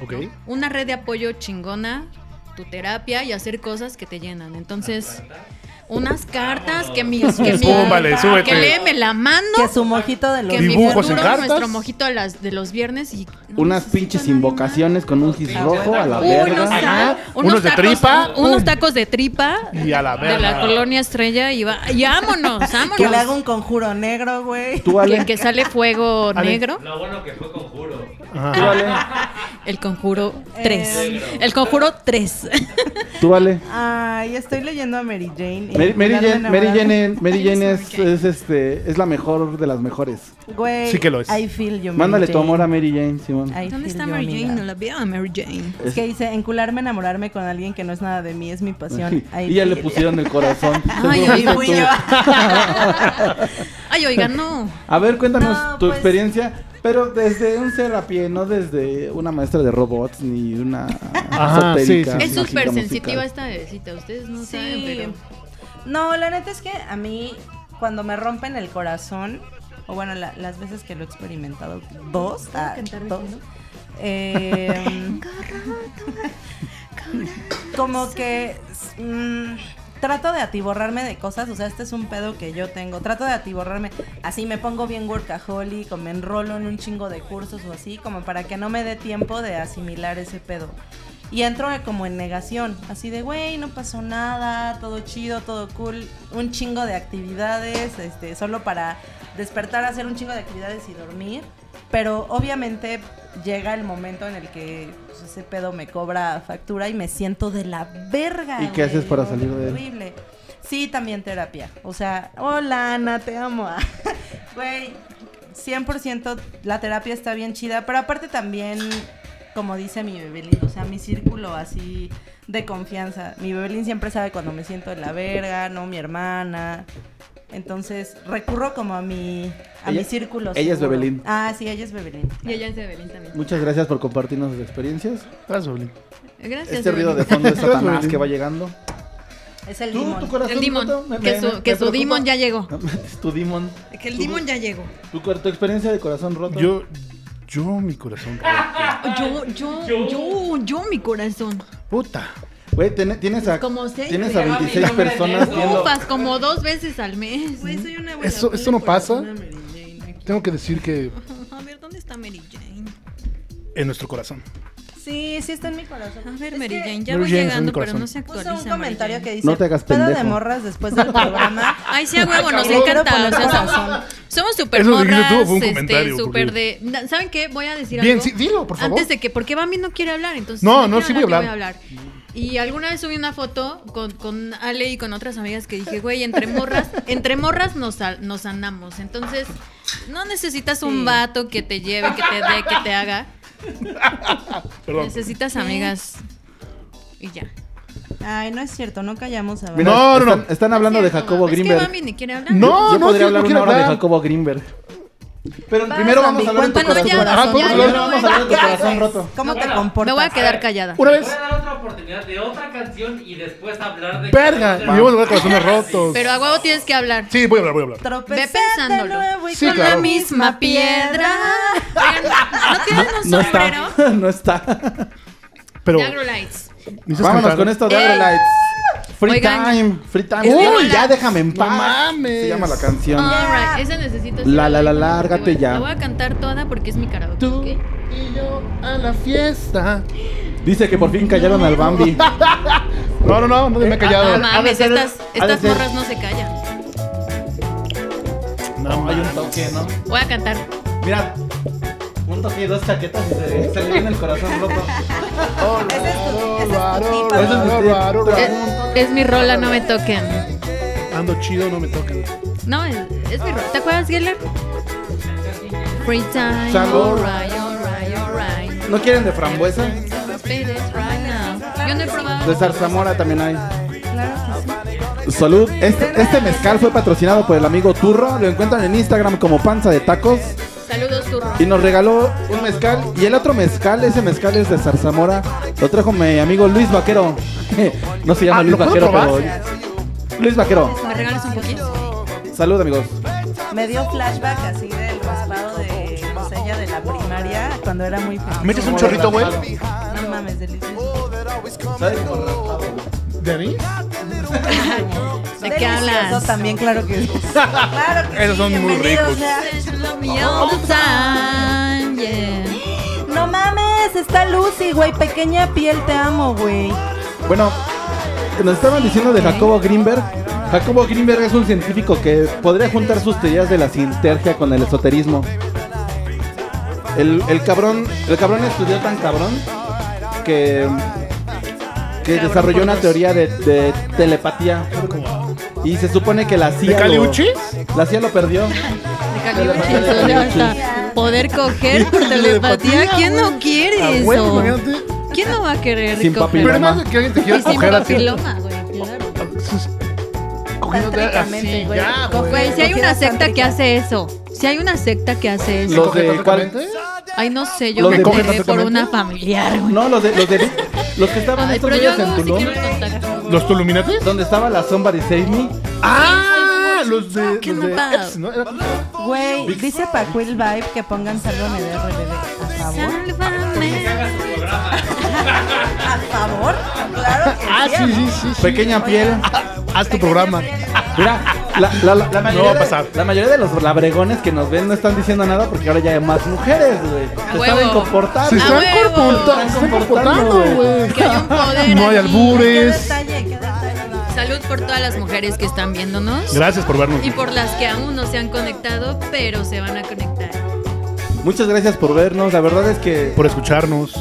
Speaker 1: Ok.
Speaker 5: Una red de apoyo chingona, tu terapia y hacer cosas que te llenan. Entonces, unas cartas que mis que, mi-
Speaker 1: Pum, vale, súbete.
Speaker 5: que léeme la mano,
Speaker 3: Que su mojito de los
Speaker 5: que mi
Speaker 1: Dibujos en
Speaker 5: futuro,
Speaker 1: cartas.
Speaker 5: nuestro mojito de, las, de los viernes y no
Speaker 4: Unas
Speaker 5: necesito
Speaker 4: pinches
Speaker 5: a nadie más.
Speaker 4: invocaciones con un gis rojo a la
Speaker 5: Uy,
Speaker 4: verga.
Speaker 5: unos,
Speaker 1: Ajá.
Speaker 5: ta-
Speaker 1: Unos de tripa.
Speaker 5: Unos
Speaker 1: Pum.
Speaker 5: tacos de tripa.
Speaker 1: Y a la
Speaker 5: De la
Speaker 1: verga.
Speaker 5: colonia estrella y, va, y vámonos, vámonos.
Speaker 3: Que le haga un conjuro negro, güey.
Speaker 4: Tú,
Speaker 5: Que-
Speaker 4: Ale,
Speaker 5: que sale fuego
Speaker 1: Ale.
Speaker 5: negro.
Speaker 6: Lo bueno que fue conjuro.
Speaker 4: Tú
Speaker 1: Ajá.
Speaker 4: vale,
Speaker 8: El conjuro 3. El conjuro 3.
Speaker 4: tú vale.
Speaker 3: Ay, estoy leyendo a Mary Jane. y
Speaker 4: Mary, Mary
Speaker 3: Julián
Speaker 4: Jane, Mary
Speaker 3: Navarro.
Speaker 4: Jane, es- Mary
Speaker 5: Ay,
Speaker 4: Jane
Speaker 5: no
Speaker 4: es,
Speaker 5: sé por qué.
Speaker 4: es, este, es la mejor de las mejores.
Speaker 3: Güey,
Speaker 1: Sí que lo es.
Speaker 3: I feel you, Mary
Speaker 4: Mándale tu
Speaker 3: Jane.
Speaker 4: amor a Mary Jane, Simón.
Speaker 3: I feel
Speaker 8: ¿Dónde está
Speaker 3: you,
Speaker 8: Mary Jane?
Speaker 3: amiga.
Speaker 8: No la veo a Mary Jane.
Speaker 3: Es que dice, encularme, enamorarme con alguien que no es nada de mí, es mi pasión. I
Speaker 4: y ya le
Speaker 3: feel you.
Speaker 4: pusieron el corazón.
Speaker 8: Ay,
Speaker 4: Seguro
Speaker 8: ay,
Speaker 4: fuiste
Speaker 3: fui
Speaker 4: tú.
Speaker 3: yo.
Speaker 8: Ay, oigan, no.
Speaker 4: A ver, cuéntanos
Speaker 3: No,
Speaker 4: tu
Speaker 3: pues-
Speaker 4: experiencia, pero desde un ser a pie, no desde una maestra de robots ni una
Speaker 1: Ajá, sí,
Speaker 4: esotérica
Speaker 1: sí,
Speaker 5: Es
Speaker 4: mágica
Speaker 5: súper
Speaker 4: musical.
Speaker 5: sensitiva esta bebecita, ustedes no
Speaker 3: Sí.
Speaker 5: saben, pero...
Speaker 3: No, la neta es que a mí, cuando me rompen el corazón, o bueno, la- las veces que lo he experimentado, dos, ah, dos, eh, como que mm, trato de atiborrarme de cosas, o sea, este es un pedo que yo tengo, trato de atiborrarme, así me pongo bien workaholic, o me enrolo en un chingo de cursos o así, como para que no me dé tiempo de asimilar ese pedo. Y entro como en negación, así de, güey, no pasó nada, todo chido, todo cool, un chingo de actividades, este, solo para despertar, hacer un chingo de actividades y dormir. Pero obviamente llega el momento en el que pues, ese pedo me cobra factura y me siento de la verga.
Speaker 4: ¿Y qué haces para salir de él?
Speaker 3: Horrible. Sí, también terapia. O sea, hola Ana, te amo. Güey, 100% la terapia está bien chida, pero aparte también, como dice mi bebelín, o sea, mi círculo así de confianza. Mi bebelín siempre sabe cuando me siento de la verga, no mi hermana. Entonces recurro como a mi, a
Speaker 4: Ella-
Speaker 3: mi círculo.
Speaker 4: ella es
Speaker 3: seguro.
Speaker 4: Bebelín.
Speaker 3: Ah, sí, ella es Bebelín.
Speaker 5: Y ella es de Belén también.
Speaker 4: Muchas gracias por compartirnos sus experiencias.
Speaker 1: Gracias, Belén.
Speaker 5: Gracias.
Speaker 4: Este ruido de
Speaker 5: Belén.
Speaker 4: fondo es
Speaker 1: Gracias,
Speaker 4: Satanás
Speaker 1: Belén.
Speaker 4: que va llegando.
Speaker 3: Es el
Speaker 4: Tú,
Speaker 3: limón.
Speaker 4: tu corazón
Speaker 5: El Demon,
Speaker 4: roto, me-
Speaker 5: que
Speaker 4: me- me
Speaker 5: su, que su
Speaker 4: preocupa.
Speaker 5: Demon ya llegó.
Speaker 4: No mames, tu Demon.
Speaker 8: Que el
Speaker 4: Tu-
Speaker 8: Demon ya llegó.
Speaker 4: Tu, cor- tu experiencia de corazón roto.
Speaker 1: Yo, yo, mi corazón. roto.
Speaker 8: Yo, yo, yo, yo, mi corazón.
Speaker 1: Puta.
Speaker 4: Güey, ten- tienes a,
Speaker 5: Como seis,
Speaker 4: tienes a
Speaker 5: güey.
Speaker 4: 26 personas viendo.
Speaker 5: Ufas, como dos veces al mes.
Speaker 8: Pues,
Speaker 3: soy una
Speaker 1: Eso- esto no pasa. Tengo que decir que
Speaker 8: A ver, ¿dónde está Mary Jane?
Speaker 1: en nuestro corazón.
Speaker 3: Sí, sí está en mi corazón.
Speaker 8: A ver,
Speaker 3: Es
Speaker 8: Mary
Speaker 3: que
Speaker 8: Jane, ya
Speaker 1: Mary Jane
Speaker 8: va
Speaker 1: es mi
Speaker 8: llegando, pero
Speaker 1: corazón.
Speaker 8: no se
Speaker 3: Puso
Speaker 8: actualiza.
Speaker 3: un
Speaker 8: Mary
Speaker 3: comentario
Speaker 8: Jane.
Speaker 3: que dice,
Speaker 4: No te hagas
Speaker 3: pedo de
Speaker 4: pendejo".
Speaker 3: morras después del programa.
Speaker 8: Ay, sí, a huevo, nos
Speaker 3: Quiero
Speaker 8: encanta.
Speaker 3: poner
Speaker 8: O sea,
Speaker 3: corazón.
Speaker 8: somos, somos super
Speaker 1: Eso dijiste
Speaker 8: morras,
Speaker 1: tú, fue un
Speaker 8: este,
Speaker 1: comentario,
Speaker 8: super
Speaker 1: porque-
Speaker 8: de... Na- ¿Saben qué? Voy a decir
Speaker 1: Bien,
Speaker 8: algo.
Speaker 1: sí, dilo, por favor.
Speaker 8: Antes de que, porque Bambi no quiere hablar, entonces...
Speaker 1: No,
Speaker 8: si
Speaker 1: no,
Speaker 8: quiere
Speaker 1: sí voy a
Speaker 8: yo voy a hablar. Y alguna vez subí una foto con, con Ale y con otras amigas que dije, güey, entre morras, entre morras nos, sal- nos sanamos. Entonces, no necesitas un
Speaker 3: Sí.
Speaker 8: vato que te lleve, que te dé, que te haga.
Speaker 1: Perdón.
Speaker 8: Necesitas amigas. Y ya.
Speaker 3: Ay, no es cierto, no callamos a
Speaker 4: Mira,
Speaker 1: No, no,
Speaker 4: están,
Speaker 1: no.
Speaker 4: están hablando de
Speaker 8: Es cierto,
Speaker 4: Jacobo
Speaker 8: es que
Speaker 4: Greenberg.
Speaker 8: Bambi ni quiere hablar. Ah,
Speaker 1: No,
Speaker 4: yo
Speaker 1: no, sí,
Speaker 4: podría
Speaker 1: no
Speaker 4: hablar
Speaker 1: quiero
Speaker 4: una hora de
Speaker 1: hablar.
Speaker 4: Jacobo Greenberg. Pero
Speaker 3: Vas,
Speaker 4: primero vamos
Speaker 3: Bambi,
Speaker 4: a hablar de tu
Speaker 3: cuéntanos
Speaker 4: corazón.
Speaker 3: tu
Speaker 1: corazón. Ah,
Speaker 4: Primero
Speaker 1: ya,
Speaker 4: vamos
Speaker 1: ya,
Speaker 4: a hablar de tu
Speaker 3: ya,
Speaker 4: corazón
Speaker 3: ya.
Speaker 4: roto.
Speaker 3: ¿Cómo te
Speaker 6: Me
Speaker 3: comportas?
Speaker 8: Me voy a quedar callada.
Speaker 1: Una
Speaker 6: Voy
Speaker 1: vez.
Speaker 6: a dar otra oportunidad de otra canción y después hablar de.
Speaker 1: Verga. Y yo voy a hablar de corazones rotos.
Speaker 8: Pero a huevo tienes que hablar.
Speaker 1: Sí, voy a hablar, voy a hablar.
Speaker 3: Tropecé
Speaker 8: Ve pensándolo.
Speaker 3: de nuevo y
Speaker 1: Sí,
Speaker 3: con
Speaker 1: claro.
Speaker 3: la misma piedra.
Speaker 8: Oigan, ¿No tienen un
Speaker 4: No
Speaker 8: sombrero?
Speaker 4: está. No está.
Speaker 1: Pero.
Speaker 8: De Agrolites.
Speaker 1: necesitas
Speaker 4: Vámonos
Speaker 1: cantar.
Speaker 4: con esto de
Speaker 8: Eh.
Speaker 4: Agrolites. Free
Speaker 8: Oigan.
Speaker 4: time, free time.
Speaker 8: Es que-
Speaker 4: Uy, ya déjame en
Speaker 1: No
Speaker 4: paz.
Speaker 1: mames.
Speaker 4: Se llama la canción.
Speaker 5: Ah.
Speaker 8: All right, esa necesito.
Speaker 4: La, la, la, lárgate ya.
Speaker 5: La voy a cantar toda porque es mi karaoke.
Speaker 1: Tú
Speaker 5: ¿ok?
Speaker 1: y yo a la fiesta.
Speaker 4: Dice que por fin callaron al Bambi.
Speaker 1: No, no, no,
Speaker 4: Eh,
Speaker 1: nadie me ha
Speaker 8: Ah, No
Speaker 1: callado.
Speaker 4: ha de
Speaker 8: mames,
Speaker 4: ser-
Speaker 8: estas,
Speaker 4: ha de
Speaker 8: estas
Speaker 4: ser-
Speaker 8: morras no se callan.
Speaker 4: No, hay un toque, ¿no?
Speaker 8: Voy a cantar.
Speaker 4: Mira, un toque y dos chaquetas y se, se le viene el corazón roto.
Speaker 3: Ese es tu, ese es tu tipo.
Speaker 4: Eso es mi
Speaker 1: Raro,
Speaker 4: tip.
Speaker 1: raro.
Speaker 5: Es, es mi rola, no me toquen.
Speaker 1: Ando chido, no me toquen.
Speaker 5: No, es, es mi rola. ¿Te acuerdas, Geller? Free time,
Speaker 4: Chango.
Speaker 5: alright, alright, alright.
Speaker 4: ¿No quieren de frambuesa?
Speaker 5: Spend it right now. Yo no he
Speaker 4: De
Speaker 5: probado.
Speaker 4: zarzamora también hay.
Speaker 3: Claro que sí.
Speaker 4: Salud. Este, este mezcal fue patrocinado por el amigo Turro. Lo encuentran en Instagram como Panza de Tacos.
Speaker 5: Saludos, turro.
Speaker 4: Y nos regaló un mezcal. Y el otro mezcal, ese mezcal es de zarzamora. Lo trajo mi amigo Luis Vaquero. No se llama
Speaker 1: Ah, ¿lo
Speaker 4: Luis
Speaker 1: puedo
Speaker 4: Vaquero, pero.
Speaker 1: probar?
Speaker 4: Luis Vaquero.
Speaker 8: ¿Me regalas un poquito?
Speaker 4: Salud, amigos.
Speaker 3: Me dio flashback así del raspado de grosella de la primaria cuando era muy feliz.
Speaker 1: ¿Me echas ¿Ah, un chorrito, güey?
Speaker 3: No mames, delicioso.
Speaker 4: ¿Sabes cómo raspado?
Speaker 1: ¿De mí?
Speaker 8: ¿De qué
Speaker 3: Delicioso
Speaker 8: hablas?
Speaker 3: también, claro que sí. Claro que
Speaker 1: Esos
Speaker 3: sí,
Speaker 1: son muy
Speaker 3: bienvenidos
Speaker 1: ricos.
Speaker 3: ya.
Speaker 8: All the time, yeah.
Speaker 3: No mames, está Lucy, güey. Pequeña piel, te amo, güey.
Speaker 4: Bueno, nos estaban diciendo de Jacobo Greenberg. Jacobo Greenberg es un científico que podría juntar sus teorías de la sinergia con el esoterismo. El, el cabrón, el cabrón estudió tan cabrón que, que
Speaker 5: Cabrón
Speaker 4: desarrolló
Speaker 5: por
Speaker 4: una
Speaker 5: dos.
Speaker 4: teoría de, de telepatía. Y se supone que la CIA. lo-
Speaker 1: Caliuchi?
Speaker 4: la CIA lo perdió.
Speaker 5: De Caliuchi, o sea, hasta poder coger por telepatía.
Speaker 1: Telepatía,
Speaker 5: ¿Quién
Speaker 1: güey.
Speaker 5: no quiere
Speaker 1: Ah,
Speaker 5: eso?
Speaker 1: güey, imagínate.
Speaker 5: ¿Quién no va a querer
Speaker 4: Sin
Speaker 5: coger?
Speaker 1: Pero
Speaker 4: papiloma.
Speaker 1: además de que alguien te
Speaker 5: Y
Speaker 1: quiera
Speaker 5: sin
Speaker 1: coger así.
Speaker 5: papiloma, güey, claro.
Speaker 1: cogiéndote así,
Speaker 3: güey.
Speaker 1: ya,
Speaker 3: Coge-
Speaker 1: güey.
Speaker 5: Güey, si hay una secta que hace eso. Si hay una secta que hace eso.
Speaker 4: Los de cuál?
Speaker 1: ¿Tántricamente?
Speaker 5: Ay, no sé, yo
Speaker 4: Los
Speaker 5: me
Speaker 4: de-
Speaker 5: enteré por
Speaker 1: ¿Tántricamente?
Speaker 5: una familiar, güey.
Speaker 4: No, los de los de los que estaban
Speaker 5: Ay,
Speaker 4: estos
Speaker 5: pero yo
Speaker 4: días en
Speaker 5: hago si
Speaker 4: Tulum,
Speaker 5: quiero el contacto.
Speaker 1: ¿Los Tuluminates?
Speaker 4: donde estaba la Somebody Save Me.
Speaker 1: Ah, los de,
Speaker 5: ¿Qué
Speaker 1: los de
Speaker 5: nota?
Speaker 1: Eps, ¿no? Era-
Speaker 3: Güey, dice Pacuil Vibe que pongan sálvame de RBD. ¿A favor?
Speaker 5: Sálvame.
Speaker 3: ¿A favor? Claro que
Speaker 1: Ah, sí, sí, sí. sí.
Speaker 4: Pequeña piel.
Speaker 1: Haz tu programa.
Speaker 4: Mira, la, la- la- la mayoría
Speaker 1: va a
Speaker 4: de-
Speaker 1: pasar.
Speaker 4: la mayoría de los labregones que nos ven no están diciendo nada porque ahora ya hay más mujeres, güey. Se
Speaker 5: huevo.
Speaker 4: saben comportar.
Speaker 1: Se
Speaker 5: Ah,
Speaker 1: están
Speaker 5: huevo.
Speaker 1: comportando, se
Speaker 4: Están
Speaker 1: están
Speaker 4: comportando,
Speaker 1: comportando, güey.
Speaker 5: Que hay un poder.
Speaker 1: No hay
Speaker 5: ahí.
Speaker 3: Qué
Speaker 1: albures.
Speaker 3: detalle, qué detalle.
Speaker 5: Salud por todas las mujeres que están viéndonos.
Speaker 1: Gracias por vernos.
Speaker 5: Y por las que aún no se han conectado, pero se van a conectar.
Speaker 4: Muchas gracias por vernos. La verdad es que
Speaker 1: Por escucharnos.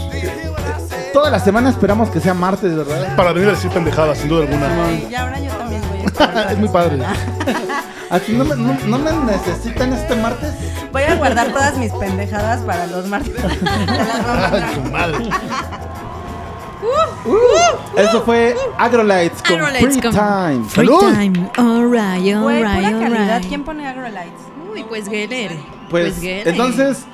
Speaker 4: toda la semana esperamos que sea martes, ¿verdad?
Speaker 1: Para venir a decir pendejadas, sin duda alguna.
Speaker 3: Y ahora yo también voy a estar.
Speaker 1: Es muy padre.
Speaker 4: Así no me, no, no me necesitan este martes.
Speaker 3: Voy a guardar todas mis pendejadas para los martes. Te las voy a
Speaker 1: Ay,
Speaker 3: mandar.
Speaker 1: su madre.
Speaker 4: Eso fue Agrolites con
Speaker 5: Agrolites
Speaker 4: Free
Speaker 5: con-
Speaker 4: Time.
Speaker 1: ¡Salud!
Speaker 5: time. Alright,
Speaker 3: Güey, pura
Speaker 5: alright,
Speaker 3: calidad.
Speaker 5: alright.
Speaker 3: ¿Quién pone AgroLights?
Speaker 5: Uy, pues Geller.
Speaker 4: Pues,
Speaker 5: Geller.
Speaker 4: entonces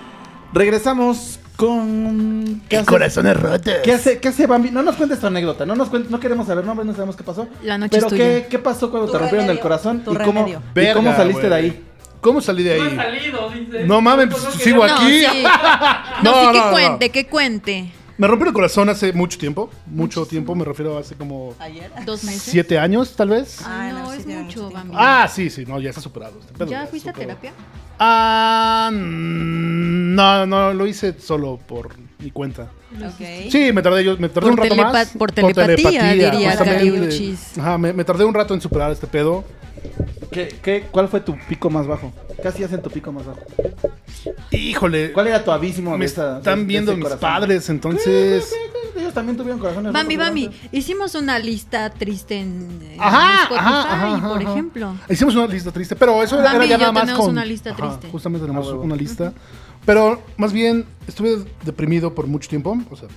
Speaker 4: regresamos con ¿Qué hace?
Speaker 1: Corazones rotos.
Speaker 4: ¿Qué hace, ¿Qué hace Bambi? No nos cuentes tu anécdota, no nos cuentes, no queremos saber nombres, no sabemos qué pasó.
Speaker 5: La noche
Speaker 4: Pero
Speaker 5: es tuya.
Speaker 4: ¿qué, qué pasó cuando
Speaker 3: Tu
Speaker 4: te rompieron
Speaker 3: remedio,
Speaker 4: el corazón
Speaker 3: tu
Speaker 4: y cómo,
Speaker 3: remedio.
Speaker 4: y
Speaker 1: Verga,
Speaker 4: cómo saliste de
Speaker 1: güey.
Speaker 4: ahí?
Speaker 1: ¿Cómo salí de
Speaker 6: No he
Speaker 1: ahí?
Speaker 6: salido, dice.
Speaker 1: No mames, pues, sigo
Speaker 5: No,
Speaker 1: aquí.
Speaker 5: sí. No,
Speaker 1: No,
Speaker 5: sí que
Speaker 1: no, no.
Speaker 5: cuente, que cuente.
Speaker 1: Me rompió el corazón hace mucho tiempo. Mucho tiempo, me refiero a hace como
Speaker 3: ¿Ayer?
Speaker 5: Dos meses.
Speaker 1: siete años, tal vez.
Speaker 3: Ah, no,
Speaker 5: no,
Speaker 3: sí
Speaker 5: es
Speaker 3: tiene
Speaker 5: mucho,
Speaker 3: mucho tiempo.
Speaker 5: Bambi.
Speaker 1: Ah, sí, sí, no, ya está superado. este pedo
Speaker 5: ¿Ya
Speaker 1: ya
Speaker 5: fuiste a
Speaker 1: superado.
Speaker 5: terapia?
Speaker 1: Ah, mm, no, no, lo hice solo por mi cuenta.
Speaker 3: Ok.
Speaker 1: Sí, me tardé, yo, me tardé
Speaker 5: Por
Speaker 1: un rato
Speaker 5: telepa-
Speaker 1: más.
Speaker 5: por telepatía, diría
Speaker 1: justamente.
Speaker 5: Caliuchis.
Speaker 1: Ajá, me, me tardé un rato en superar este pedo.
Speaker 4: ¿Qué, qué, ¿Cuál fue tu pico más bajo? ¿Qué hacías en tu pico más bajo?
Speaker 1: Híjole,
Speaker 4: ¿Cuál era tu abismo?
Speaker 1: me
Speaker 4: de esa- de
Speaker 1: están
Speaker 4: ese
Speaker 1: viendo mis
Speaker 4: corazón?
Speaker 1: padres, entonces...
Speaker 4: Ellos también tuvieron corazones.
Speaker 5: Bambi,
Speaker 4: rotos,
Speaker 5: Bambi,
Speaker 4: ¿verdad?
Speaker 5: hicimos una lista triste en, en
Speaker 1: Ajá,
Speaker 5: Spotify,
Speaker 1: ajá, ajá, ajá,
Speaker 5: por
Speaker 1: ajá.
Speaker 5: ejemplo.
Speaker 1: Hicimos una lista triste, pero eso
Speaker 5: Bambi
Speaker 1: era
Speaker 5: y
Speaker 1: ya
Speaker 5: yo
Speaker 1: nada más
Speaker 5: tenemos
Speaker 1: con...
Speaker 5: una lista triste.
Speaker 1: justamente tenemos
Speaker 4: Ah, huevo.
Speaker 1: una lista. Pero más bien estuve deprimido por mucho tiempo, o sea...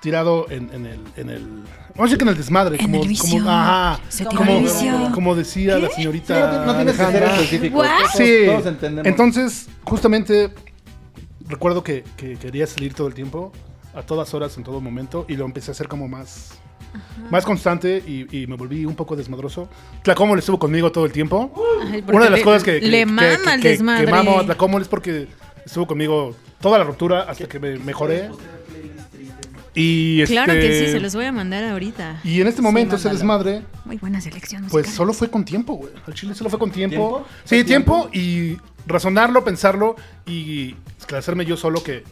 Speaker 1: Tirado en, en el... En el vamos a decir que en el desmadre,
Speaker 5: En
Speaker 1: como,
Speaker 5: el vicio.
Speaker 1: como- ajá,
Speaker 5: Se
Speaker 3: tiró
Speaker 1: como,
Speaker 3: al vicio.
Speaker 1: como decía la
Speaker 4: Sí,
Speaker 1: señorita.
Speaker 4: no, ti- no tienes que ser
Speaker 1: Alejandra.
Speaker 4: específico.
Speaker 5: What?
Speaker 4: todos-
Speaker 1: Sí.
Speaker 4: Todos entendemos.
Speaker 1: Entonces, justamente recuerdo que, que quería salir todo el tiempo, a todas horas, en todo momento, y lo empecé a hacer como más, más constante y, y me volví un poco desmadroso. Tlacomo estuvo conmigo todo el tiempo.
Speaker 5: Ay, porque
Speaker 1: Una de las
Speaker 5: le-
Speaker 1: cosas que, que-
Speaker 5: le
Speaker 1: que-
Speaker 5: mama
Speaker 1: que-
Speaker 5: el
Speaker 1: que- que
Speaker 5: desmadre.
Speaker 1: mamo a Tlacomol es porque estuvo conmigo toda la ruptura hasta que me mejoré. Y
Speaker 5: Claro que
Speaker 1: este,
Speaker 5: sí, se los voy a mandar ahorita.
Speaker 1: Y en este momento ese desmadre
Speaker 5: Muy buena selección
Speaker 1: pues
Speaker 5: musical.
Speaker 1: solo fue con tiempo, güey. Al chile solo fue con tiempo.
Speaker 4: ¿Tiempo?
Speaker 1: Sí,
Speaker 4: ¿Fue
Speaker 1: tiempo? y razonarlo, pensarlo y esclarecerme yo solo que,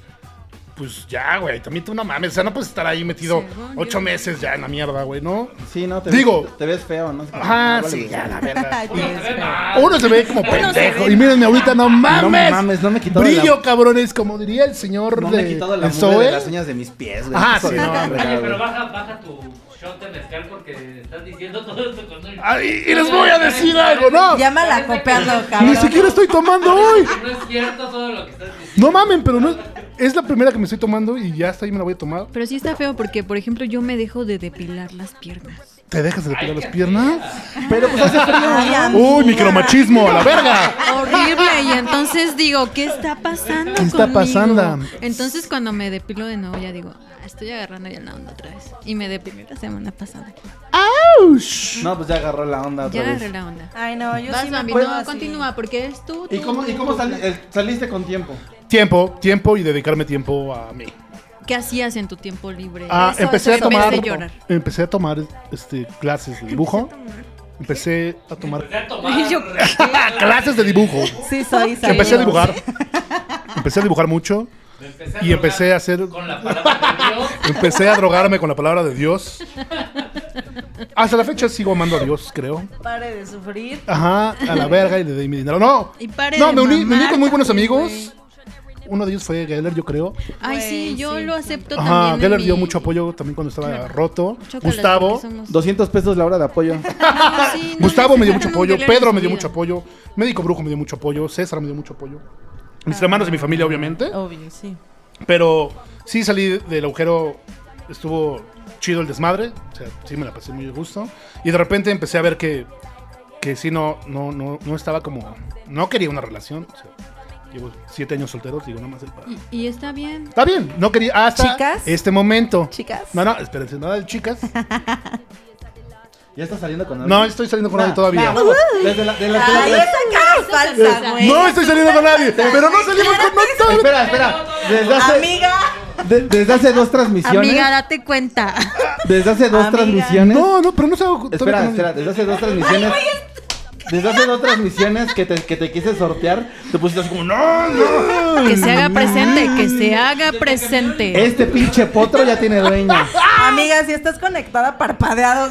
Speaker 1: pues ya, güey, también tú no mames. O sea, no puedes estar ahí metido
Speaker 5: Según
Speaker 1: ocho
Speaker 5: yo.
Speaker 1: meses ya en la mierda, güey, ¿no?
Speaker 4: Sí, no, te
Speaker 1: Digo.
Speaker 4: Ves, te ves feo, ¿no? Ah,
Speaker 1: Ajá,
Speaker 4: Vale,
Speaker 1: sí,
Speaker 4: vale.
Speaker 1: ya, la verdad.
Speaker 3: Ay, pues, Dios, pero-
Speaker 1: Uno se ve como pendejo. Y mírenme ahorita, no mames.
Speaker 4: mames, no me he quitado
Speaker 1: Brillo,
Speaker 4: la-
Speaker 1: cabrones, como diría el señor
Speaker 4: No
Speaker 1: de
Speaker 4: me he quitado la
Speaker 1: el
Speaker 4: mugre
Speaker 1: Zoe.
Speaker 4: de las uñas de mis pies, güey.
Speaker 1: Ajá,
Speaker 4: Hijo
Speaker 1: sí,
Speaker 4: de
Speaker 1: no,
Speaker 4: la
Speaker 1: hombre.
Speaker 4: fregada,
Speaker 6: Oye, pero
Speaker 4: güey.
Speaker 6: baja, baja tu shot de mezcal porque estás diciendo todo esto con el-
Speaker 1: Ay, y les voy a decir algo, ¿no?
Speaker 3: Llámala copiando, cabrón.
Speaker 1: Ni siquiera estoy tomando hoy.
Speaker 6: No es cierto todo lo que estás diciendo.
Speaker 1: No mamen, pero no es la primera que me estoy tomando y ya hasta ahí me la voy a tomar.
Speaker 5: Pero sí está feo porque, por ejemplo, yo me dejo de depilar las piernas.
Speaker 1: ¿Te dejas de depilar las piernas?
Speaker 4: Pero pues hace frío.
Speaker 3: Ay, amiga.
Speaker 1: ¡Uy, micromachismo! ¡A la verga!
Speaker 5: Horrible. Y entonces digo, ¿qué está pasando?
Speaker 1: ¿Qué está
Speaker 5: conmigo?
Speaker 1: pasando?
Speaker 5: Entonces cuando me depilo de nuevo ya digo, "Ah, estoy agarrando ya la onda otra vez. Y me depilé la semana pasada.
Speaker 4: No, pues ya agarró la onda otra
Speaker 5: Ya agarré
Speaker 4: vez.
Speaker 5: la onda.
Speaker 3: Ay, no, yo
Speaker 5: Vas,
Speaker 3: sí me
Speaker 5: Bambi,
Speaker 3: puedo
Speaker 5: no,
Speaker 3: así.
Speaker 5: continúa, porque es tú.
Speaker 4: ¿Y
Speaker 5: tú,
Speaker 4: cómo,
Speaker 5: tú,
Speaker 4: y cómo
Speaker 5: tú.
Speaker 4: sali- eh, saliste con tiempo?
Speaker 1: Tiempo, tiempo y dedicarme tiempo a mí.
Speaker 5: ¿Qué hacías en tu tiempo libre?
Speaker 1: Ah,
Speaker 5: Eso,
Speaker 1: empecé a
Speaker 5: eso, en vez
Speaker 1: tomar.
Speaker 5: de llorar.
Speaker 1: Empecé a tomar este, clases de dibujo. Empecé a tomar.
Speaker 6: Te ha tomado.
Speaker 5: Yo-
Speaker 1: clases de dibujo.
Speaker 3: Sí, soy, soy.
Speaker 1: Empecé a dibujar. Empecé a dibujar mucho.
Speaker 6: Empecé a
Speaker 1: Y empecé
Speaker 6: drogar
Speaker 1: a hacer.
Speaker 6: Con la palabra de Dios.
Speaker 1: Empecé a drogarme con la palabra de Dios. Hasta la fecha sigo amando a Dios, creo.
Speaker 3: Pare de sufrir.
Speaker 1: Ajá, a la verga y le di mi dinero. No.
Speaker 5: Y pare
Speaker 1: no,
Speaker 5: de
Speaker 1: me uní, me uní
Speaker 5: mamar
Speaker 1: con muy buenos
Speaker 5: también,
Speaker 1: amigos.
Speaker 5: güey.
Speaker 1: Uno de ellos fue Geller, yo creo.
Speaker 5: Ay, sí,
Speaker 3: Güey,
Speaker 5: yo
Speaker 3: Pues sí.
Speaker 5: lo acepto también.
Speaker 1: Ajá,
Speaker 5: en
Speaker 1: Geller
Speaker 5: mi-
Speaker 1: dio mucho apoyo también cuando estaba
Speaker 5: Claro.
Speaker 1: roto.
Speaker 5: Chócalas,
Speaker 1: Gustavo.
Speaker 5: porque somos-
Speaker 4: 200 pesos la hora de apoyo.
Speaker 5: Ah, sí, no,
Speaker 1: Gustavo
Speaker 5: no,
Speaker 1: me dio
Speaker 5: no,
Speaker 1: mucho
Speaker 5: no,
Speaker 1: apoyo,
Speaker 5: Geller
Speaker 1: Pedro
Speaker 5: en
Speaker 1: me dio
Speaker 5: su
Speaker 1: mucho
Speaker 5: vida.
Speaker 1: apoyo, Médico Brujo me dio mucho apoyo, César me dio mucho apoyo. Mis
Speaker 5: Ah.
Speaker 1: hermanos y mi familia, obviamente.
Speaker 3: Obvio, sí.
Speaker 1: Pero sí salí del agujero, estuvo chido el desmadre, o sea, sí me la pasé muy a gusto. Y de repente empecé a ver que, que sí no, no, no, no estaba como, no quería una relación. o sea, llevo siete años soltero, digo, nada más el pa-
Speaker 5: Y, y está bien.
Speaker 1: Está bien, no quería hasta
Speaker 3: ¿Chicas?
Speaker 1: este momento.
Speaker 3: Chicas.
Speaker 1: No, no, espérense, nada de chicas.
Speaker 4: ¿Ya está saliendo con
Speaker 1: No, estoy saliendo con nadie todavía.
Speaker 4: Desde la, de la- de la-
Speaker 3: Ay, esa cara es falsa, güey.
Speaker 1: No estoy saliendo con nadie, pero no salimos con nadie.
Speaker 4: Espera, espera. Desde hace,
Speaker 3: Amiga.
Speaker 4: de- desde hace dos transmisiones.
Speaker 5: Amiga, date cuenta.
Speaker 4: Desde hace dos
Speaker 3: Amiga.
Speaker 4: transmisiones.
Speaker 1: No, no, pero no salgo con- todavía
Speaker 4: Espera,
Speaker 1: con nadie.
Speaker 4: espera, desde hace dos transmisiones. Desde hace dos transmisiones que te, que te quise sortear, te pusiste así como, no, no.
Speaker 5: Que se haga presente, que se haga presente.
Speaker 4: Este pinche potro ya tiene dueño.
Speaker 3: Amiga, si estás conectada, parpadeados.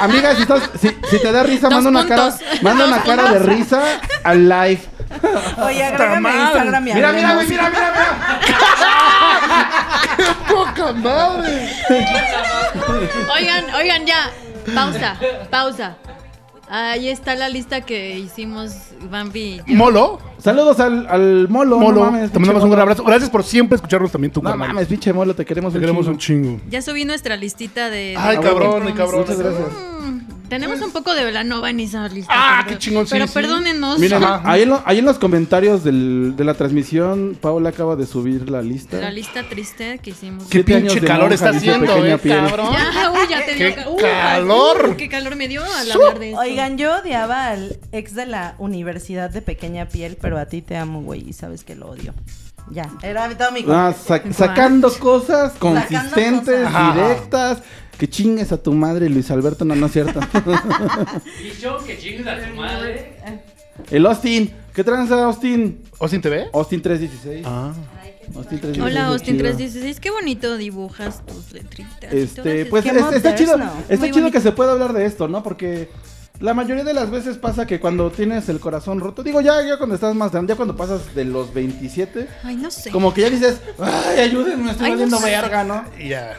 Speaker 4: Amiga, si, estás, si, si te da risa,
Speaker 5: Dos
Speaker 4: manda una cara,
Speaker 5: puntos.
Speaker 4: manda una cara de risa al live.
Speaker 3: Oye, agrégame a
Speaker 1: madre.
Speaker 3: Instagram y
Speaker 4: Mira, mira,
Speaker 3: hablemos.
Speaker 4: güey, mira, mira, mira.
Speaker 1: Poca madre.
Speaker 5: Oigan, oigan, ya. Pausa, pausa. Ahí está la lista que hicimos Bambi. y yo.
Speaker 1: Molo,
Speaker 4: Saludos al, al molo.
Speaker 1: Molo,
Speaker 4: no mames,
Speaker 1: te mandamos un gran
Speaker 4: pinche molo.
Speaker 1: abrazo. Gracias por siempre escucharnos también tú,
Speaker 4: No
Speaker 1: carnal.
Speaker 4: mames, pinche molo, te queremos
Speaker 1: Te
Speaker 4: un
Speaker 1: queremos
Speaker 4: chingo. pues,
Speaker 1: un chingo.
Speaker 5: Ya subí nuestra listita de. de-
Speaker 1: Ay, cabrón, ay, cabrón.
Speaker 4: Muchas gracias.
Speaker 5: Mm, Tenemos un poco de Velanova en esa lista.
Speaker 1: Ah,
Speaker 5: perdón.
Speaker 1: qué chingón, sí,
Speaker 5: Pero
Speaker 1: sí.
Speaker 5: perdónenos.
Speaker 4: Miren,
Speaker 1: Ajá.
Speaker 4: ahí en, lo- ahí en los comentarios del- de la transmisión, Paola acaba de subir la lista.
Speaker 5: La lista triste que hicimos.
Speaker 1: Qué
Speaker 4: Siete años
Speaker 1: pinche
Speaker 4: de
Speaker 1: calor
Speaker 4: monja
Speaker 1: está
Speaker 4: en su
Speaker 1: haciendo,
Speaker 4: pequeña
Speaker 1: eh,
Speaker 4: piel.
Speaker 1: cabrón.
Speaker 5: Ya, uy, ya te dio
Speaker 1: ¡Qué
Speaker 5: ca- uh,
Speaker 1: calor!
Speaker 5: uh, ¡Qué calor me dio al hablar de esto.
Speaker 3: Oigan, yo odiaba al ex de la universidad de pequeña piel, pero a ti te amo, güey, y sabes que lo odio. Ya, era todo mi
Speaker 4: Ah, sa- sacando cosas consistentes,
Speaker 1: cosas.
Speaker 4: directas. Que chingues a tu madre, Luis Alberto. No, no es cierto.
Speaker 6: Dicho que chingues a tu madre.
Speaker 4: El Austin. ¿Qué tranza, Austin?
Speaker 1: ¿Austin TV?
Speaker 4: Austin 316.
Speaker 1: Ah.
Speaker 4: Austin 316.
Speaker 5: Hola, Austin
Speaker 4: chido.
Speaker 5: 316. Qué bonito dibujas tus letritas. y todas
Speaker 4: Este,
Speaker 5: esas-
Speaker 4: pues
Speaker 3: Qué
Speaker 4: es- está
Speaker 3: moderno.
Speaker 4: chido,
Speaker 5: Muy
Speaker 4: está chido
Speaker 5: bonito.
Speaker 4: que se pueda hablar de esto, ¿no? Porque la mayoría de las veces pasa que cuando tienes el corazón roto, digo ya, ya cuando estás más grande, ya cuando pasas de los 27,
Speaker 5: Ay, no sé.
Speaker 4: como que ya dices, ay, ayúdenme, estoy
Speaker 5: Ay, no
Speaker 4: valiendo
Speaker 5: sé.
Speaker 4: verga, ¿no?
Speaker 1: Y ya.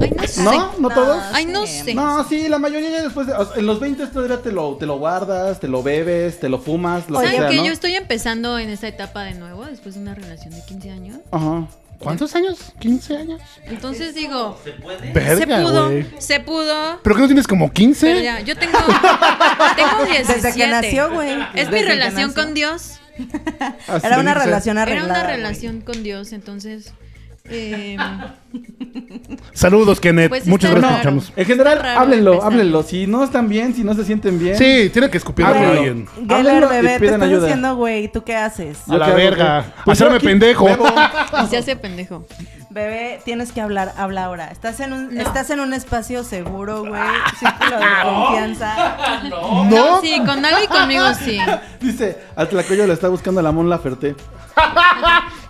Speaker 5: Ay, no sé.
Speaker 4: ¿No? ¿No todos?
Speaker 5: Ay, no sé.
Speaker 4: No, sí, la mayoría ya después, de- o sea, en los 20 todavía te lo, te lo guardas, te lo bebes, te lo fumas, lo que
Speaker 5: ¿Saben
Speaker 4: sea,
Speaker 5: que
Speaker 4: ¿no?
Speaker 5: yo estoy empezando en esta etapa de nuevo después de una relación de 15 años?
Speaker 4: Ajá.
Speaker 1: ¿Cuántos años? ¿15 años?
Speaker 5: Entonces digo, se
Speaker 1: Verga,
Speaker 5: pudo,
Speaker 1: güey.
Speaker 5: se pudo.
Speaker 1: ¿Pero que no tienes como
Speaker 5: Pero
Speaker 1: 15?
Speaker 5: ya, yo tengo, tengo 17.
Speaker 3: Desde que nació, güey.
Speaker 5: Es
Speaker 3: Desde
Speaker 5: mi
Speaker 3: que
Speaker 5: relación
Speaker 3: nació.
Speaker 5: con Dios.
Speaker 4: Así
Speaker 3: Era una
Speaker 4: Ah, dice.
Speaker 3: relación
Speaker 5: Era
Speaker 3: arreglada.
Speaker 5: una
Speaker 3: güey.
Speaker 5: relación con Dios, entonces. eh,
Speaker 1: Saludos, Kenneth.
Speaker 5: Pues está
Speaker 1: Muchas gracias
Speaker 5: raro.
Speaker 1: por escucharnos.
Speaker 4: En general,
Speaker 5: Raro
Speaker 4: háblenlo,
Speaker 5: empezar.
Speaker 4: háblenlo. Si no están bien, si no se sienten bien.
Speaker 1: Sí, tiene que escupir a
Speaker 4: Háblenlo.
Speaker 1: alguien.
Speaker 3: Geller,
Speaker 4: Háblenlo y
Speaker 3: bebé, te
Speaker 4: pidan
Speaker 3: estás
Speaker 4: ayuda.
Speaker 3: diciendo, güey, ¿tú qué haces?
Speaker 1: A la
Speaker 4: qué hago,
Speaker 1: verga.
Speaker 4: güey? Pues yo
Speaker 1: Hacerme
Speaker 4: aquí
Speaker 1: pendejo.
Speaker 4: bebo.
Speaker 5: y se hace pendejo.
Speaker 3: Bebé, tienes que hablar, habla ahora. Estás en un,
Speaker 5: No.
Speaker 3: estás en un espacio seguro, güey. Círculo de confianza.
Speaker 1: ¿No?
Speaker 5: Sí, con Ale y conmigo sí.
Speaker 4: Dice, al Tlacoyo le está buscando la Mon Laferte.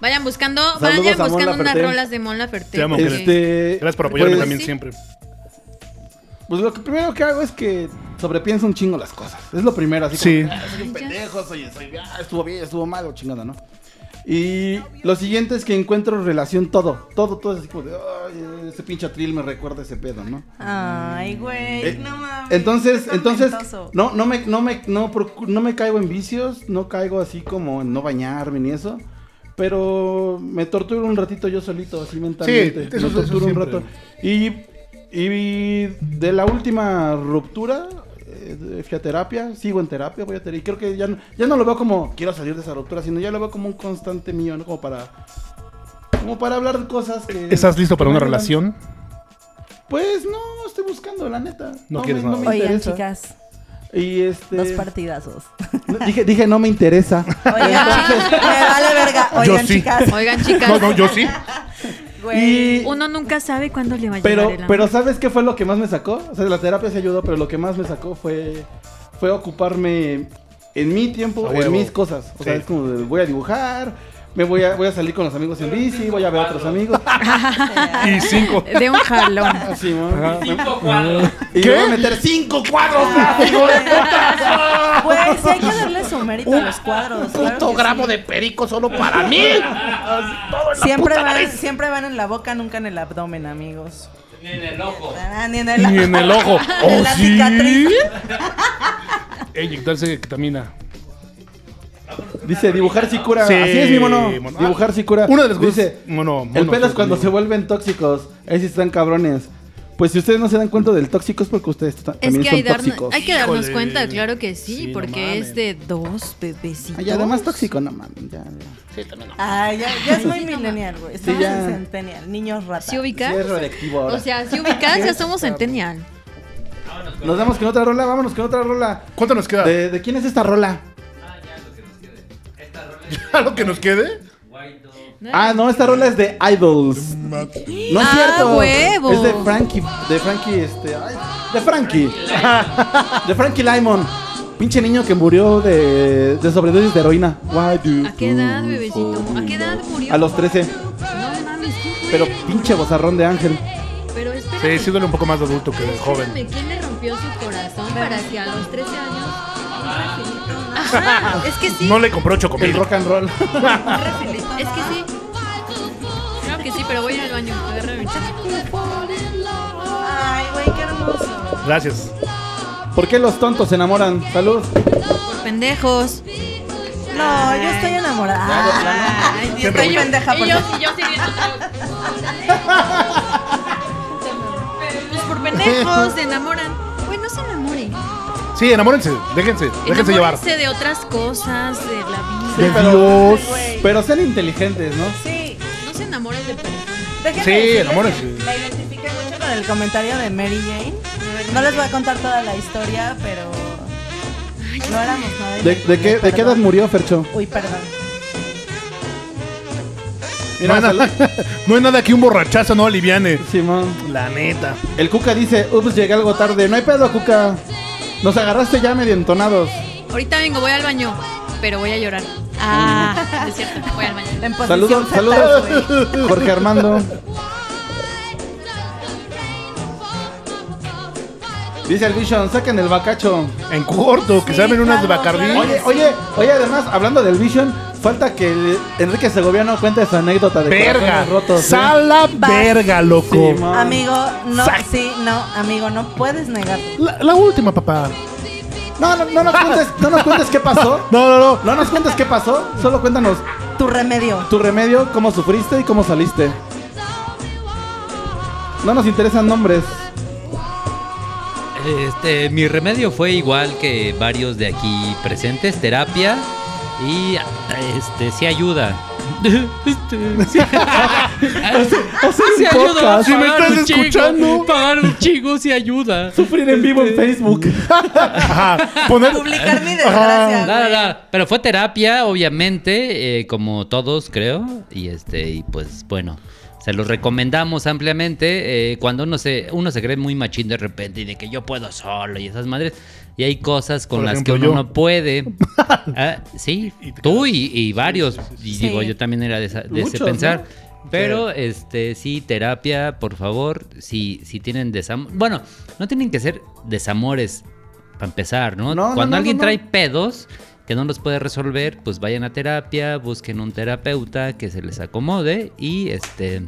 Speaker 5: Vayan buscando,
Speaker 4: Saludos
Speaker 5: vayan
Speaker 4: a Mon
Speaker 5: buscando unas
Speaker 4: Laferte.
Speaker 5: rolas de Mon Laferte.
Speaker 1: Te amo,
Speaker 5: porque-
Speaker 4: Este,
Speaker 1: Gracias por apoyarme
Speaker 4: pues,
Speaker 1: también
Speaker 5: sí.
Speaker 1: siempre.
Speaker 4: Pues lo que primero que hago es que sobrepienso un chingo las cosas. Es lo primero, así
Speaker 1: Sí.
Speaker 4: como, "Ah, soy un pendejo, soy, soy- ah, estuvo bien, estuvo mal, o chingada, ¿no? Y lo siguiente es que encuentro relación todo, todo, todo es así como de, "Ay, ese pinche atril me recuerda a ese pedo, ¿no?
Speaker 3: Ay, güey,
Speaker 4: Eh,
Speaker 3: no mames.
Speaker 4: Entonces,
Speaker 3: qué
Speaker 4: entonces,
Speaker 3: tormentoso.
Speaker 4: no, no me, no me, no, procu- no me caigo en vicios, no caigo así como en no bañarme ni eso, pero me torturo un ratito yo solito, así mentalmente,
Speaker 1: eso-
Speaker 4: me
Speaker 1: eso
Speaker 4: torturo un
Speaker 1: siempre.
Speaker 4: rato. Y, y de la última ruptura, eh, de- fui a terapia, sigo en terapia, voy a terapia, y creo que ya no, ya no lo veo como quiero salir de esa ruptura, sino ya lo veo como un constante mío, ¿no? Como para, como para hablar de cosas que...
Speaker 1: ¿Estás listo para
Speaker 4: que
Speaker 1: una
Speaker 4: me ayudan.
Speaker 1: relación?
Speaker 4: Pues no, estoy buscando, la neta.
Speaker 1: No
Speaker 4: me-
Speaker 1: quieres
Speaker 4: me
Speaker 1: nada.
Speaker 3: Oigan,
Speaker 4: interesa.
Speaker 3: chicas,
Speaker 4: Y este.
Speaker 3: dos partidazos.
Speaker 4: no, dije, dije, no me interesa.
Speaker 3: Oigan, me vale verga.
Speaker 1: Yo
Speaker 3: Oigan,
Speaker 1: sí.
Speaker 3: chicas,
Speaker 5: Oigan,
Speaker 1: No,
Speaker 5: chicas,
Speaker 1: no, yo sí.
Speaker 3: güey.
Speaker 4: Y,
Speaker 5: uno nunca sabe cuándo le va a llegar
Speaker 4: pero,
Speaker 5: el amor.
Speaker 4: pero ¿sabes qué fue lo que más me sacó? O sea, la terapia se ayudó, pero lo que más me sacó fue, fue ocuparme en mi tiempo,
Speaker 1: A
Speaker 4: en
Speaker 1: huevo.
Speaker 4: mis cosas. O sea,
Speaker 1: Sí.
Speaker 4: es como de, voy a dibujar, me voy a, voy a salir con los amigos en bici, voy a ver a otros amigos.
Speaker 1: Y cinco.
Speaker 5: De un jalón.
Speaker 4: Así, ¿no?
Speaker 10: Cinco cuadros.
Speaker 4: Y voy a meter cinco cuadros. hijo de puta.
Speaker 3: Pues sí hay que darle su mérito a los cuadros. claro que
Speaker 4: Puto
Speaker 3: sí.
Speaker 4: gramo de perico solo para mí.
Speaker 3: Siempre van, siempre van en la boca, nunca en el abdomen, amigos.
Speaker 10: Ni en el ojo.
Speaker 3: Ah, Ni en el,
Speaker 1: Ni en el ojo.
Speaker 3: En
Speaker 1: ¡Oh,
Speaker 3: la
Speaker 1: sí!
Speaker 3: cicatriz.
Speaker 1: Eyectarse ketamina.
Speaker 4: Dice dibujar si cura.
Speaker 1: Sí,
Speaker 4: Así es, mi mono.
Speaker 1: mono.
Speaker 4: Dibujar si cura.
Speaker 1: Una de las cosas.
Speaker 4: Dice,
Speaker 1: mono,
Speaker 4: el
Speaker 1: mono,
Speaker 4: pedo es
Speaker 1: sí,
Speaker 4: cuando se
Speaker 1: conmigo.
Speaker 4: vuelven tóxicos. Ahí sí están cabrones. Pues si ustedes no se dan cuenta del tóxico es porque ustedes ta-
Speaker 5: Es
Speaker 4: también
Speaker 5: que hay,
Speaker 4: son
Speaker 5: darnos-
Speaker 4: tóxicos.
Speaker 5: hay que darnos
Speaker 1: Híjole.
Speaker 5: cuenta, claro que sí,
Speaker 1: Sí, no
Speaker 5: porque
Speaker 1: mames.
Speaker 5: es de dos bebecitos.
Speaker 4: Ay, además tóxico, no mames. Ya, ya.
Speaker 3: Ah, ya, ya es muy millennial, güey. Estamos
Speaker 4: ya.
Speaker 3: en centennial. Niños ratas.
Speaker 5: ¿Sí ubicas?
Speaker 4: Sí, es radioactivo ahora.
Speaker 5: o sea, si ubicas, ya somos centennial.
Speaker 10: Vámonos con
Speaker 4: Nos damos con otra rola, vámonos con otra rola.
Speaker 1: ¿Cuánto nos queda?
Speaker 4: ¿De, de quién es esta rola?
Speaker 10: Ah, ya, lo que nos quede. Esta rola es
Speaker 1: ¿Ya lo que nos quede?
Speaker 10: White Dog.
Speaker 4: Ah, no, esta rola es de Idols. No es cierto.
Speaker 5: Ah, huevo.
Speaker 4: Es de Frankie. De Frankie, este. ay, de Frankie. de Frankie Lymon. Pinche niño que murió de, de sobredosis de heroína. Why do
Speaker 5: ¿A qué edad,
Speaker 4: you
Speaker 5: bebecito? ¿A qué edad murió?
Speaker 4: mm, A los 13.
Speaker 5: No mames, ¿quién fue?
Speaker 4: Pero pinche bozarrón de ángel.
Speaker 5: Pero espérame.
Speaker 1: Sí, sí duele un poco más de adulto que de joven.
Speaker 5: Espérame, ¿quién le rompió su corazón para que a los 13 años un refilito? Ajá, es que sí,
Speaker 1: No le compró
Speaker 4: El
Speaker 1: chocomil.
Speaker 4: rock and roll.
Speaker 5: es que sí. Claro que sí, pero voy a ir al baño. Agarra mi
Speaker 3: Ay, güey, qué hermoso.
Speaker 1: Gracias.
Speaker 4: ¿Por qué los tontos se enamoran? Salud.
Speaker 5: Por pendejos.
Speaker 3: No, yo estoy enamorada. Ay, Dios, estoy pendeja por
Speaker 5: Y yo, y yo sí viendo Pero pues por pendejos se enamoran. Güey, no se enamoren.
Speaker 1: Sí, enamórense. Déjense. Déjense llevar.
Speaker 5: Enamórense de otras cosas, de la
Speaker 4: De
Speaker 5: vida.
Speaker 4: Dios. Pero sean inteligentes, ¿no?
Speaker 3: Sí,
Speaker 5: No se enamoren de personas.
Speaker 3: déjenme
Speaker 1: Sí,
Speaker 3: decirles
Speaker 1: enamórense.
Speaker 3: que Me identifiqué mucho con el comentario de Mary Jane. No les voy a contar toda la historia, pero no éramos nada.
Speaker 4: ¿De, de qué, ¿De qué edad
Speaker 3: Perdón.
Speaker 4: murió Fercho?
Speaker 3: Uy, perdón.
Speaker 1: No hay, nada, no hay nada que un borrachazo no aliviane.
Speaker 4: Simón.
Speaker 1: La neta.
Speaker 4: El Cuca dice, ups, llegué algo tarde. No hay pedo, Cuca. Nos agarraste ya medio entonados.
Speaker 5: Ahorita vengo, voy al baño, pero voy a llorar. Ah, es cierto, voy al baño.
Speaker 3: En posición
Speaker 4: Saludos,
Speaker 3: fetal,
Speaker 4: saludos.
Speaker 3: güey.
Speaker 4: Jorge Armando. Dice el Vision, saquen el bacacho.
Speaker 1: En corto, que
Speaker 3: Sí,
Speaker 1: se armen unas de
Speaker 3: claro,
Speaker 1: Bacardí.
Speaker 3: claro.
Speaker 4: Oye, Eh, oye, oye, además, hablando del Vision, falta que el Enrique Segoviano cuente su anécdota de
Speaker 1: Verga.
Speaker 4: corazones rotos. ¿eh? ¿sí?
Speaker 1: Sala
Speaker 3: Vas.
Speaker 1: verga, loco.
Speaker 4: Sí, ma.
Speaker 3: Amigo, no,
Speaker 1: Sac.
Speaker 3: sí, no, amigo, no puedes negar.
Speaker 1: la, la última, papá.
Speaker 4: No, no, no nos cuentes, no nos cuentes qué pasó.
Speaker 1: No, no, no.
Speaker 4: No nos cuentes qué pasó, solo cuéntanos
Speaker 3: Tu remedio.
Speaker 4: tu remedio, cómo sufriste y cómo saliste. No nos interesan nombres.
Speaker 6: Este, mi remedio fue igual que Eh, varios de aquí presentes, terapia y este sí ayuda. Este, sí,
Speaker 3: Ah,
Speaker 6: sí
Speaker 4: un podcast.
Speaker 6: pagar
Speaker 1: Si me estás
Speaker 6: un chingo,
Speaker 1: escuchando.
Speaker 6: pagar un chingo sí ayuda.
Speaker 4: Sufrir en vivo
Speaker 6: Este.
Speaker 4: en Facebook.
Speaker 1: Ajá. Poner.
Speaker 3: Publicar mi desgracia.
Speaker 6: Nada,
Speaker 3: güey.
Speaker 6: nada. Pero fue terapia, obviamente, eh, como todos creo. Y este, y pues bueno, se los recomendamos ampliamente. eh, cuando uno se, uno se cree muy machín de repente y de que yo puedo solo y esas madres. Y hay cosas con
Speaker 1: Por
Speaker 6: las
Speaker 1: ejemplo,
Speaker 6: que uno
Speaker 1: yo.
Speaker 6: no puede. Ah, sí, tú y, y varios. Y digo,
Speaker 3: Sí.
Speaker 6: yo también era de, esa- de
Speaker 4: Muchos,
Speaker 6: ese pensar.
Speaker 4: ¿no?
Speaker 6: Pero este sí, terapia, por favor, si, si tienen desamor. Bueno, no tienen que ser desamores para empezar, ¿no?
Speaker 4: No, no,
Speaker 6: Cuando
Speaker 4: no,
Speaker 6: alguien
Speaker 4: no, no.
Speaker 6: trae pedos que no los puede resolver, pues vayan a terapia, busquen un terapeuta que se les acomode y este.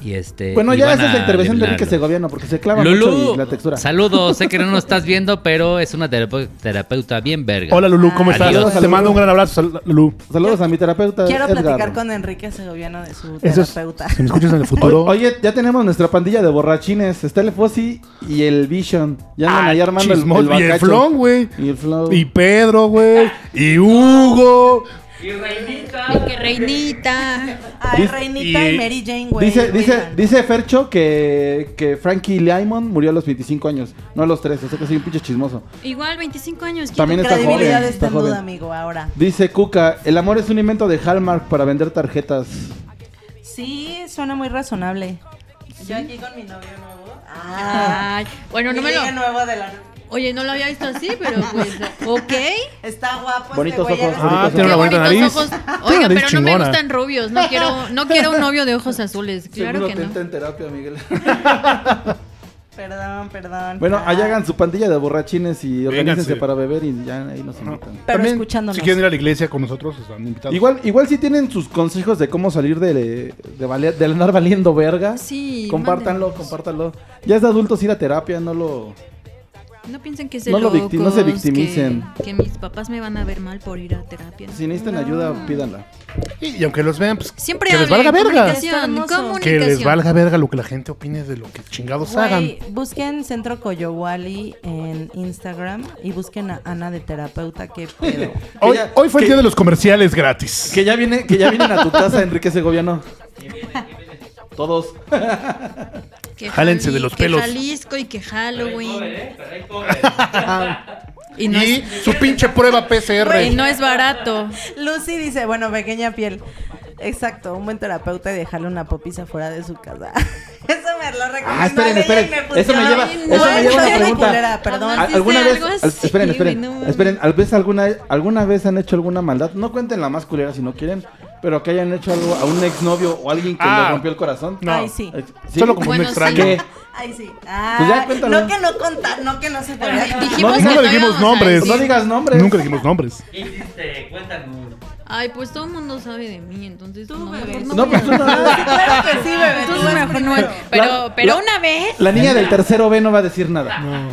Speaker 6: Y este.
Speaker 4: Bueno,
Speaker 6: y
Speaker 4: ya
Speaker 6: van
Speaker 4: esa es la
Speaker 6: a
Speaker 4: intervención de Enrique
Speaker 6: adivinarlo.
Speaker 4: Segoviano, porque se clava mucho
Speaker 6: Lulú,
Speaker 4: y la textura.
Speaker 6: saludos, sé que no nos estás viendo, pero es una terape- terapeuta bien verga.
Speaker 1: Hola, Lulú, ¿cómo estás?
Speaker 6: Adiós.
Speaker 1: Te mando un gran abrazo, sal- Lulú.
Speaker 4: Saludos a mi terapeuta.
Speaker 3: Quiero
Speaker 4: Edgar.
Speaker 3: platicar con Enrique Segoviano de su
Speaker 1: Eso es-
Speaker 3: terapeuta.
Speaker 1: si me escuchas en el futuro.
Speaker 4: O- Oye, ya tenemos nuestra pandilla de borrachines. Está el Fossi y el Vision. Ya andan
Speaker 1: Ah,
Speaker 4: ahí armando el,
Speaker 1: chismos-
Speaker 4: el
Speaker 1: Y el
Speaker 4: bacacho.
Speaker 1: flon, güey.
Speaker 4: Y el flow.
Speaker 1: Y Pedro, güey. Y Hugo.
Speaker 10: Y Reinita.
Speaker 5: Y que reinita.
Speaker 3: Ay,
Speaker 4: Dice-
Speaker 3: Reinita y,
Speaker 1: y-
Speaker 3: Mary Jane, güey.
Speaker 4: dice, dice,
Speaker 3: oigan.
Speaker 4: dice Fercho que, que Frankie Lymon murió a los 25 años, no a los 3. O sea que soy un pinche chismoso.
Speaker 5: Igual, 25 años. ¿quién
Speaker 4: También
Speaker 3: Tu
Speaker 4: está joven.
Speaker 3: credibilidad está
Speaker 4: está
Speaker 3: en duda,
Speaker 4: joven.
Speaker 3: amigo, ahora.
Speaker 4: Dice Cuca, el amor es un invento de Hallmark para vender tarjetas.
Speaker 3: Sí, suena muy razonable. Yo aquí con mi novio nuevo. Ah,
Speaker 5: Ay, bueno, no me lo.
Speaker 3: nuevo de la...
Speaker 5: Oye, no lo había visto así, pero pues, ok.
Speaker 3: Está guapo
Speaker 4: Bonitos
Speaker 3: este güey.
Speaker 4: ojos,
Speaker 3: eres-
Speaker 4: bonitos
Speaker 1: Ah, tiene una bonita
Speaker 5: Los
Speaker 1: nariz.
Speaker 5: ojos.
Speaker 1: Tiene una nariz
Speaker 5: Oiga, pero no me
Speaker 1: chingona.
Speaker 5: gustan rubios. No quiero, no quiero un novio de ojos azules. Claro
Speaker 4: Seguro
Speaker 5: que
Speaker 4: te
Speaker 5: no.
Speaker 4: entra en terapia, Miguel.
Speaker 3: Perdón, perdón.
Speaker 4: Bueno,
Speaker 3: Ah,
Speaker 4: allá hagan su pandilla de borrachines y organícense
Speaker 1: Vénganse.
Speaker 4: para beber y ya ahí nos invitan.
Speaker 3: Pero
Speaker 1: También,
Speaker 3: escuchándonos.
Speaker 1: Si quieren ir a la iglesia con nosotros, están invitados.
Speaker 4: Igual, igual si tienen sus consejos de cómo salir de, de, vale- de andar valiendo verga,
Speaker 5: Sí.
Speaker 4: compártanlo, compártanlo. Ya es de adultos ir a terapia, no lo...
Speaker 5: mándenlo. No piensen que es de
Speaker 4: No lo
Speaker 5: locos,
Speaker 4: victim- no se victimicen.
Speaker 5: Que, que mis papás me van a ver mal por ir a terapia.
Speaker 4: Si necesitan ayuda, pídanla.
Speaker 1: Y, y aunque los vean, pues
Speaker 5: Siempre
Speaker 1: que les
Speaker 5: hablen,
Speaker 1: valga verga.
Speaker 5: comunicación,
Speaker 3: Está hermoso.
Speaker 1: Que
Speaker 5: comunicación.
Speaker 1: les valga verga lo que la gente opine de lo que chingados hagan.
Speaker 3: Güey, busquen Centro Coyowali en Instagram y busquen a Ana de terapeuta, qué pedo.
Speaker 1: Hoy,
Speaker 4: ya-
Speaker 1: hoy fue el
Speaker 4: que-
Speaker 1: día de los comerciales gratis.
Speaker 4: Que ya, viene, que ya vienen a tu casa, Enrique Segoviano. Todos.
Speaker 5: Que
Speaker 1: Jálense de
Speaker 5: Jali-
Speaker 1: los pelos.
Speaker 5: Que Jalisco y que Halloween.
Speaker 1: y
Speaker 5: Y no, es,
Speaker 1: su pinche prueba PCR.
Speaker 5: y no es barato.
Speaker 3: Lucy dice, bueno, pequeña piel. Exacto, un buen terapeuta y dejarle una popisa fuera de su casa. Eso me lo recomiendo.
Speaker 4: Ah, esperen, esperen. Eso me lleva,
Speaker 5: bien
Speaker 4: eso me lleva
Speaker 5: buena.
Speaker 4: a una pregunta.
Speaker 3: Culera, perdón.
Speaker 5: Ah,
Speaker 4: ¿Al- ¿Alguna
Speaker 5: Dice
Speaker 4: vez,
Speaker 5: algo
Speaker 4: al-
Speaker 5: así,
Speaker 4: esperen, esperen,
Speaker 5: güey, no.
Speaker 4: esperen, ¿al vez alguna, alguna vez han hecho alguna maldad? No cuenten la más culera si no quieren, pero que hayan hecho algo a un exnovio o alguien que
Speaker 1: Ah.
Speaker 4: le rompió el corazón.
Speaker 1: No.
Speaker 3: Ay, sí.
Speaker 4: Eh, ¿sí?
Speaker 1: Solo como
Speaker 5: Bueno,
Speaker 1: un
Speaker 5: sí.
Speaker 1: extraño.
Speaker 4: ¿Qué?
Speaker 3: Ay, sí. Ah,
Speaker 4: Pues ya, cuéntalo.
Speaker 3: No que no contar, no que no se podía.
Speaker 5: Dijimos
Speaker 4: No,
Speaker 5: que
Speaker 4: no
Speaker 5: no
Speaker 1: dijimos
Speaker 5: íbamos a
Speaker 1: nombres.
Speaker 5: decir.
Speaker 4: No digas nombres.
Speaker 1: Nunca dijimos nombres.
Speaker 6: ¿Qué hiciste? Cuéntanos.
Speaker 5: Ay, pues todo el mundo sabe de mí, entonces no,
Speaker 3: bebé.
Speaker 5: mejor
Speaker 4: No, pues tú no.
Speaker 3: Claro que sí, bebé. tú
Speaker 5: Entonces,
Speaker 3: vas
Speaker 5: mejor no.
Speaker 3: primero.
Speaker 4: La-
Speaker 5: Pero, pero
Speaker 4: la-
Speaker 5: una vez.
Speaker 4: La niña del tercero B no va a decir nada.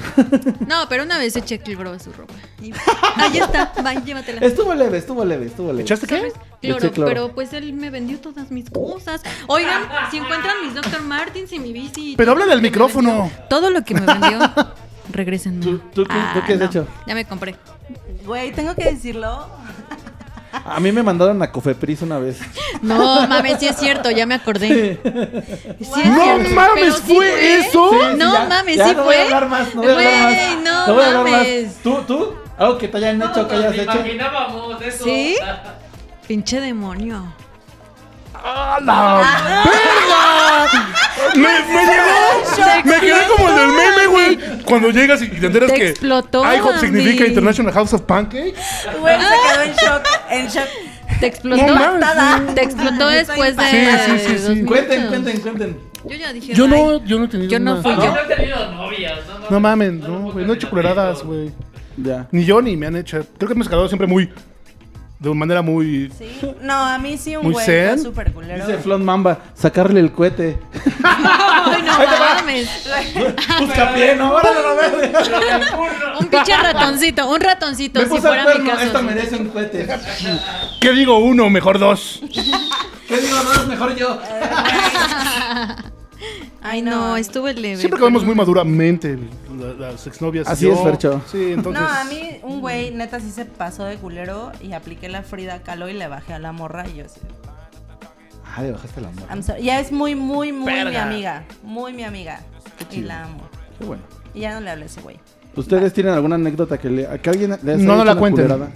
Speaker 5: No, pero una vez eché cloro a su ropa. Y- Ahí está, va, llévatela.
Speaker 4: Estuvo leve, estuvo leve, estuvo leve.
Speaker 1: ¿Echaste qué?
Speaker 4: Le
Speaker 5: Cloro,
Speaker 4: eché
Speaker 5: pues,
Speaker 4: cloro.
Speaker 5: pero pues él me vendió todas mis cosas. Oigan, si encuentran mis Dr. Martins y mi bici.
Speaker 1: Pero
Speaker 5: todo
Speaker 1: háblale
Speaker 5: lo
Speaker 1: al
Speaker 5: que me
Speaker 1: micrófono.
Speaker 5: vendió- Todo lo que me vendió, regresen. Ah,
Speaker 4: ¿Tú- tú qué- tú qué has hecho?
Speaker 5: Ya me compré.
Speaker 3: Güey, tengo que decirlo.
Speaker 4: A mí me mandaron a Cofepris una vez.
Speaker 5: No, mames, sí es cierto, ya me acordé. Sí es
Speaker 1: ¡No
Speaker 5: cierto,
Speaker 1: mames,
Speaker 5: pero sí
Speaker 1: fue eso!
Speaker 4: Sí,
Speaker 5: no
Speaker 4: sí, ya-
Speaker 5: mames,
Speaker 4: ya
Speaker 5: sí
Speaker 4: no
Speaker 5: fue.
Speaker 4: voy a hablar más, no voy a hablar
Speaker 5: Güey,
Speaker 4: más.
Speaker 5: no
Speaker 4: voy a hablar más.
Speaker 5: mames.
Speaker 4: ¿Tú, tú? Algo que te hayan hecho, que hayas hecho.
Speaker 6: imaginábamos eso.
Speaker 5: ¿Sí? Pinche demonio. Ah.
Speaker 1: ¡Me, me llegó! Me quedé como el del meme, güey. Cuando llegas y y te enteras
Speaker 5: Te
Speaker 1: que
Speaker 5: explotó,
Speaker 1: IHOP
Speaker 5: Andy.
Speaker 1: significa International House of Pancakes.
Speaker 3: Güey, se quedó en shock. En shock.
Speaker 5: Te explotó.
Speaker 1: No mames.
Speaker 3: Tada.
Speaker 5: Te explotó
Speaker 3: Está
Speaker 5: después de.
Speaker 1: impactada. Sí, sí, sí, sí.
Speaker 5: dos minutos.
Speaker 4: Cuenten, cuenten, cuenten.
Speaker 5: Yo ya dije.
Speaker 1: Yo
Speaker 5: "Ay".
Speaker 1: no, yo no he tenido
Speaker 5: Yo no
Speaker 1: una-
Speaker 5: fui
Speaker 6: No,
Speaker 5: yo.
Speaker 6: no he tenido novias. No, no,
Speaker 1: No mames, no, güey. No he hecho culeradas, güey.
Speaker 6: chocoladas,
Speaker 4: Ya.
Speaker 1: Ni yo ni me han hecho. Creo que me he escalado siempre muy. De manera muy.
Speaker 3: Sí. No, a mí sí un
Speaker 1: Muy
Speaker 3: güey
Speaker 1: zen.
Speaker 3: fue súper culero.
Speaker 4: Dice Flon Mamba, sacarle el cohete.
Speaker 5: Ay, no mames.
Speaker 4: Buscapié, no, ahora no lo veo.
Speaker 5: Un pinche ratoncito. Un ratoncito,
Speaker 4: Me
Speaker 5: si
Speaker 4: puse el
Speaker 5: fuera mi
Speaker 4: cuerno, esto
Speaker 5: caso.
Speaker 4: merece un cohete.
Speaker 1: ¿Qué digo uno? Mejor dos.
Speaker 4: ¿Qué digo? No, es mejor yo.
Speaker 5: Ay, no, estuve leve.
Speaker 1: Siempre acabamos muy maduramente la- las exnovias. y
Speaker 4: Así
Speaker 1: yo.
Speaker 4: es, Fercho.
Speaker 1: Sí, entonces.
Speaker 3: No, a mí un güey neta sí se pasó de culero y apliqué la Frida Kahlo y le bajé a la morra y yo así,
Speaker 4: Ah, le bajaste la mano.
Speaker 3: I'm sorry. Ya es muy, muy, muy mi amiga. Muy mi amiga. Y la amo.
Speaker 4: Qué bueno.
Speaker 3: Y ya no le hablé a ese güey.
Speaker 4: ¿Ustedes tienen alguna anécdota que, le, que alguien les haya
Speaker 1: No, no
Speaker 4: hecho
Speaker 1: la
Speaker 4: una
Speaker 1: cuenten.
Speaker 4: culerada?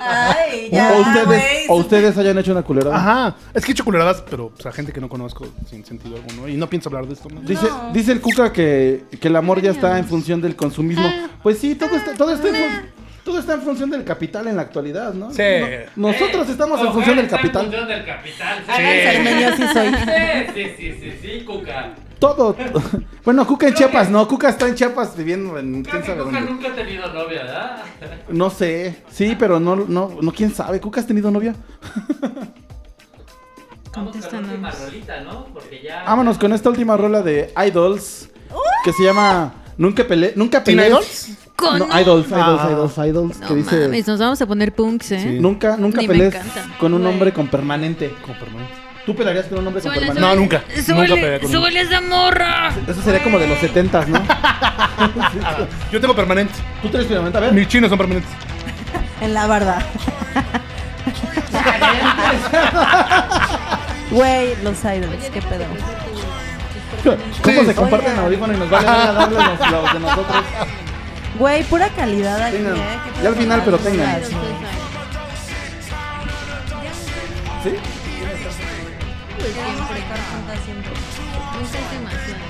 Speaker 3: Ay,
Speaker 4: o,
Speaker 3: ya,
Speaker 4: ustedes,
Speaker 3: güey.
Speaker 4: o ustedes hayan hecho una culerada.
Speaker 1: Ajá. Es que he hecho culeradas, pero pues, a gente que no conozco sin sentido alguno. Y no pienso hablar de esto. ¿no?
Speaker 4: Dice, dice el Cuca que, que el amor ya está en función del consumismo. Pues sí, todo está, todo, está en, fun- todo está en función del capital en la actualidad, ¿no?
Speaker 1: Sí.
Speaker 4: No- nosotros estamos en función del
Speaker 6: En
Speaker 4: capital.
Speaker 6: función del capital. sí.
Speaker 3: Háganse armenios sí soy.
Speaker 6: Sí, sí, sí, sí, sí, Cuca.
Speaker 4: Todo. bueno, Cuca en Chiapas, no. Cuca está en Chiapas viviendo en quién
Speaker 6: Creo que
Speaker 4: sabe
Speaker 6: Cuca
Speaker 4: dónde.
Speaker 6: nunca ha tenido novia, ¿verdad?
Speaker 4: No sé. Sí, pero no, no, no, quién sabe. ¿Cuca has tenido novia?
Speaker 6: Vamos con la
Speaker 5: Contéstanos.
Speaker 6: última rolita, ¿no? Porque ya.
Speaker 4: Vámonos con esta última rola de Idols que se llama Nunca pele Nunca
Speaker 1: ¿Teen
Speaker 4: pelees.
Speaker 1: Idols?
Speaker 5: Con-
Speaker 4: No, Idols, Idols,
Speaker 1: Ah.
Speaker 4: Idols, Idols,
Speaker 5: No
Speaker 4: que dice
Speaker 5: mames, nos vamos a poner punks, ¿eh?
Speaker 4: Nunca, nunca
Speaker 5: Ni me
Speaker 4: pelees
Speaker 5: encanta.
Speaker 4: con un
Speaker 5: Güey.
Speaker 4: hombre con permanente.
Speaker 1: Con perdón.
Speaker 4: ¿Tú pelearías con un hombre con
Speaker 5: Súbele,
Speaker 4: permanente?
Speaker 1: No, nunca. nunca
Speaker 5: Súbele,
Speaker 1: peleé con un-
Speaker 5: súbele esa morra.
Speaker 4: Eso sería como de los 70 ¿no?
Speaker 1: Ah, yo tengo permanente.
Speaker 4: ¿Tú tienes permanente? A ver.
Speaker 1: Mis chinos son permanentes.
Speaker 3: En la barda. Güey, los idols, qué pedo.
Speaker 4: ¿Cómo
Speaker 1: Sí.
Speaker 4: se comparten
Speaker 3: Oigan.
Speaker 4: audífonos y nos vale a darle los, los de nosotros?
Speaker 3: Güey, pura calidad aquí,
Speaker 4: Tengan.
Speaker 3: ¿eh? ¿Qué
Speaker 4: Ya al
Speaker 3: pedo
Speaker 4: final,
Speaker 3: con
Speaker 4: pero
Speaker 3: las
Speaker 4: tengan.
Speaker 3: idols, güey?
Speaker 4: ¿Sí?
Speaker 5: Nunca es demasiado.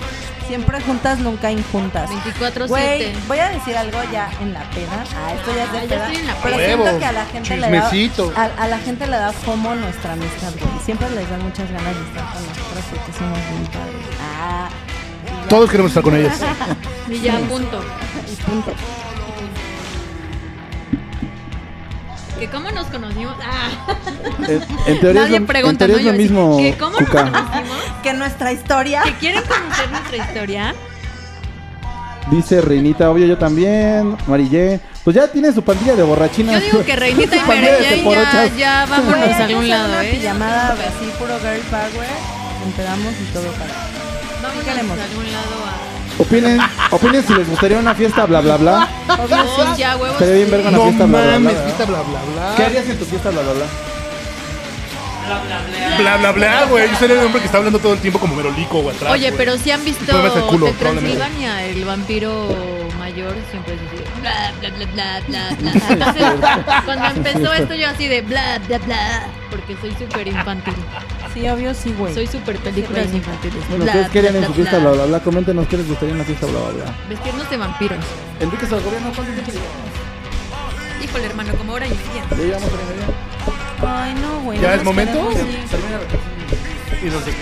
Speaker 3: Siempre juntas, nunca injuntas.
Speaker 5: 24-7.
Speaker 3: Güey, voy a decir algo ya en la peda. Ah, esto ya es de
Speaker 5: Ah, ya
Speaker 3: peda.
Speaker 5: estoy en la
Speaker 3: Pero
Speaker 1: peda.
Speaker 3: siento
Speaker 1: Huevo,
Speaker 3: que a la gente le da.
Speaker 1: chismecito.
Speaker 3: A, a la gente le da fomo nuestra amistad, güey. Siempre les da muchas ganas de estar con nosotros porque somos muy padres. Ah,
Speaker 1: Todos queremos estar con ellas.
Speaker 5: Y ya, punto.
Speaker 3: y punto.
Speaker 5: ¿Que cómo nos conocimos? Ah,
Speaker 4: En, en teoría
Speaker 5: nadie
Speaker 4: es lo,
Speaker 5: pregunta,
Speaker 4: en teoría
Speaker 5: ¿no?
Speaker 4: es lo
Speaker 5: Yo así,
Speaker 4: mismo.
Speaker 5: ¿Que cómo
Speaker 4: Cuca.
Speaker 5: nos conocimos?
Speaker 3: Que nuestra historia.
Speaker 5: ¿Que quieren conocer nuestra historia?
Speaker 4: Dice Reinita, obvio yo también. Marillé. Pues ya tiene su pandilla de borrachinas.
Speaker 5: Yo digo que Reinita y
Speaker 4: Su pandilla de
Speaker 5: Marella y ya,
Speaker 4: teporochas.
Speaker 5: ya
Speaker 3: Güey, hay
Speaker 5: vámonos a
Speaker 3: que
Speaker 5: algún
Speaker 3: hacer
Speaker 5: lado,
Speaker 3: una
Speaker 5: ¿eh?
Speaker 3: Pijamada, güey, así puro girl power. Empezamos y todo para.
Speaker 5: Vámonos
Speaker 3: queremos?
Speaker 5: a algún lado a...
Speaker 4: Opinen, opinen si les gustaría una fiesta, bla, bla, bla.
Speaker 5: Dos, ya, huevos.
Speaker 4: Estaría bien verga una
Speaker 1: No
Speaker 4: fiesta, bla, bla, bla.
Speaker 1: mames,
Speaker 4: ¿verdad?
Speaker 1: viste, bla, bla, bla.
Speaker 4: ¿Qué harías en tu fiesta, bla, bla, bla?
Speaker 1: Bla, bla, bla, güey. Yo soy el hombre que está hablando todo el tiempo como Merolico o atrás.
Speaker 5: Oye,
Speaker 1: güey.
Speaker 5: pero si han visto
Speaker 1: Pruebas de culo,
Speaker 5: de
Speaker 1: probablemente.
Speaker 5: Transilvania, el vampiro mayor siempre es así, bla, bla, bla, bla, bla, bla. Entonces, cuando empezó esto yo así de bla, bla, bla, porque soy súper infantil.
Speaker 3: Sí, obvio, sí, güey.
Speaker 5: Soy súper películas
Speaker 3: Sí,
Speaker 5: infantiles.
Speaker 4: Bueno,
Speaker 5: Bla,
Speaker 4: ¿ustedes
Speaker 5: bla,
Speaker 4: querían en
Speaker 5: bla,
Speaker 4: su fiesta, bla,
Speaker 5: bla.
Speaker 4: bla, bla? Coméntenos qué les gustaría en la fiesta, bla, bla, bla.
Speaker 5: Vestirnos de vampiros.
Speaker 4: Enrique Salgoviano, ¿cuánto tiempo
Speaker 5: Híjole, hermano, como ahora y media.
Speaker 4: Ya llevamos a la media.
Speaker 3: Ay, no, güey.
Speaker 1: ¿Ya
Speaker 3: no
Speaker 1: es
Speaker 3: nos
Speaker 1: momento?
Speaker 3: queremos ir.
Speaker 1: Y nos dices,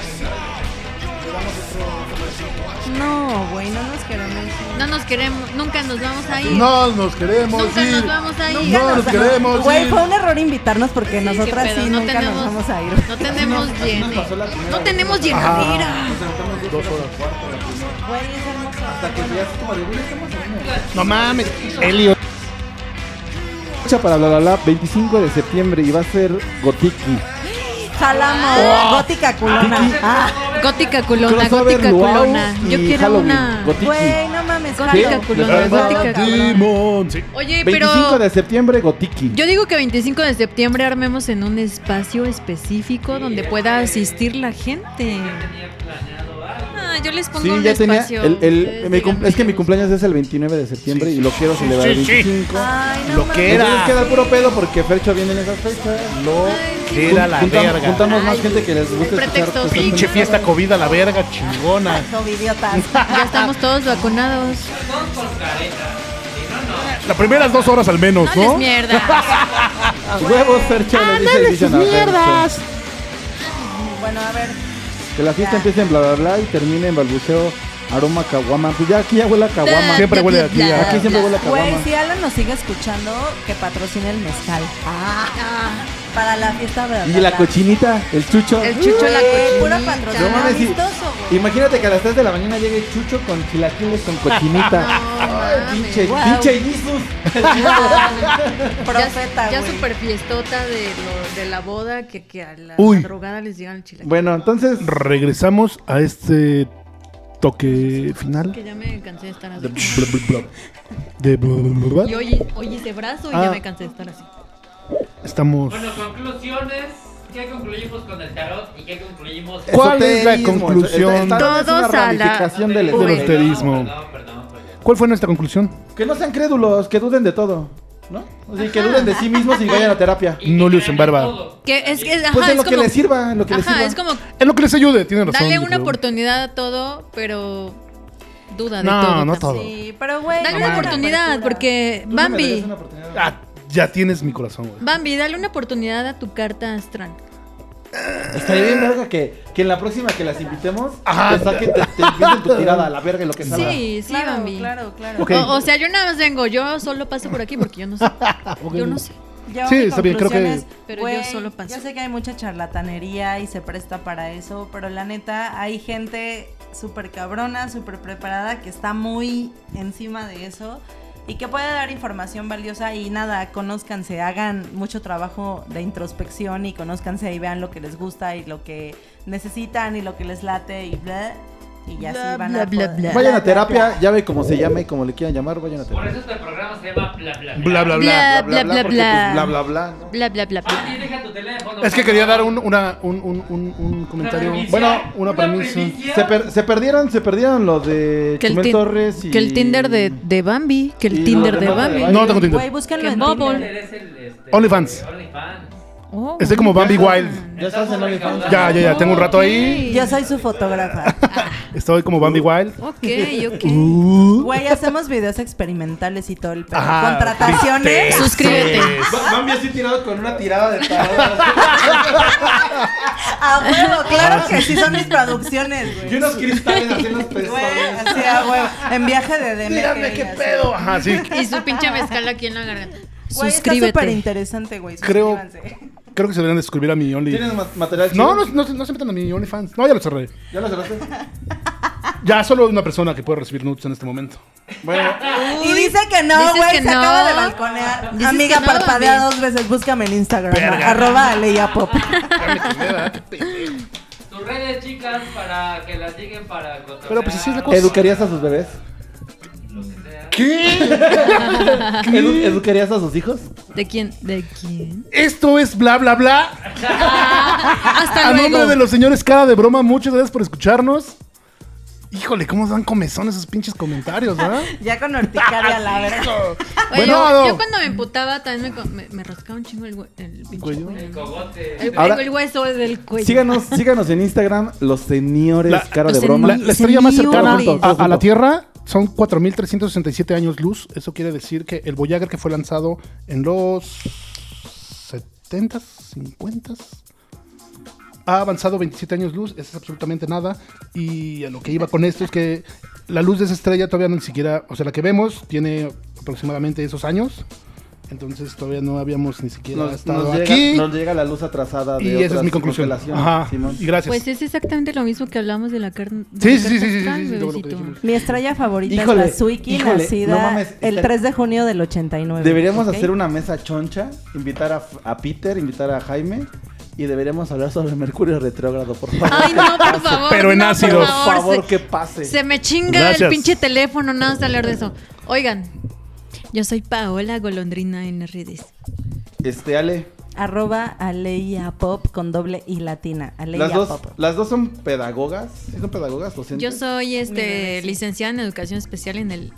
Speaker 3: No, güey, no nos queremos ir.
Speaker 5: No nos queremos, nunca nos vamos a ir.
Speaker 1: No nos queremos
Speaker 5: Nunca
Speaker 1: ir.
Speaker 5: nos vamos a ir.
Speaker 1: No nos queremos
Speaker 3: Güey,
Speaker 1: ir.
Speaker 3: fue un error invitarnos porque
Speaker 5: Sí,
Speaker 3: nosotras
Speaker 5: qué pedo,
Speaker 3: sí
Speaker 5: no
Speaker 3: nunca nos
Speaker 5: tenemos-
Speaker 3: vamos a ir.
Speaker 5: No tenemos llene.
Speaker 4: pasó la primera
Speaker 5: No
Speaker 4: vez.
Speaker 5: tenemos llenadera.
Speaker 1: Dos horas.
Speaker 3: Güey, es hermoso.
Speaker 1: No mames. Elio.
Speaker 4: Fecha para bla, bla, bla, 25 de septiembre y va a ser Gotiki.
Speaker 3: Jalamos. Gótica culona. Ah,
Speaker 5: Gótica culona,
Speaker 4: Crossover
Speaker 5: gótica
Speaker 4: Luau
Speaker 5: culona.
Speaker 4: y
Speaker 5: Yo quiero
Speaker 4: Halloween.
Speaker 5: una.
Speaker 4: Gotiki.
Speaker 3: güey, no mames.
Speaker 5: Gótica
Speaker 3: jalo.
Speaker 5: culona,
Speaker 3: Jalo,
Speaker 5: gótica
Speaker 3: cabrón.
Speaker 1: Demon. Sí.
Speaker 5: Oye,
Speaker 4: 25
Speaker 5: pero
Speaker 4: de septiembre, Gotiki.
Speaker 5: yo digo que 25 de septiembre armemos en un espacio específico donde pueda asistir la gente. Ah, yo les pongo
Speaker 4: Sí,
Speaker 5: un
Speaker 4: ya tenía.
Speaker 5: espacio.
Speaker 4: el- el-
Speaker 5: Ustedes
Speaker 4: mi cum-
Speaker 5: díganme
Speaker 4: es que mi
Speaker 5: qué
Speaker 4: cumpleaños es el 29 de septiembre y lo quiero celebrar el
Speaker 1: sí, sí.
Speaker 4: 25.
Speaker 5: Ah.
Speaker 3: Ay, no
Speaker 1: Lo
Speaker 3: mames.
Speaker 1: que
Speaker 4: Me tienes
Speaker 1: era.
Speaker 4: que dar puro pedo porque Fercho viene en esas fechas.
Speaker 1: Lo que era la
Speaker 4: Juntam-
Speaker 1: verga.
Speaker 4: Juntamos más
Speaker 5: Ay,
Speaker 4: gente que les gusta escuchar
Speaker 5: pretextos.
Speaker 4: cosas
Speaker 1: Pinche
Speaker 4: bonitas.
Speaker 1: fiesta COVID a la verga, chingona.
Speaker 3: Son idiotas.
Speaker 5: gusta. Ya estamos todos vacunados.
Speaker 1: Las primeras dos horas al menos,
Speaker 5: No les
Speaker 1: ¿no?
Speaker 5: mierda.
Speaker 4: Huevos, Fercho. le dice el Vision a Fercho.
Speaker 3: Bueno, a ver.
Speaker 4: Que la fiesta empiece en bla bla bla y termine en balbuceo aroma caguama. Pues ya aquí ya huele a caguama.
Speaker 1: Siempre huele aquí a-
Speaker 4: Aquí siempre huele a
Speaker 3: Güey,
Speaker 4: caguama.
Speaker 3: si Alan nos sigue escuchando, que patrocine el mezcal. Ah, para la fiesta, ¿verdad?
Speaker 4: Y la cochinita, el chucho.
Speaker 5: El chucho, la
Speaker 3: Güey,
Speaker 5: cochinita.
Speaker 3: pura
Speaker 4: No
Speaker 3: patrocinada.
Speaker 4: mames, sí.
Speaker 3: Vistoso, güey.
Speaker 4: Imagínate que a las 3 de la mañana llegue Chucho con chilaquiles con cochinita. Ay,
Speaker 5: mames.
Speaker 4: pinche,
Speaker 3: Wow.
Speaker 4: pinche Jesus.
Speaker 3: Profeta,
Speaker 5: ya
Speaker 3: güey.
Speaker 5: super fiestota de, lo- de la boda que, que a la
Speaker 1: Uy.
Speaker 5: madrugada les digan el chile.
Speaker 4: Bueno, entonces
Speaker 1: Regresamos a este toque final
Speaker 5: Que ya me cansé de estar así.
Speaker 1: de bla, bla, bla,
Speaker 5: Y
Speaker 1: bla.
Speaker 5: hoy, hoy hice brazo y
Speaker 4: Ah.
Speaker 5: ya me cansé de estar así.
Speaker 1: Estamos.
Speaker 6: Bueno, conclusiones. ¿Qué concluimos con el tarot y qué concluimos con
Speaker 1: ¿Cuál es la
Speaker 4: esoterismo,
Speaker 1: conclusión?
Speaker 4: el tarot es una
Speaker 5: Todos a la-
Speaker 4: ramificación del
Speaker 1: Del
Speaker 4: esoterismo.
Speaker 1: austerismo.
Speaker 6: Perdón, perdón, perdón.
Speaker 1: ¿Cuál fue nuestra conclusión?
Speaker 4: Que no sean crédulos, que duden de todo, ¿no? O sea, que duden de sí mismos y vayan a terapia.
Speaker 6: Y
Speaker 1: No
Speaker 6: que
Speaker 1: le usen
Speaker 6: crean en
Speaker 1: barba.
Speaker 6: todo.
Speaker 5: Que es que, ajá,
Speaker 4: Pues en
Speaker 5: es
Speaker 4: lo que
Speaker 5: como,
Speaker 4: les sirva, en lo que les
Speaker 5: ajá,
Speaker 4: sirva.
Speaker 5: es como
Speaker 1: Es lo que les ayude, tiene razón.
Speaker 5: dale
Speaker 1: yo
Speaker 5: una
Speaker 1: creo.
Speaker 5: oportunidad a todo, pero duda de
Speaker 1: No,
Speaker 5: todo.
Speaker 1: no
Speaker 5: también.
Speaker 1: todo.
Speaker 3: Sí, pero güey.
Speaker 5: Dale una
Speaker 3: mames.
Speaker 5: oportunidad, porque
Speaker 4: Tú no me mereces
Speaker 5: Bambi,
Speaker 4: una oportunidad.
Speaker 1: Ah, ya tienes mi corazón, güey.
Speaker 5: Bambi, dale una oportunidad a tu carta astral.
Speaker 4: Estaría bien verga que, que en la próxima que las invitemos,
Speaker 1: Ajá.
Speaker 4: te saquen, te, te empiecen tu tirada a la verga y lo que salga.
Speaker 5: Sí, sí,
Speaker 3: Claro,
Speaker 5: Bambi.
Speaker 3: claro, claro.
Speaker 1: Ok.
Speaker 5: O, o sea, yo nada más vengo, yo solo paso por aquí porque yo no sé. Yo no sé.
Speaker 3: Yo,
Speaker 1: Sí,
Speaker 3: mi
Speaker 1: está bien, creo que-
Speaker 3: conclusión es,
Speaker 5: Pero
Speaker 3: güey,
Speaker 5: yo solo paso.
Speaker 3: Yo sé que hay mucha charlatanería y se presta para eso, pero la neta, hay gente súper cabrona, súper preparada, que está muy encima de eso y que puede dar información valiosa y nada, conózcanse, hagan mucho trabajo de introspección y conózcanse y vean lo que les gusta y lo que necesitan y lo que les late y bla. Y ya
Speaker 5: Bla,
Speaker 3: sí van
Speaker 5: bla,
Speaker 3: a
Speaker 5: bla,
Speaker 3: poder-
Speaker 5: bla.
Speaker 4: Vayan a terapia, llame como se llame y como le quieran llamar, vayan a
Speaker 6: Por
Speaker 4: terapia.
Speaker 6: eso este programa se llama bla
Speaker 1: Bla,
Speaker 6: bla
Speaker 1: bla, bla.
Speaker 5: Bla, bla, bla, bla.
Speaker 4: porque, pues, bla, bla, bla, ¿no?
Speaker 5: Bla, bla, bla, bla.
Speaker 6: Mati, deja tu teléfono.
Speaker 1: Es que quería dar un, una, un, un, un, un comentario.
Speaker 6: primicia.
Speaker 1: bueno, una
Speaker 6: Una
Speaker 1: premisa.
Speaker 6: primicia.
Speaker 4: Se, per- se perdieron, se perdieron los de
Speaker 5: Que el,
Speaker 4: Chumel
Speaker 5: tin-
Speaker 4: Torres y...
Speaker 5: que el Tinder de, de Bambi, que
Speaker 4: y
Speaker 5: el
Speaker 4: los
Speaker 5: Tinder de
Speaker 4: demás
Speaker 5: Bambi.
Speaker 1: No, no tengo
Speaker 3: Güey,
Speaker 1: Tinder.
Speaker 3: búsquenlo
Speaker 5: Que
Speaker 3: en
Speaker 5: Bubble.
Speaker 3: Tinder.
Speaker 6: Eres el, este,
Speaker 1: OnlyFans.
Speaker 6: OnlyFans.
Speaker 5: Oh.
Speaker 1: Estoy como Bambi Wild.
Speaker 4: Ya estás en OnlyFans.
Speaker 1: Ya, ya, ya, tengo un rato ahí.
Speaker 3: Yo soy su fotógrafa.
Speaker 1: Estoy como Bambi Wild.
Speaker 11: Ok, ok.
Speaker 1: Uh.
Speaker 3: Güey, hacemos videos experimentales y todo el pedo.
Speaker 1: Ajá,
Speaker 3: Contrataciones.
Speaker 1: tristezas. Suscríbete.
Speaker 4: Va- Bambi así tirado con una tirada de tarot.
Speaker 3: A huevo, claro que sí son mis producciones, güey.
Speaker 4: Y unos cristales así en los
Speaker 3: Güey,
Speaker 4: pezones.
Speaker 3: así a huevo. En viaje de DMT.
Speaker 1: Mírame qué
Speaker 3: así.
Speaker 1: pedo. Ajá, sí.
Speaker 5: Y su pinche mezcal aquí en la garganta.
Speaker 3: Güey, está súper
Speaker 5: Suscríbete.
Speaker 3: interesante, güey.
Speaker 1: Creo-
Speaker 3: suscríbanse.
Speaker 1: Creo que se deberían de suscribir a mi Only.
Speaker 4: ¿Tienes ma- material?
Speaker 1: No,
Speaker 4: chido?
Speaker 1: no, no, se- no se metan a mi OnlyFans. No, ya lo cerré.
Speaker 4: ¿Ya lo cerraste?
Speaker 1: Ya solo una persona que puede recibir nudes en este momento.
Speaker 4: Bueno,
Speaker 3: Y dice que no,
Speaker 5: Dices
Speaker 3: güey,
Speaker 5: que
Speaker 3: se
Speaker 5: no.
Speaker 3: acaba de balconear.
Speaker 5: Dices
Speaker 3: Amiga,
Speaker 5: que no,
Speaker 3: parpadea
Speaker 5: mami.
Speaker 3: dos veces, búscame en Instagram,
Speaker 1: Verga.
Speaker 3: arroba Aleia Pop.
Speaker 6: Tus redes, chicas, para que las digan para cotorrear.
Speaker 1: Pero pues así es la cosa.
Speaker 4: ¿educarías a sus bebés?
Speaker 1: ¿Qué?
Speaker 5: Ah.
Speaker 4: Edu- ¿Educarías a sus hijos?
Speaker 5: ¿De quién? ¿De quién?
Speaker 1: Esto es bla bla bla.
Speaker 5: Hasta
Speaker 1: A nombre
Speaker 5: luego.
Speaker 1: Ah, de los señores cara de broma, muchas gracias por escucharnos. Híjole, cómo dan comezón esos pinches comentarios, ¿verdad?
Speaker 3: Ya con horticaria la verdad.
Speaker 5: Oye,
Speaker 1: Bueno,
Speaker 5: yo,
Speaker 1: Ado.
Speaker 5: yo cuando me emputaba también me, co- me, me rascaba un chingo el, hue- el pinche
Speaker 1: Cuello.
Speaker 5: cuello.
Speaker 6: El cogote.
Speaker 5: El,
Speaker 4: Ahora-
Speaker 5: el hueso del cuello.
Speaker 4: Síganos, síganos en Instagram, los señores
Speaker 1: La-
Speaker 4: Este cara de
Speaker 5: los
Speaker 4: broma.
Speaker 1: La, la estrella más cercana
Speaker 5: Señores.
Speaker 1: a, a la Tierra son 4.367 años luz. Eso quiere decir que el Voyager que fue lanzado en los 70s, 50s, ha avanzado 27 años luz. Eso es absolutamente nada. Y a lo que iba con esto es que la luz de esa estrella todavía ni siquiera, o sea, la que vemos tiene aproximadamente esos años. Entonces todavía no habíamos ni siquiera
Speaker 4: Nos,
Speaker 1: estado
Speaker 4: nos llega,
Speaker 1: aquí.
Speaker 4: nos llega la luz atrasada de
Speaker 1: y esa es
Speaker 4: otras
Speaker 1: mi conclusión.
Speaker 4: constelaciones,
Speaker 1: Ajá.
Speaker 4: Simón.
Speaker 1: Y gracias.
Speaker 5: Pues es exactamente lo mismo que hablamos de la carne.
Speaker 1: Sí,
Speaker 5: de la
Speaker 1: sí, sí,
Speaker 5: carne
Speaker 1: sí, sí, sí,
Speaker 5: astral,
Speaker 1: sí, sí, todo lo que
Speaker 5: bebecito.
Speaker 1: dijimos.
Speaker 3: Mi estrella favorita
Speaker 4: Híjole,
Speaker 3: es la Suiki,
Speaker 4: híjole,
Speaker 3: nacida
Speaker 4: no mames,
Speaker 3: el
Speaker 4: estar-
Speaker 3: 3 de junio del 89.
Speaker 4: Deberíamos
Speaker 3: ¿ok?
Speaker 4: hacer una mesa choncha, invitar a, a Peter, invitar a Jaime y deberíamos hablar sobre Mercurio retrógrado, por favor.
Speaker 5: Ay, no, por favor.
Speaker 1: Pero en
Speaker 5: no, por
Speaker 1: ácido.
Speaker 4: Por
Speaker 5: favor,
Speaker 4: favor,
Speaker 5: se-
Speaker 4: que pase.
Speaker 5: Se me chinga
Speaker 1: Gracias.
Speaker 5: el pinche teléfono, nada más de hablar de eso. Oigan, yo soy Paola Golondrina en las redes.
Speaker 4: Este, Ale,
Speaker 3: Arroba Aleia Pop con doble y latina. Aleia
Speaker 4: las dos,
Speaker 3: Pop.
Speaker 4: las dos son pedagogas. ¿Sí son pedagogas? docentes?
Speaker 5: Yo soy
Speaker 3: Mi bebé,
Speaker 5: este
Speaker 3: sí.
Speaker 5: licenciada en educación especial en el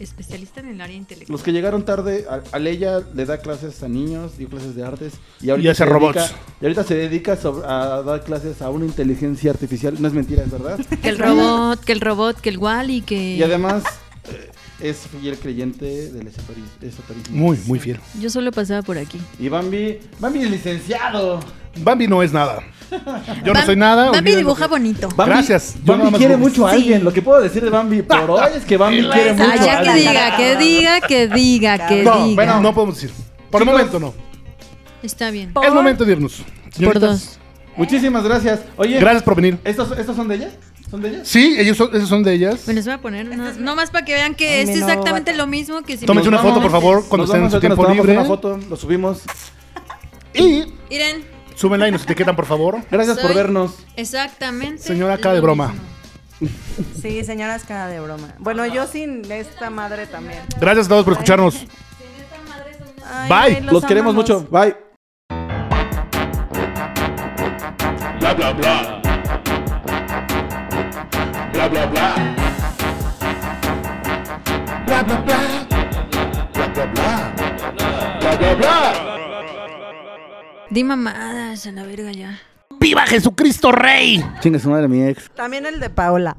Speaker 5: especialista en el área intelectual.
Speaker 4: Los que llegaron tarde, a- Aleya le da clases a niños, dio clases de artes y
Speaker 1: Y
Speaker 4: ahorita
Speaker 1: hace
Speaker 4: se
Speaker 1: robots.
Speaker 4: dedica- y ahorita se dedica sobre- a dar clases a una inteligencia artificial. No es mentira, es verdad.
Speaker 5: Que el robot, que el robot, que el Wally, que
Speaker 4: Y además eh, es fiel creyente del esoterismo. esoterismo.
Speaker 1: Muy, muy fiel.
Speaker 5: yo solo pasaba por aquí.
Speaker 4: Y Bambi, Bambi es licenciado.
Speaker 1: Bambi no es nada. Yo no
Speaker 5: Bam-
Speaker 1: soy nada.
Speaker 5: Babi
Speaker 1: olviden lo
Speaker 5: dibuja
Speaker 1: que-
Speaker 5: bonito.
Speaker 4: Bambi-
Speaker 1: Gracias, yo nada
Speaker 4: Bambi
Speaker 1: más
Speaker 4: quiere
Speaker 1: dibujo.
Speaker 4: mucho a
Speaker 3: Sí.
Speaker 4: alguien. Lo que puedo decir de Bambi por hoy es que Bambi quiere mucho
Speaker 5: Ah,
Speaker 4: a
Speaker 5: ya que
Speaker 4: alguien.
Speaker 5: diga, que diga, que diga, que
Speaker 1: No,
Speaker 5: diga.
Speaker 1: bueno, no podemos decir. Por el momento no.
Speaker 5: Está bien.
Speaker 1: Es momento de irnos.
Speaker 5: Por
Speaker 1: Señoritas,
Speaker 5: dos.
Speaker 4: Muchísimas gracias. Oye,
Speaker 1: Gracias por venir.
Speaker 4: ¿estos, ¿estos son de ella? ¿Son de ella?
Speaker 1: Sí, ellos son, esos son de ellas.
Speaker 5: Me los voy a poner no, más para que vean que
Speaker 3: Ay,
Speaker 5: es
Speaker 3: mi nuevo
Speaker 5: exactamente
Speaker 3: vato.
Speaker 5: lo mismo que si
Speaker 1: Tómense
Speaker 4: Nos
Speaker 1: una foto,
Speaker 4: vamos.
Speaker 1: por favor, cuando
Speaker 4: Nos
Speaker 1: estén en
Speaker 4: vamos,
Speaker 1: su
Speaker 4: ahorita nos
Speaker 1: tiempo
Speaker 4: tomamos
Speaker 1: libre.
Speaker 4: Una foto, lo subimos.
Speaker 1: Y
Speaker 5: este. Miren,
Speaker 1: súbenla y nos etiquetan, por favor.
Speaker 4: Gracias por
Speaker 5: Soy-
Speaker 4: vernos.
Speaker 5: exactamente.
Speaker 1: Señora acá
Speaker 5: lo
Speaker 1: de broma.
Speaker 5: mismo.
Speaker 3: Sí, señoras, cara de broma. Bueno, yo sin esta madre también.
Speaker 1: Gracias a todos por escucharnos.
Speaker 3: Ay,
Speaker 1: Bye.
Speaker 3: güey,
Speaker 4: Los, queremos
Speaker 3: amamos.
Speaker 4: mucho. Bye.
Speaker 2: Bla bla bla. Bla bla bla. Bla bla bla. Bla bla bla. Bla bla bla.
Speaker 5: Di mamadas a la verga ya.
Speaker 1: ¡Viva Jesucristo Rey!
Speaker 4: Chinga su madre, mi ex.
Speaker 3: También el de Paola.